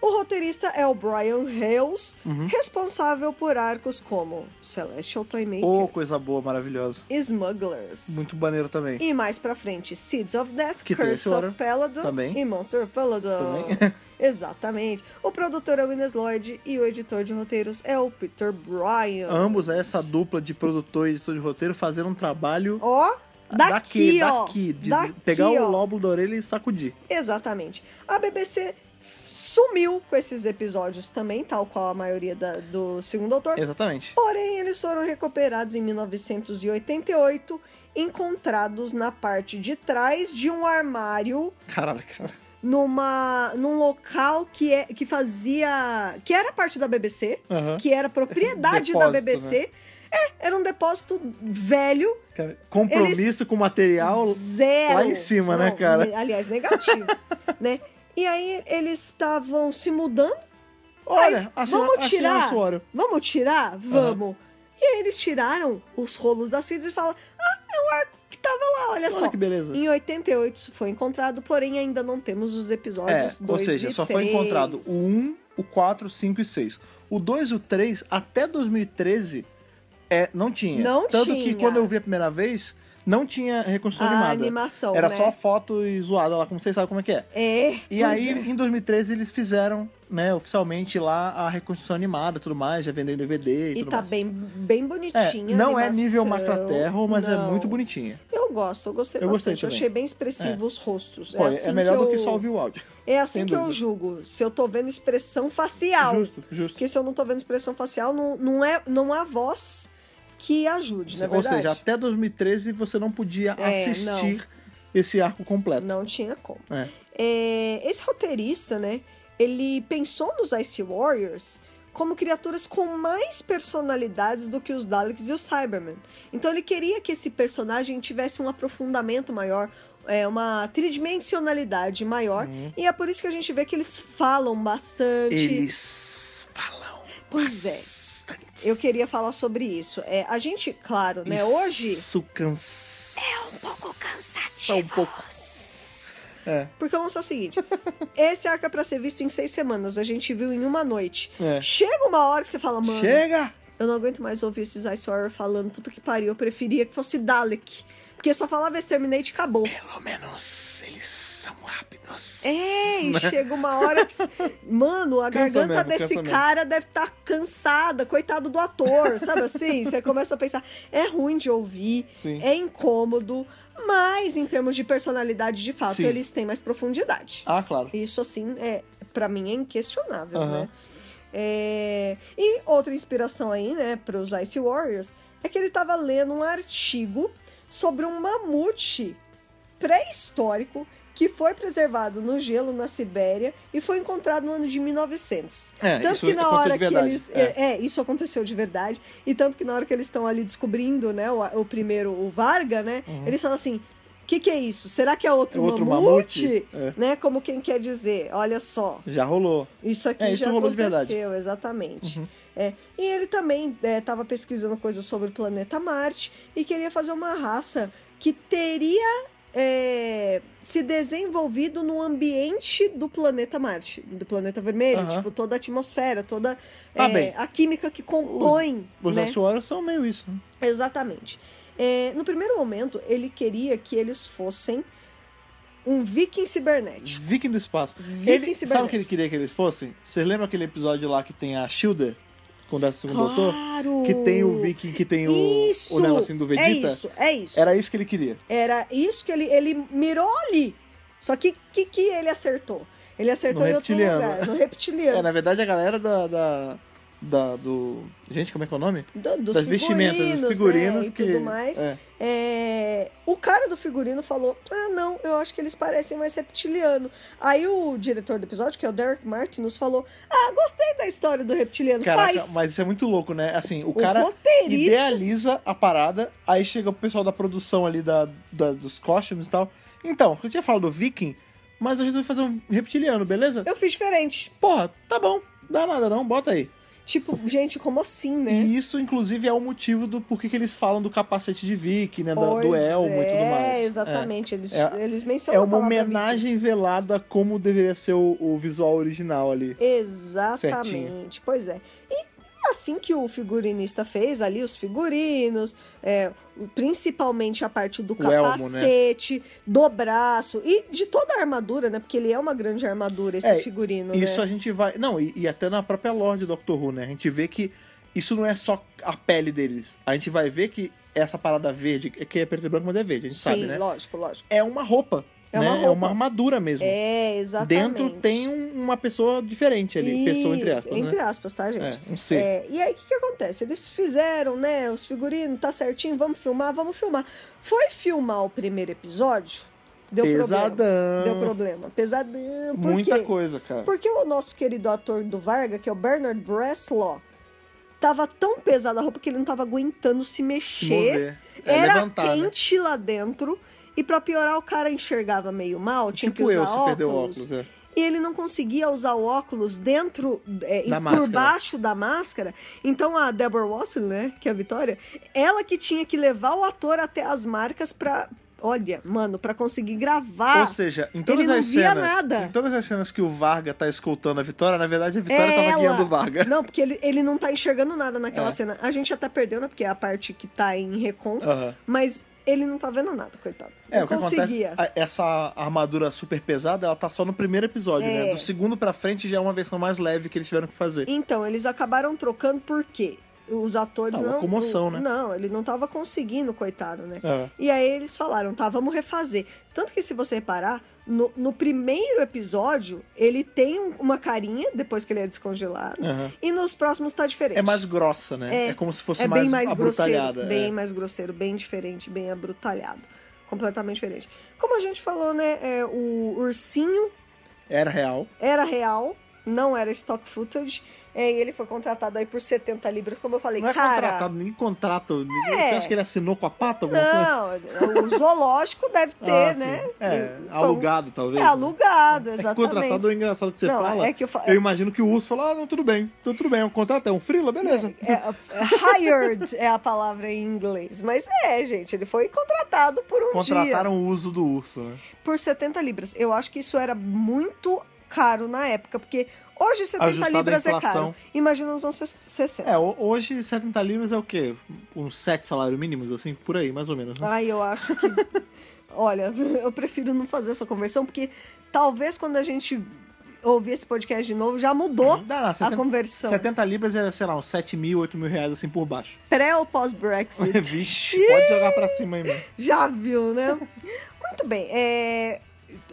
Speaker 2: O roteirista é o Brian Hales,
Speaker 1: Uhum.
Speaker 2: responsável por arcos como Celestial Toymaker,
Speaker 1: Ô, coisa boa, maravilhosa.
Speaker 2: Smugglers.
Speaker 1: Muito maneiro também.
Speaker 2: E mais pra frente, Seeds of Death,
Speaker 1: Que tem
Speaker 2: Curse
Speaker 1: esse horário.
Speaker 2: of Peladon
Speaker 1: Também.
Speaker 2: e Monster of Peladon.
Speaker 1: Também.
Speaker 2: Exatamente. O produtor é o Ines Lloyd e o editor de roteiros é o Peter Bryan.
Speaker 1: Ambos, é, essa dupla de produtor e editor de roteiro, fazendo um trabalho
Speaker 2: Ó, daqui, ó.
Speaker 1: daqui, de
Speaker 2: Daqui,
Speaker 1: pegar
Speaker 2: ó.
Speaker 1: o lóbulo da orelha e sacudir.
Speaker 2: Exatamente. A BBC sumiu com esses episódios também, tal qual a maioria da- do segundo autor.
Speaker 1: Exatamente.
Speaker 2: Porém, eles foram recuperados em 1988, encontrados na parte de trás de um armário
Speaker 1: Caralho, cara.
Speaker 2: numa num local que é que fazia que era parte da BBC,
Speaker 1: Aham.
Speaker 2: que era propriedade da
Speaker 1: Depósito, né?
Speaker 2: BBC. É, era um depósito velho,
Speaker 1: Cara, Compromisso com o material.
Speaker 2: zero.
Speaker 1: lá em cima, né,
Speaker 2: Não,
Speaker 1: cara?
Speaker 2: ne- Aliás, negativo, né? E aí eles estavam se mudando.
Speaker 1: Olha, achei,
Speaker 2: vamos
Speaker 1: achei um
Speaker 2: tirar?
Speaker 1: acessório.
Speaker 2: Vamos tirar? Vamos. E aí eles tiraram os rolos das fitas e falam: "Ah, é um arco que tava lá, olha,
Speaker 1: Olha
Speaker 2: só".
Speaker 1: que beleza.
Speaker 2: Em 88 isso foi encontrado, porém ainda não temos os
Speaker 1: É,
Speaker 2: episódios 2
Speaker 1: ou seja,
Speaker 2: e
Speaker 1: só foi
Speaker 2: três.
Speaker 1: encontrado um o 1, o 4, o 5 e 6. O 2 e o 3, até 2013, é, não tinha.
Speaker 2: Não
Speaker 1: Tanto que
Speaker 2: tinha.
Speaker 1: quando eu vi a primeira vez, não tinha reconstrução
Speaker 2: a
Speaker 1: animada.
Speaker 2: animação,
Speaker 1: Era
Speaker 2: né?
Speaker 1: só foto e zoada lá, como vocês sabem como é que é.
Speaker 2: É.
Speaker 1: E
Speaker 2: pois
Speaker 1: aí,
Speaker 2: é.
Speaker 1: em 2013, eles fizeram, né, oficialmente lá a reconstrução animada e tudo mais, já vendendo DVD e,
Speaker 2: E
Speaker 1: tudo
Speaker 2: tá
Speaker 1: mais.
Speaker 2: bem, bem
Speaker 1: É,
Speaker 2: bonitinha. a
Speaker 1: não é
Speaker 2: animação.
Speaker 1: nível macroterro, mas é
Speaker 2: Não.
Speaker 1: muito bonitinha.
Speaker 2: Eu gosto, eu gostei
Speaker 1: Eu gostei
Speaker 2: bastante. eu
Speaker 1: também.
Speaker 2: achei bem expressivo os rostos.
Speaker 1: Pô,
Speaker 2: é,
Speaker 1: é,
Speaker 2: assim
Speaker 1: melhor
Speaker 2: que eu...
Speaker 1: do que só ouvir o áudio.
Speaker 2: É assim
Speaker 1: sem
Speaker 2: que eu
Speaker 1: dúvida.
Speaker 2: julgo. Se eu tô vendo expressão facial.
Speaker 1: Justo, justo.
Speaker 2: Porque se eu não tô vendo expressão facial, não, não, é, não há voz que ajude, na
Speaker 1: Ou
Speaker 2: é verdade.
Speaker 1: seja, até 2013 você não podia
Speaker 2: É,
Speaker 1: assistir esse arco completo.
Speaker 2: Não tinha como.
Speaker 1: É.
Speaker 2: É, esse roteirista, né? Ele pensou nos Ice Warriors como criaturas com mais personalidades do que os Daleks e os Cybermen. Então ele queria que esse personagem tivesse um aprofundamento maior, é, uma tridimensionalidade maior. E é por isso que a gente vê que eles falam bastante.
Speaker 1: Uhum. Eles falam.
Speaker 2: Pois é. Eu queria falar sobre isso. É, a gente, claro, né? Hoje.
Speaker 1: Isso cansa. É um pouco
Speaker 2: cansativo.
Speaker 1: um pouco. É.
Speaker 2: Porque o lance é o seguinte: esse arco é pra ser visto em seis semanas, a gente viu em uma noite.
Speaker 1: É.
Speaker 2: Chega uma hora que você fala, mano,
Speaker 1: Chega!
Speaker 2: eu não aguento mais ouvir esses Ice Warrior falando, puta que pariu, eu preferia que fosse Dalek. Porque só falava Exterminate e acabou.
Speaker 1: Pelo menos eles são rápidos. Né?
Speaker 2: É, e chega uma hora que. Mano, a
Speaker 1: Cansa
Speaker 2: garganta
Speaker 1: mesmo,
Speaker 2: desse
Speaker 1: cansa mesmo.
Speaker 2: cara deve estar cansada, coitado do ator, sabe assim? Você começa a pensar, é ruim de ouvir,
Speaker 1: Sim.
Speaker 2: é incômodo, mas em termos de personalidade, de fato,
Speaker 1: Sim.
Speaker 2: eles têm mais profundidade.
Speaker 1: Ah, claro.
Speaker 2: Isso, assim, é para mim é inquestionável,
Speaker 1: Aham.
Speaker 2: né? É, E outra inspiração aí, né, para os Ice Warriors, é que ele tava lendo um artigo sobre um mamute pré-histórico que foi preservado no gelo na Sibéria e foi encontrado no ano de 1900.
Speaker 1: É,
Speaker 2: tanto
Speaker 1: isso
Speaker 2: que na
Speaker 1: aconteceu
Speaker 2: hora
Speaker 1: de
Speaker 2: que
Speaker 1: verdade,
Speaker 2: eles
Speaker 1: é.
Speaker 2: é. é, isso aconteceu de verdade e tanto que na hora que eles estão ali descobrindo, né, o, o primeiro o Varga, né, eles falam assim: "Que que é isso? Será que é outro,
Speaker 1: Uhum. É outro
Speaker 2: mamute?"
Speaker 1: mamute? É.
Speaker 2: Né, como quem quer dizer, olha só.
Speaker 1: Já rolou.
Speaker 2: Isso aqui
Speaker 1: É, isso
Speaker 2: já
Speaker 1: rolou de
Speaker 2: aconteceu,
Speaker 1: verdade. Uhum.
Speaker 2: exatamente. É, e ele também estava pesquisando coisas sobre o planeta Marte e queria fazer uma raça que teria é, se desenvolvido no ambiente do planeta Marte, do planeta Vermelho,
Speaker 1: Aham.
Speaker 2: tipo toda a atmosfera, toda
Speaker 1: Ah,
Speaker 2: é,
Speaker 1: bem.
Speaker 2: a química que compõe.
Speaker 1: Os
Speaker 2: né?
Speaker 1: Assuaros são meio isso. né?
Speaker 2: Exatamente. É, no primeiro momento, ele queria que eles fossem um viking cibernético.
Speaker 1: Viking do espaço.
Speaker 2: Tipo, Viking
Speaker 1: ele, sabe
Speaker 2: cibernético.
Speaker 1: o que ele queria que eles fossem? Vocês lembram aquele episódio lá que tem a Shielder? Quando é o segundo doutor?
Speaker 2: Claro!
Speaker 1: Que tem o Viking, que tem o,
Speaker 2: Isso!
Speaker 1: o negocinho do
Speaker 2: É
Speaker 1: Vegeta?
Speaker 2: isso, é isso. Era,
Speaker 1: Era isso que ele queria.
Speaker 2: isso que ele, ele mirou ali. Só que o que, que ele acertou? Ele acertou
Speaker 1: No
Speaker 2: em outro
Speaker 1: reptiliano.
Speaker 2: lugar, no
Speaker 1: É,
Speaker 2: reptiliano.
Speaker 1: na verdade, a galera da. da, da- do. Gente, como é que é o nome?
Speaker 2: Do- dos
Speaker 1: das
Speaker 2: figurinos,
Speaker 1: vestimentas, dos figurinos
Speaker 2: né,
Speaker 1: que.
Speaker 2: e tudo mais.
Speaker 1: É.
Speaker 2: É, o cara do figurino falou: Ah, não, eu acho que eles parecem mais reptiliano. Aí o diretor do episódio, que é o Derek Martin, nos falou: Ah, gostei da história do reptiliano.
Speaker 1: Caraca,
Speaker 2: Faz.
Speaker 1: mas isso é muito louco, né? Assim, o,
Speaker 2: O
Speaker 1: cara
Speaker 2: roteirista-
Speaker 1: idealiza a parada, aí chega o pessoal da produção ali da, da- dos costumes e tal. Então, eu tinha falado do Viking, mas eu resolvi fazer um reptiliano, beleza?
Speaker 2: Eu fiz diferente.
Speaker 1: Porra, tá bom, dá nada não, bota aí.
Speaker 2: Tipo, gente, como assim, né?
Speaker 1: E isso, inclusive, é o motivo do porquê que eles falam do capacete de Viking, né? da- do
Speaker 2: Pois
Speaker 1: elmo e tudo mais.
Speaker 2: É, exatamente. Eles,
Speaker 1: É-
Speaker 2: eles
Speaker 1: É, é
Speaker 2: mencionam a
Speaker 1: uma
Speaker 2: palavra
Speaker 1: homenagem velada como deveria ser o, o visual original ali.
Speaker 2: Viking. Exatamente.
Speaker 1: Certinho.
Speaker 2: Pois é. E assim que o figurinista fez ali, os figurinos, é, principalmente a parte do
Speaker 1: O elmo, né?
Speaker 2: capacete, do braço e de toda a armadura, né? Porque ele é uma grande armadura, esse
Speaker 1: É,
Speaker 2: figurino,
Speaker 1: Isso
Speaker 2: né?
Speaker 1: a gente vai. Não, e, e até na própria lore de Doctor Who, né? A gente vê que isso não é só a pele deles. A gente vai ver que essa parada verde, que é preto e branco, mas é verde, a gente
Speaker 2: Sim,
Speaker 1: sabe, né?
Speaker 2: lógico, lógico.
Speaker 1: É uma roupa.
Speaker 2: É
Speaker 1: né?
Speaker 2: uma
Speaker 1: É
Speaker 2: roupa.
Speaker 1: uma armadura mesmo.
Speaker 2: É, exatamente.
Speaker 1: Dentro tem um- uma pessoa diferente ali. Pessoa entre aspas.
Speaker 2: Entre
Speaker 1: né?
Speaker 2: aspas, tá, gente?
Speaker 1: É, um ser.
Speaker 2: É, e aí, o que, que acontece? Eles fizeram, né, os figurinos, tá certinho, vamos filmar, vamos filmar. Foi filmar o primeiro episódio, deu problema.
Speaker 1: Pesadão.
Speaker 2: Deu problema. Pesadão. Por
Speaker 1: Muita
Speaker 2: quê?
Speaker 1: coisa, cara.
Speaker 2: Porque o nosso querido ator do Varga, que é o Bernard Breslau, tava tão pesada a roupa que ele não tava aguentando se mexer.
Speaker 1: Se mover. É,
Speaker 2: Era
Speaker 1: levantar, né?
Speaker 2: quente lá dentro. E pra piorar, o cara enxergava meio mal, tinha
Speaker 1: Tipo
Speaker 2: que
Speaker 1: eu,
Speaker 2: usar
Speaker 1: se perdeu o
Speaker 2: óculos
Speaker 1: óculos. é.
Speaker 2: e ele não conseguia usar o óculos dentro, é, e
Speaker 1: Da
Speaker 2: por
Speaker 1: máscara.
Speaker 2: baixo da máscara. Então a Deborah Watson, né, que é a Vitória, ela que tinha que levar o ator até as marcas pra, olha, mano, pra conseguir gravar.
Speaker 1: Ou seja, em todas
Speaker 2: Ah, ele não
Speaker 1: as
Speaker 2: via
Speaker 1: cenas.
Speaker 2: nada.
Speaker 1: Em todas as cenas que o Varga tá escoltando a Vitória, na verdade a Vitória tava
Speaker 2: ela.
Speaker 1: guiando o Varga.
Speaker 2: Não, porque ele, ele não tá enxergando nada naquela
Speaker 1: É.
Speaker 2: cena. A gente até perdeu, né? Porque é a parte que tá em recon.
Speaker 1: Aham.
Speaker 2: Mas ele não tá vendo nada, coitado.
Speaker 1: Ah. É,
Speaker 2: não
Speaker 1: o que
Speaker 2: conseguia.
Speaker 1: acontece, a- essa armadura super pesada, ela tá só no primeiro episódio,
Speaker 2: É.
Speaker 1: né? Do segundo pra frente já é uma versão mais leve que eles tiveram que fazer.
Speaker 2: Então, eles acabaram trocando por quê? Os atores
Speaker 1: Ah,
Speaker 2: não.
Speaker 1: locomoção,
Speaker 2: o-
Speaker 1: né?
Speaker 2: Não, ele não tava conseguindo, coitado, né?
Speaker 1: É.
Speaker 2: E aí eles falaram, tá, vamos refazer. Tanto que se você reparar, no, no primeiro episódio, ele tem um- uma carinha, depois que ele é descongelado,
Speaker 1: Aham.
Speaker 2: e nos próximos tá diferente.
Speaker 1: É mais grossa, né? É, como se fosse
Speaker 2: É
Speaker 1: mais,
Speaker 2: bem mais grosseiro,
Speaker 1: abrutalhada.
Speaker 2: bem
Speaker 1: é.
Speaker 2: mais grosseiro, bem diferente, bem abrutalhado. Completamente diferente. Como a gente falou, né, é, o ursinho
Speaker 1: Era real.
Speaker 2: era real, não era stock footage. É, e ele foi contratado aí por 70 libras, como eu falei,
Speaker 1: Não é
Speaker 2: cara.
Speaker 1: contratado, nem contrato.
Speaker 2: É.
Speaker 1: Você acha que ele assinou com a pata alguma coisa?
Speaker 2: não, o zoológico deve ter,
Speaker 1: né? Ah, sim.
Speaker 2: né?
Speaker 1: É,
Speaker 2: Foi um-
Speaker 1: alugado, talvez.
Speaker 2: É
Speaker 1: né?
Speaker 2: alugado,
Speaker 1: É que
Speaker 2: exatamente.
Speaker 1: contratado é engraçado que você
Speaker 2: Não,
Speaker 1: fala.
Speaker 2: é que eu fa-
Speaker 1: Eu imagino que o urso fala, ah, não, tudo bem, tudo, tudo bem, é um contrato, é um frila, beleza.
Speaker 2: É, é, hired é a palavra em inglês. Mas é, gente, ele foi contratado por um dia.
Speaker 1: Contrataram o uso do urso, né?
Speaker 2: Por 70 libras. Eu acho que isso era muito caro na época, porque hoje 70
Speaker 1: Ajustado à
Speaker 2: libras é caro.
Speaker 1: inflação.
Speaker 2: Imagina nos anos 60.
Speaker 1: É, ho- hoje 70 libras é o quê? Uns 7 salários mínimos, assim, por aí, mais ou menos. Né?
Speaker 2: Ai, eu acho que. Olha, eu prefiro não fazer essa conversão, porque talvez quando a gente ouvir esse podcast de novo, já mudou
Speaker 1: Dá lá,
Speaker 2: a conversão.
Speaker 1: 70 libras é, sei lá, uns 7 mil, 8 mil reais, assim, por baixo.
Speaker 2: Pré ou pós-Brexit?
Speaker 1: Vixe, pode jogar pra cima aí, mano.
Speaker 2: Já viu, né? Muito bem. é,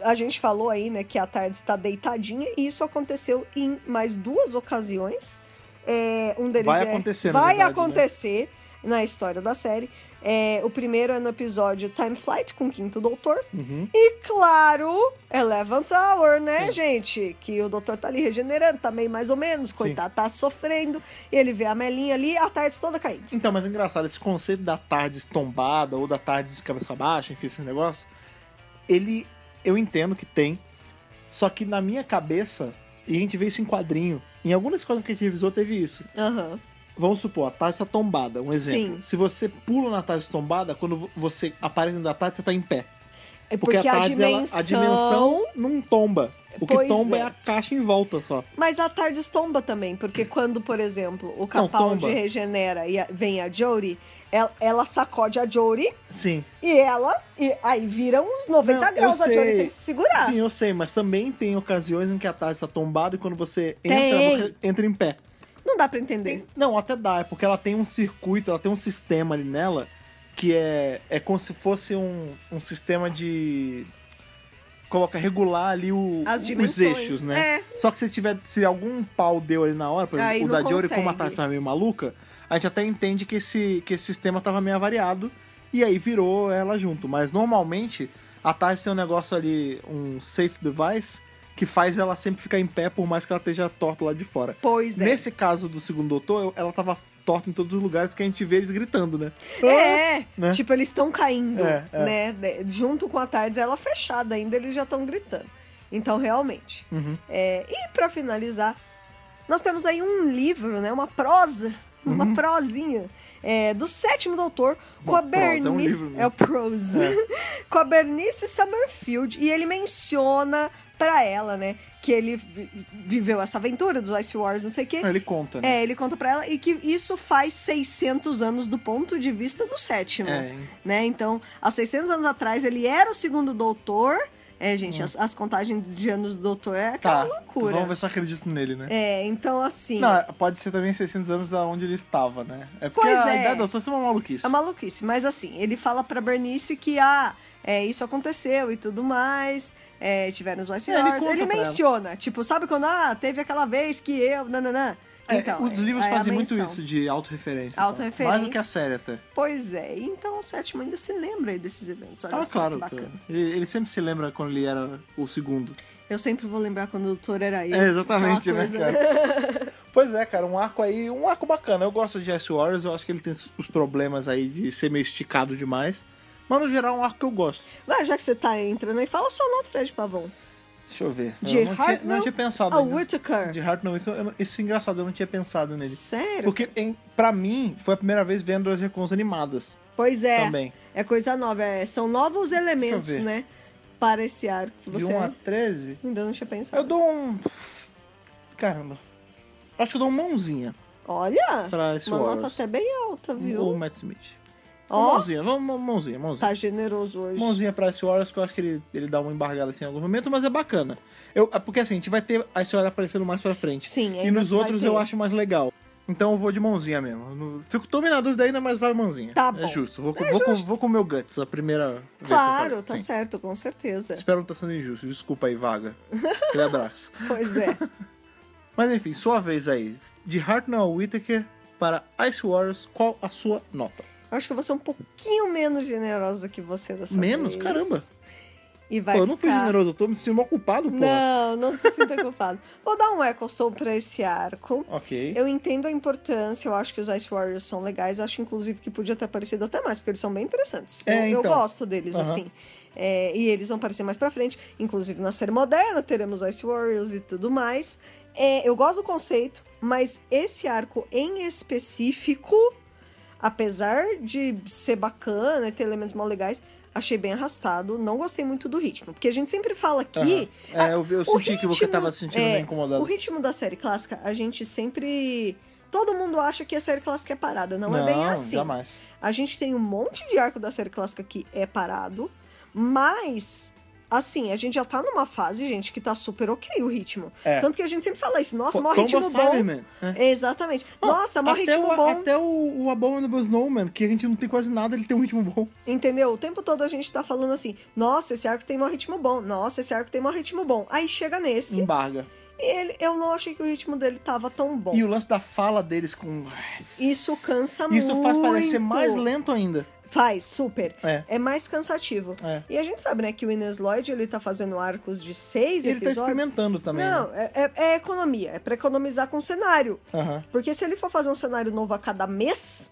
Speaker 2: A gente falou aí, né, que a tarde está deitadinha e isso aconteceu em mais duas ocasiões. É, um deles
Speaker 1: Vai
Speaker 2: é-
Speaker 1: acontecer, na
Speaker 2: vai
Speaker 1: verdade, né?
Speaker 2: acontecer. na história da série. É, o primeiro é no episódio Time Flight com o Quinto Doutor.
Speaker 1: Uhum.
Speaker 2: E claro, Eleven Tower, né, gente? Que o doutor tá ali regenerando, tá meio mais ou menos, coitado, tá sofrendo. E ele vê a Melinha ali, a tarde toda caindo.
Speaker 1: Então, mas é engraçado, esse conceito da tarde estombada ou da tarde de cabeça baixa, enfim, esse negócio, ele, eu entendo que tem, só que na minha cabeça, e a gente vê isso em quadrinho, em algumas coisas que a gente revisou teve isso.
Speaker 2: Aham.
Speaker 1: Vamos supor, a tarde está tombada, um exemplo.
Speaker 2: Sim.
Speaker 1: Se você pula na tarde tombada, quando vo- você aparece dentro da tarde, você tá em pé.
Speaker 2: É porque, a,
Speaker 1: tarde, ela-
Speaker 2: dimensão...
Speaker 1: a dimensão não tomba. O que
Speaker 2: Pois
Speaker 1: tomba é.
Speaker 2: é.
Speaker 1: a caixa em volta só.
Speaker 2: Mas a tarde tomba também, porque quando, por exemplo, o Capaldi
Speaker 1: tomba.
Speaker 2: regenera e a- vem a Jory, ela, ela sacode a Jory
Speaker 1: Sim.
Speaker 2: e ela. E aí viram uns 90
Speaker 1: Não, eu
Speaker 2: graus, a Jory
Speaker 1: sei.
Speaker 2: tem que se segurar.
Speaker 1: Sim, eu sei, mas também tem ocasiões em que a tarde está tombada e quando você
Speaker 2: Tem.
Speaker 1: entra, você entra em pé.
Speaker 2: Não dá pra entender.
Speaker 1: Não, até dá, é porque ela tem um circuito, ela tem um sistema ali nela que é, é como se fosse um, um sistema de. Coloca regular ali o,
Speaker 2: As
Speaker 1: os
Speaker 2: dimensões,
Speaker 1: eixos, né?
Speaker 2: é.
Speaker 1: Só que se tiver. Se algum pau deu ali na hora, por exemplo,
Speaker 2: Aí
Speaker 1: o
Speaker 2: não
Speaker 1: da Diori, como a
Speaker 2: consegue.
Speaker 1: taça tava meio maluca, a gente até entende que esse, que esse sistema tava meio avariado e aí virou ela junto. Mas normalmente a Tars tem um negócio ali, um safe device, que faz ela sempre ficar em pé, por mais que ela esteja torta lá de fora.
Speaker 2: Pois é.
Speaker 1: Nesse caso do segundo doutor, eu- ela tava torta em todos os lugares que a gente vê eles gritando, né?
Speaker 2: É,
Speaker 1: Né?
Speaker 2: tipo, eles estão caindo,
Speaker 1: É, é.
Speaker 2: né? De- Junto com a tarde, ela fechada ainda, eles já estão gritando. Então, realmente.
Speaker 1: Uhum.
Speaker 2: É, e pra finalizar, nós temos aí um livro, né? Uma prosa, uma
Speaker 1: Uhum.
Speaker 2: prosinha é, do sétimo doutor com
Speaker 1: Bom,
Speaker 2: a
Speaker 1: prosa é um
Speaker 2: Bernice.
Speaker 1: livro mesmo. É.
Speaker 2: o prose. com a Bernice Summerfield. E ele menciona pra ela, né? Que ele vi- viveu essa aventura dos Ice Wars, não sei o quê.
Speaker 1: Ele conta, né?
Speaker 2: É, ele conta pra ela e que isso faz 600 anos do ponto de vista do sétimo,
Speaker 1: É,
Speaker 2: né? Então, há 600 anos atrás ele era o segundo doutor. É, gente, as, as contagens de anos do doutor é
Speaker 1: Hum. Tá.
Speaker 2: aquela loucura.
Speaker 1: Vamos ver se eu acredito nele, né?
Speaker 2: É, então assim,
Speaker 1: Não, pode ser também 600 anos da onde ele estava, né? É porque
Speaker 2: Pois
Speaker 1: a
Speaker 2: é.
Speaker 1: idade do doutor é uma maluquice.
Speaker 2: é maluquice, mas assim, ele fala pra Bernice que ah, é, isso aconteceu e tudo mais. É, tiveram os mais
Speaker 1: É, ele
Speaker 2: senhores.
Speaker 1: conta
Speaker 2: Ele,
Speaker 1: pra ela.
Speaker 2: menciona, tipo, sabe quando ah, teve aquela vez que eu, nananã.
Speaker 1: É,
Speaker 2: Então,
Speaker 1: os
Speaker 2: é-
Speaker 1: livros
Speaker 2: é a
Speaker 1: fazem muito
Speaker 2: menção.
Speaker 1: isso de autorreferência. e
Speaker 2: Autorreferência.
Speaker 1: tal. Mais do que a série até.
Speaker 2: Pois é, então o sétimo ainda se lembra aí desses eventos. Olha
Speaker 1: Ah,
Speaker 2: só
Speaker 1: claro.
Speaker 2: que bacana.
Speaker 1: Ele, ele sempre se lembra quando ele era o segundo.
Speaker 2: Eu sempre vou lembrar quando o doutor era eu.
Speaker 1: É, exatamente,
Speaker 2: aquela
Speaker 1: né,
Speaker 2: coisa.
Speaker 1: cara? pois é, cara, um arco aí, um arco bacana. Eu gosto de Jesse Warriors, eu acho que ele tem os problemas aí de ser meio esticado demais. Mas no geral é um arco que eu gosto.
Speaker 2: Vai, já que você tá entrando aí, fala só o nome do Fred Pavão.
Speaker 1: Deixa eu ver.
Speaker 2: De
Speaker 1: eu não tinha, não
Speaker 2: Hartnell
Speaker 1: tinha pensado
Speaker 2: A
Speaker 1: ainda.
Speaker 2: Whittaker.
Speaker 1: De Hartnell, isso, eu não- isso é engraçado, eu não tinha pensado nele.
Speaker 2: Sério?
Speaker 1: Porque em, pra mim, foi a primeira vez vendo as recons animadas
Speaker 2: Pois é.
Speaker 1: também.
Speaker 2: É coisa nova. é- são novos elementos,
Speaker 1: ver.
Speaker 2: né? Para esse arco. que
Speaker 1: De
Speaker 2: Você é?
Speaker 1: 1 a 13,
Speaker 2: ainda não tinha pensado.
Speaker 1: eu dou um... Caramba. Acho que eu dou uma mãozinha
Speaker 2: Olha!
Speaker 1: pra esse Um
Speaker 2: uma nota
Speaker 1: Warriors.
Speaker 2: até bem alta, viu?
Speaker 1: Ou Matt Smith.
Speaker 2: Ó.
Speaker 1: Mãozinha, não, mão- mãozinha, mãozinha.
Speaker 2: Tá generoso hoje.
Speaker 1: mãozinha pra Ice Warriors, que eu acho que ele, ele dá uma embargada assim em algum momento, mas é bacana. Eu, é porque assim, a gente vai ter a história aparecendo mais pra frente.
Speaker 2: Sim,
Speaker 1: E
Speaker 2: ainda
Speaker 1: nos
Speaker 2: vai
Speaker 1: outros
Speaker 2: ter.
Speaker 1: eu acho mais legal. Então eu vou de mãozinha mesmo. Eu não- Fico tô meio na dúvida ainda, mas vai mãozinha.
Speaker 2: Tá
Speaker 1: É
Speaker 2: bom.
Speaker 1: justo. Vou, com- vou, com- vou com o meu guts, a primeira vez que eu
Speaker 2: Claro,
Speaker 1: falei.
Speaker 2: tá
Speaker 1: Sim.
Speaker 2: certo, com certeza.
Speaker 1: Espero não estar sendo injusto. Desculpa aí, vaga. Aquele abraço.
Speaker 2: Pois é.
Speaker 1: Mas enfim, sua vez aí. De Hartnell a Whittaker para Ice Warriors, qual a sua nota?
Speaker 2: Eu acho que eu vou ser um pouquinho menos generosa que você dessa
Speaker 1: Menos?
Speaker 2: vez.
Speaker 1: Caramba.
Speaker 2: E vai
Speaker 1: pô, eu não fui
Speaker 2: ficar...
Speaker 1: generoso, eu tô me sentindo mal culpado, pô.
Speaker 2: Não, não se sinta culpado. Vou dar um eco soul pra esse arco.
Speaker 1: Ok.
Speaker 2: Eu entendo a importância, eu acho que os Ice Warriors são legais, acho inclusive que podia ter aparecido até mais, porque eles são bem interessantes.
Speaker 1: É,
Speaker 2: eu, eu
Speaker 1: então.
Speaker 2: gosto deles,
Speaker 1: Aham.
Speaker 2: assim. É, e eles vão aparecer mais pra frente, inclusive na série moderna teremos Ice Warriors e tudo mais. É, eu gosto do conceito, mas esse arco em específico, apesar de ser bacana e ter elementos mal legais, achei bem arrastado, não gostei muito do ritmo. Porque a gente sempre fala aqui.
Speaker 1: Aham. É,
Speaker 2: Ah,
Speaker 1: eu, eu
Speaker 2: o
Speaker 1: senti que você
Speaker 2: ritmo-
Speaker 1: tava se sentindo
Speaker 2: é,
Speaker 1: meio incomodado.
Speaker 2: O ritmo da série clássica, a gente sempre. Todo mundo acha que a série clássica é parada. Não, é bem assim.
Speaker 1: jamais.
Speaker 2: A gente tem um monte de arco da série clássica que é parado, mas. Assim, a gente já tá numa fase, gente, que tá super ok o ritmo.
Speaker 1: É.
Speaker 2: Tanto que a gente sempre fala isso. Então, Nossa,
Speaker 1: Pô,
Speaker 2: mó
Speaker 1: Tomb
Speaker 2: ritmo
Speaker 1: of
Speaker 2: bom.
Speaker 1: Cybermen, né? é
Speaker 2: Exatamente. Nossa, mó
Speaker 1: até
Speaker 2: ritmo
Speaker 1: o,
Speaker 2: bom.
Speaker 1: Até o, o Abominable Snowman, que a gente não tem quase nada, ele tem um ritmo bom.
Speaker 2: Entendeu? O tempo todo a gente tá
Speaker 1: Hum.
Speaker 2: falando assim: nossa, esse arco tem mó ritmo bom. Nossa, esse arco tem mó ritmo bom. Aí chega nesse.
Speaker 1: Embarga.
Speaker 2: E ele, eu não achei que o ritmo dele tava tão bom.
Speaker 1: E o lance da fala deles com.
Speaker 2: Isso cansa muito.
Speaker 1: Isso faz parecer mais lento ainda.
Speaker 2: Faz, super.
Speaker 1: É.
Speaker 2: É mais cansativo.
Speaker 1: É.
Speaker 2: E a gente sabe, né, que o Inês Lloyd, ele tá fazendo arcos de seis
Speaker 1: Ele tá
Speaker 2: episódios.
Speaker 1: experimentando também. né?
Speaker 2: Não, é, é- é economia. É pra economizar com o cenário.
Speaker 1: Aham.
Speaker 2: Porque se ele for fazer um cenário novo a cada mês,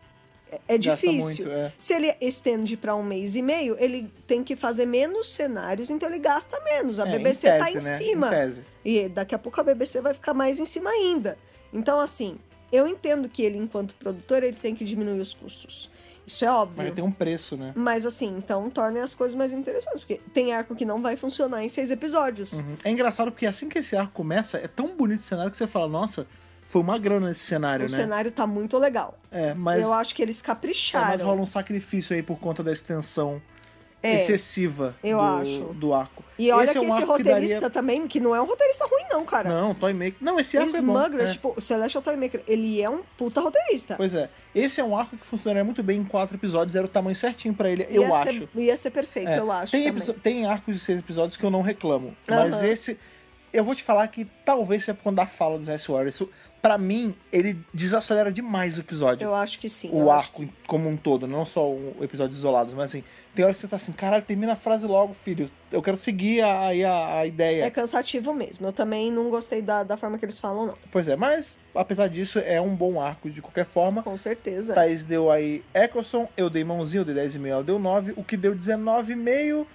Speaker 2: é, é
Speaker 1: Gasta
Speaker 2: difícil.
Speaker 1: muito, é.
Speaker 2: Se ele estende pra um mês e meio, ele tem que fazer menos cenários, então ele gasta menos. A
Speaker 1: É,
Speaker 2: BBC tá em
Speaker 1: tese, né?
Speaker 2: cima.
Speaker 1: Em tese.
Speaker 2: E daqui a pouco a BBC vai ficar mais em cima ainda. Então, assim, eu entendo que ele, enquanto produtor, ele tem que diminuir os custos. Isso é óbvio.
Speaker 1: Mas tem um preço, né?
Speaker 2: Mas assim, então tornem as coisas mais interessantes. Porque tem arco que não vai funcionar em seis episódios.
Speaker 1: Uhum. É engraçado porque assim que esse arco começa, é tão bonito o cenário que você fala, nossa, foi uma grana esse
Speaker 2: o
Speaker 1: cenário, né?
Speaker 2: cenário tá muito legal.
Speaker 1: É, mas,
Speaker 2: Eu acho que eles
Speaker 1: é, mas
Speaker 2: capricharam.
Speaker 1: rola um sacrifício aí por conta da extensão
Speaker 2: É.
Speaker 1: excessiva
Speaker 2: Eu
Speaker 1: do,
Speaker 2: acho.
Speaker 1: do arco.
Speaker 2: E olha
Speaker 1: esse
Speaker 2: que
Speaker 1: é um
Speaker 2: esse
Speaker 1: arco que
Speaker 2: roteirista
Speaker 1: daria...
Speaker 2: também, que não é um roteirista ruim, não, cara.
Speaker 1: Não, Toy Maker. Não, esse arco
Speaker 2: Smuggler,
Speaker 1: é bom. É.
Speaker 2: tipo, o Celestial Toymaker, ele é um puta roteirista.
Speaker 1: Pois é. Esse é um arco que funcionaria muito bem em quatro episódios, era o tamanho certinho pra ele, eu
Speaker 2: ia
Speaker 1: acho.
Speaker 2: Ser, ia ser perfeito,
Speaker 1: É,
Speaker 2: é eu acho.
Speaker 1: Tem,
Speaker 2: também.
Speaker 1: episo- tem arcos de seis episódios que eu não reclamo. Mas
Speaker 2: Aham.
Speaker 1: esse. Eu vou te falar que talvez seja por conta da fala do Jesse Warren. Isso, pra mim, ele desacelera demais o episódio.
Speaker 2: Eu acho que sim.
Speaker 1: O
Speaker 2: eu acho
Speaker 1: arco como um todo, não só um episódio isolado, mas assim, tem hora que você tá assim, caralho, termina a frase logo, filho. Eu quero seguir a, a, a ideia.
Speaker 2: É cansativo mesmo. Eu também não gostei da, da forma que eles falam, não.
Speaker 1: Pois é, mas apesar disso, é um bom arco de qualquer forma.
Speaker 2: Com certeza.
Speaker 1: Thaís deu Tá aí Eccleston, eu dei mãozinho, eu dei 10,5, ela deu 9, o que deu 19,5,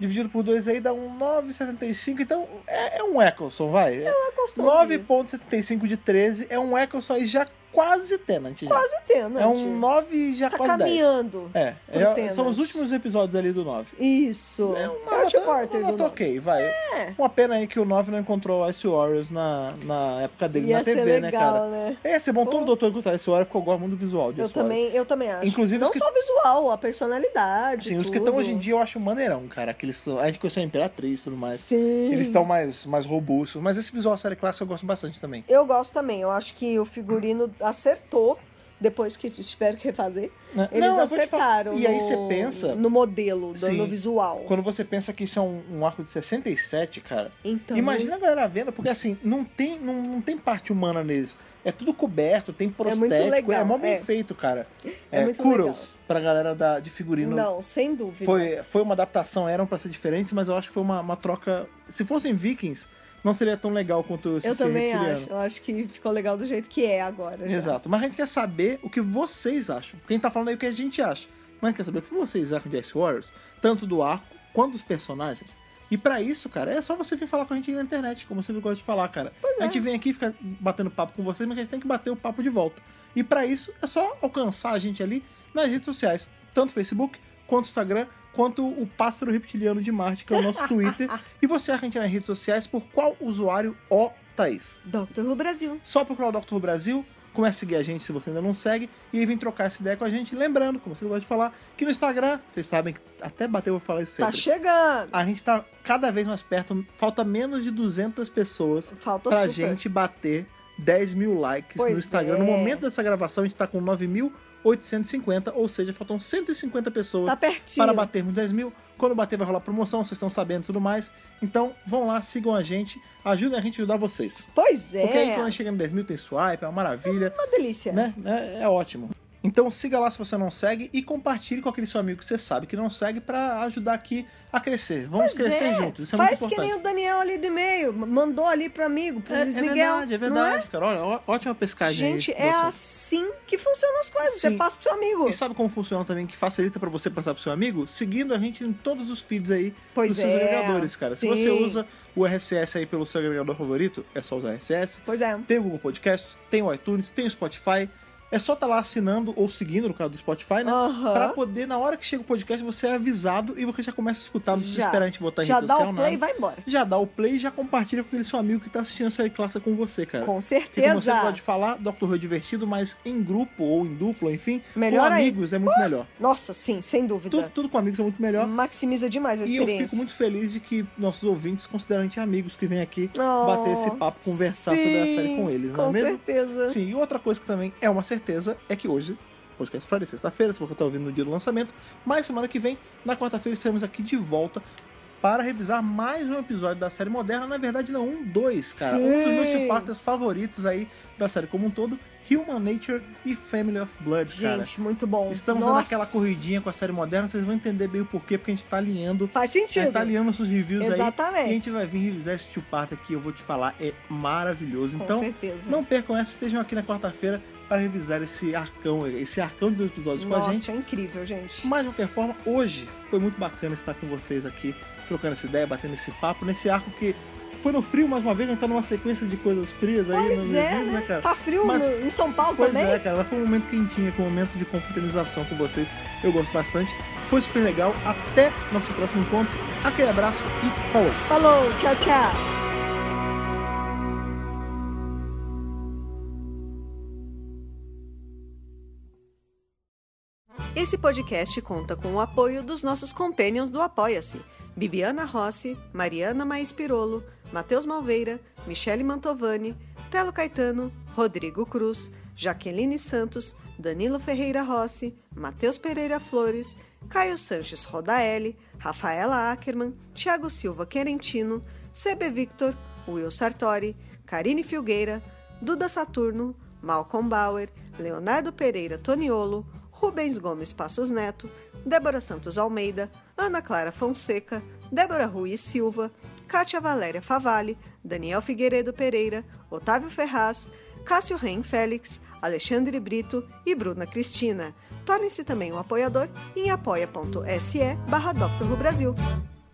Speaker 1: dividido por 2 aí dá um 9,75, então é, é um Eccleston, vai. É
Speaker 2: Tá gostosinho.
Speaker 1: 9,75 de 13, é um Eccleston aí já quase Tenant. já.
Speaker 2: Quase tendo.
Speaker 1: é um 9 já
Speaker 2: Tá
Speaker 1: quase 10.
Speaker 2: caminhando.
Speaker 1: É,
Speaker 2: pro
Speaker 1: é-
Speaker 2: Tenant.
Speaker 1: são os últimos episódios ali do 9.
Speaker 2: Isso.
Speaker 1: É
Speaker 2: é
Speaker 1: uma
Speaker 2: o
Speaker 1: nota,
Speaker 2: Tim Porter
Speaker 1: uma
Speaker 2: do É.
Speaker 1: nota
Speaker 2: nome.
Speaker 1: ok, vai. Uma pena aí que o 9 não encontrou o Ice Warriors na, na época dele
Speaker 2: Ia
Speaker 1: na
Speaker 2: ser
Speaker 1: TV, né,
Speaker 2: legal,
Speaker 1: cara?
Speaker 2: né?
Speaker 1: É, ser bom
Speaker 2: Pô.
Speaker 1: todo doutor encontrar esse Warrior, porque eu gosto muito do visual de
Speaker 2: Eu
Speaker 1: Ice Warriors.
Speaker 2: também, eu também acho.
Speaker 1: Inclusive,
Speaker 2: não
Speaker 1: os que-
Speaker 2: só o visual, a personalidade.
Speaker 1: Sim, os que
Speaker 2: tudo.
Speaker 1: estão hoje em dia eu acho maneirão, cara. Aqueles, são- a gente conheceu a Imperatriz e tudo mais.
Speaker 2: Sim.
Speaker 1: Eles estão mais, mais robustos. Mas esse visual série clássica eu gosto bastante também.
Speaker 2: Eu gosto também. Eu acho que o figurino acertou depois que tiveram que refazer.
Speaker 1: Né?
Speaker 2: Eles
Speaker 1: Não, eu vou te falar-
Speaker 2: acertaram.
Speaker 1: E aí
Speaker 2: no-
Speaker 1: você pensa,
Speaker 2: No modelo, do-
Speaker 1: Sim.
Speaker 2: no visual.
Speaker 1: quando você pensa que isso é um, um arco de 67, cara.
Speaker 2: Então,
Speaker 1: Imagina a galera vendo, porque assim, não tem, não, não tem parte humana neles. É tudo coberto, tem
Speaker 2: muito
Speaker 1: prostético. É,
Speaker 2: legal,
Speaker 1: mó bem
Speaker 2: é.
Speaker 1: feito, cara.
Speaker 2: É muito
Speaker 1: Kudos
Speaker 2: legal.
Speaker 1: pra galera da, de figurino.
Speaker 2: Não, sem dúvida.
Speaker 1: Foi, foi uma adaptação, eram pra ser diferentes, mas eu acho que foi uma, uma troca. Se fossem vikings, não seria tão legal quanto esse
Speaker 2: Eu
Speaker 1: ser
Speaker 2: também
Speaker 1: reptiliano.
Speaker 2: acho. Eu acho que ficou legal do jeito que é agora. já.
Speaker 1: Exato. Mas a gente quer saber o que vocês acham. Quem tá falando aí o que a gente acha. Mas quer saber o que vocês acham de Ice Warriors, tanto do arco quanto dos personagens. E pra isso, cara, é só você vir falar com a gente aí na internet, como eu sempre gosto de falar, cara.
Speaker 2: Pois é.
Speaker 1: A gente vem aqui e fica batendo papo com vocês, mas a gente tem que bater o papo de volta. E pra isso, é só alcançar a gente ali nas redes sociais, tanto Facebook quanto Instagram, quanto o Pássaro Reptiliano de Marte, que é o nosso Twitter. E você acha a gente nas redes sociais por qual usuário ó Thaís?
Speaker 2: Doctor Who Brasil.
Speaker 1: Só procurar o Dr. Who Brasil, comece a seguir a gente se você ainda não segue, e aí vem trocar essa ideia com a gente. Lembrando, como você gosta de falar, que no Instagram, vocês sabem que até bateu eu vou falar isso
Speaker 2: Tá
Speaker 1: sempre.
Speaker 2: chegando.
Speaker 1: a gente tá cada vez mais perto, falta menos de 200 pessoas
Speaker 2: Falta
Speaker 1: pra
Speaker 2: super.
Speaker 1: gente bater 10 mil likes
Speaker 2: Pois
Speaker 1: no Instagram. No
Speaker 2: é.
Speaker 1: momento dessa gravação, a gente tá com 9.850, ou seja, faltam 150 pessoas
Speaker 2: Tá pertinho.
Speaker 1: para batermos 10 mil. Quando bater, vai rolar promoção, vocês estão sabendo e tudo mais. Então, vão lá, sigam a gente, ajudem a gente a ajudar vocês.
Speaker 2: Pois é.
Speaker 1: Porque aí quando a gente chega no 10 mil tem swipe, é uma maravilha,
Speaker 2: Uma delícia.
Speaker 1: né? É, é ótimo. Então siga lá se você não segue e compartilhe com aquele seu amigo que você sabe que não segue pra ajudar aqui a crescer. Vamos
Speaker 2: Pois
Speaker 1: crescer
Speaker 2: é.
Speaker 1: juntos, isso é
Speaker 2: Faz
Speaker 1: muito
Speaker 2: que nem
Speaker 1: importante.
Speaker 2: o Daniel ali do e-mail. Mandou ali pro amigo, pro
Speaker 1: É, é
Speaker 2: Luiz Miguel.
Speaker 1: verdade, é
Speaker 2: não
Speaker 1: verdade, cara. Olha, ó- ótima pescagem. aí
Speaker 2: Gente,
Speaker 1: do
Speaker 2: é
Speaker 1: assunto.
Speaker 2: assim que funcionam as coisas. Você
Speaker 1: Sim.
Speaker 2: passa pro seu amigo.
Speaker 1: E sabe como funciona também, que facilita pra você passar pro seu amigo? Seguindo a gente em todos os feeds aí
Speaker 2: Pois
Speaker 1: dos seus
Speaker 2: é,
Speaker 1: agregadores, cara.
Speaker 2: sim.
Speaker 1: Se você usa o RSS aí pelo seu agregador favorito, é só usar RSS.
Speaker 2: Pois é.
Speaker 1: tem o Google Podcast, tem o iTunes, tem o Spotify. É só estar lá assinando ou seguindo no caso do Spotify, né?
Speaker 2: Aham.
Speaker 1: Pra poder, na hora que chega o podcast, você é avisado e você já começa a escutar. Não precisa
Speaker 2: Já.
Speaker 1: esperar a gente botar em
Speaker 2: Já
Speaker 1: rede
Speaker 2: dá
Speaker 1: social,
Speaker 2: o play e
Speaker 1: nada.
Speaker 2: vai embora.
Speaker 1: Já dá o play e já compartilha com aquele seu amigo que tá assistindo a série clássica É. com você, cara.
Speaker 2: Com
Speaker 1: Porque como você
Speaker 2: certeza.
Speaker 1: pode falar, Dr. Who é divertido, mas em grupo ou em duplo, enfim, com
Speaker 2: Melhor Uh! ainda.
Speaker 1: amigos é muito melhor.
Speaker 2: Nossa, sim, sem
Speaker 1: Tudo,
Speaker 2: dúvida.
Speaker 1: tudo com amigos é muito melhor.
Speaker 2: Maximiza demais a
Speaker 1: E eu fico
Speaker 2: Hum, experiência.
Speaker 1: muito feliz de que nossos ouvintes consideram a gente amigos que vêm aqui
Speaker 2: Oh,
Speaker 1: bater esse papo, conversar sobre a
Speaker 2: sim,
Speaker 1: série com eles, não
Speaker 2: Com
Speaker 1: é mesmo?
Speaker 2: certeza.
Speaker 1: Sim, e outra coisa que também é uma certeza é que hoje, podcast Friday, tá sexta-feira, se você está ouvindo no dia do lançamento, mas semana que vem, na quarta-feira, estaremos aqui de volta para revisar mais um episódio da série moderna. Na verdade, não, um, dois, cara. Um dos meus
Speaker 2: Sim.
Speaker 1: chipastas favoritos aí da série como um todo. Human Nature e Family of Blood, cara.
Speaker 2: Gente, muito bom.
Speaker 1: Estamos
Speaker 2: Nossa.
Speaker 1: dando aquela corridinha com a série moderna, vocês vão entender bem o porquê, porque a gente tá alinhando.
Speaker 2: Faz
Speaker 1: A gente
Speaker 2: sentido.
Speaker 1: tá alinhando nossos reviews aí. E a
Speaker 2: Exatamente.
Speaker 1: gente vai vir revisar esse tio parto aqui, eu vou te falar, é maravilhoso.
Speaker 2: Com
Speaker 1: Então,
Speaker 2: certeza.
Speaker 1: não percam essa, estejam aqui na quarta-feira para revisar esse arcão, esse arcão de dois episódios com a
Speaker 2: Nossa,
Speaker 1: gente.
Speaker 2: é incrível, gente.
Speaker 1: Mas de qualquer forma, hoje foi muito bacana estar com vocês aqui, trocando essa ideia, batendo esse papo, nesse arco que foi no frio mais uma vez, a gente tá numa sequência de coisas frias aí
Speaker 2: Pois
Speaker 1: nos
Speaker 2: é,
Speaker 1: reviews, né, cara?
Speaker 2: Tá frio
Speaker 1: Mas-
Speaker 2: no- em São Paulo
Speaker 1: Pois
Speaker 2: também?
Speaker 1: é, cara, foi um momento quentinho, aqui, um momento de confraternização com vocês. Eu gosto bastante. Foi super legal. Até nosso próximo encontro. Aquele abraço e falou!
Speaker 2: Falou, tchau, tchau. Esse podcast conta com o apoio dos nossos companions do Apoia-se: Bibiana Rossi, Mariana Maes Pirolo, Matheus Malveira, Michele Mantovani, Telo Caetano, Rodrigo Cruz, Jaqueline Santos, Danilo Ferreira Rossi, Matheus Pereira Flores, Caio Sanches Rodaelli, Rafaela Ackerman, Thiago Silva Querentino, CB Victor, Will Sartori, Karine Filgueira, Duda Saturno, Malcolm Bauer, Leonardo Pereira Toniolo, Rubens Gomes Passos Neto, Débora Santos Almeida, Ana Clara Fonseca, Débora Ruiz Silva, Kátia Valéria Favalli, Daniel Figueiredo Pereira, Otávio Ferraz, Cássio Reim Félix, Alexandre Brito e Bruna Cristina. Torne-se também um apoiador em apoia.se barra Dr. Who Brasil.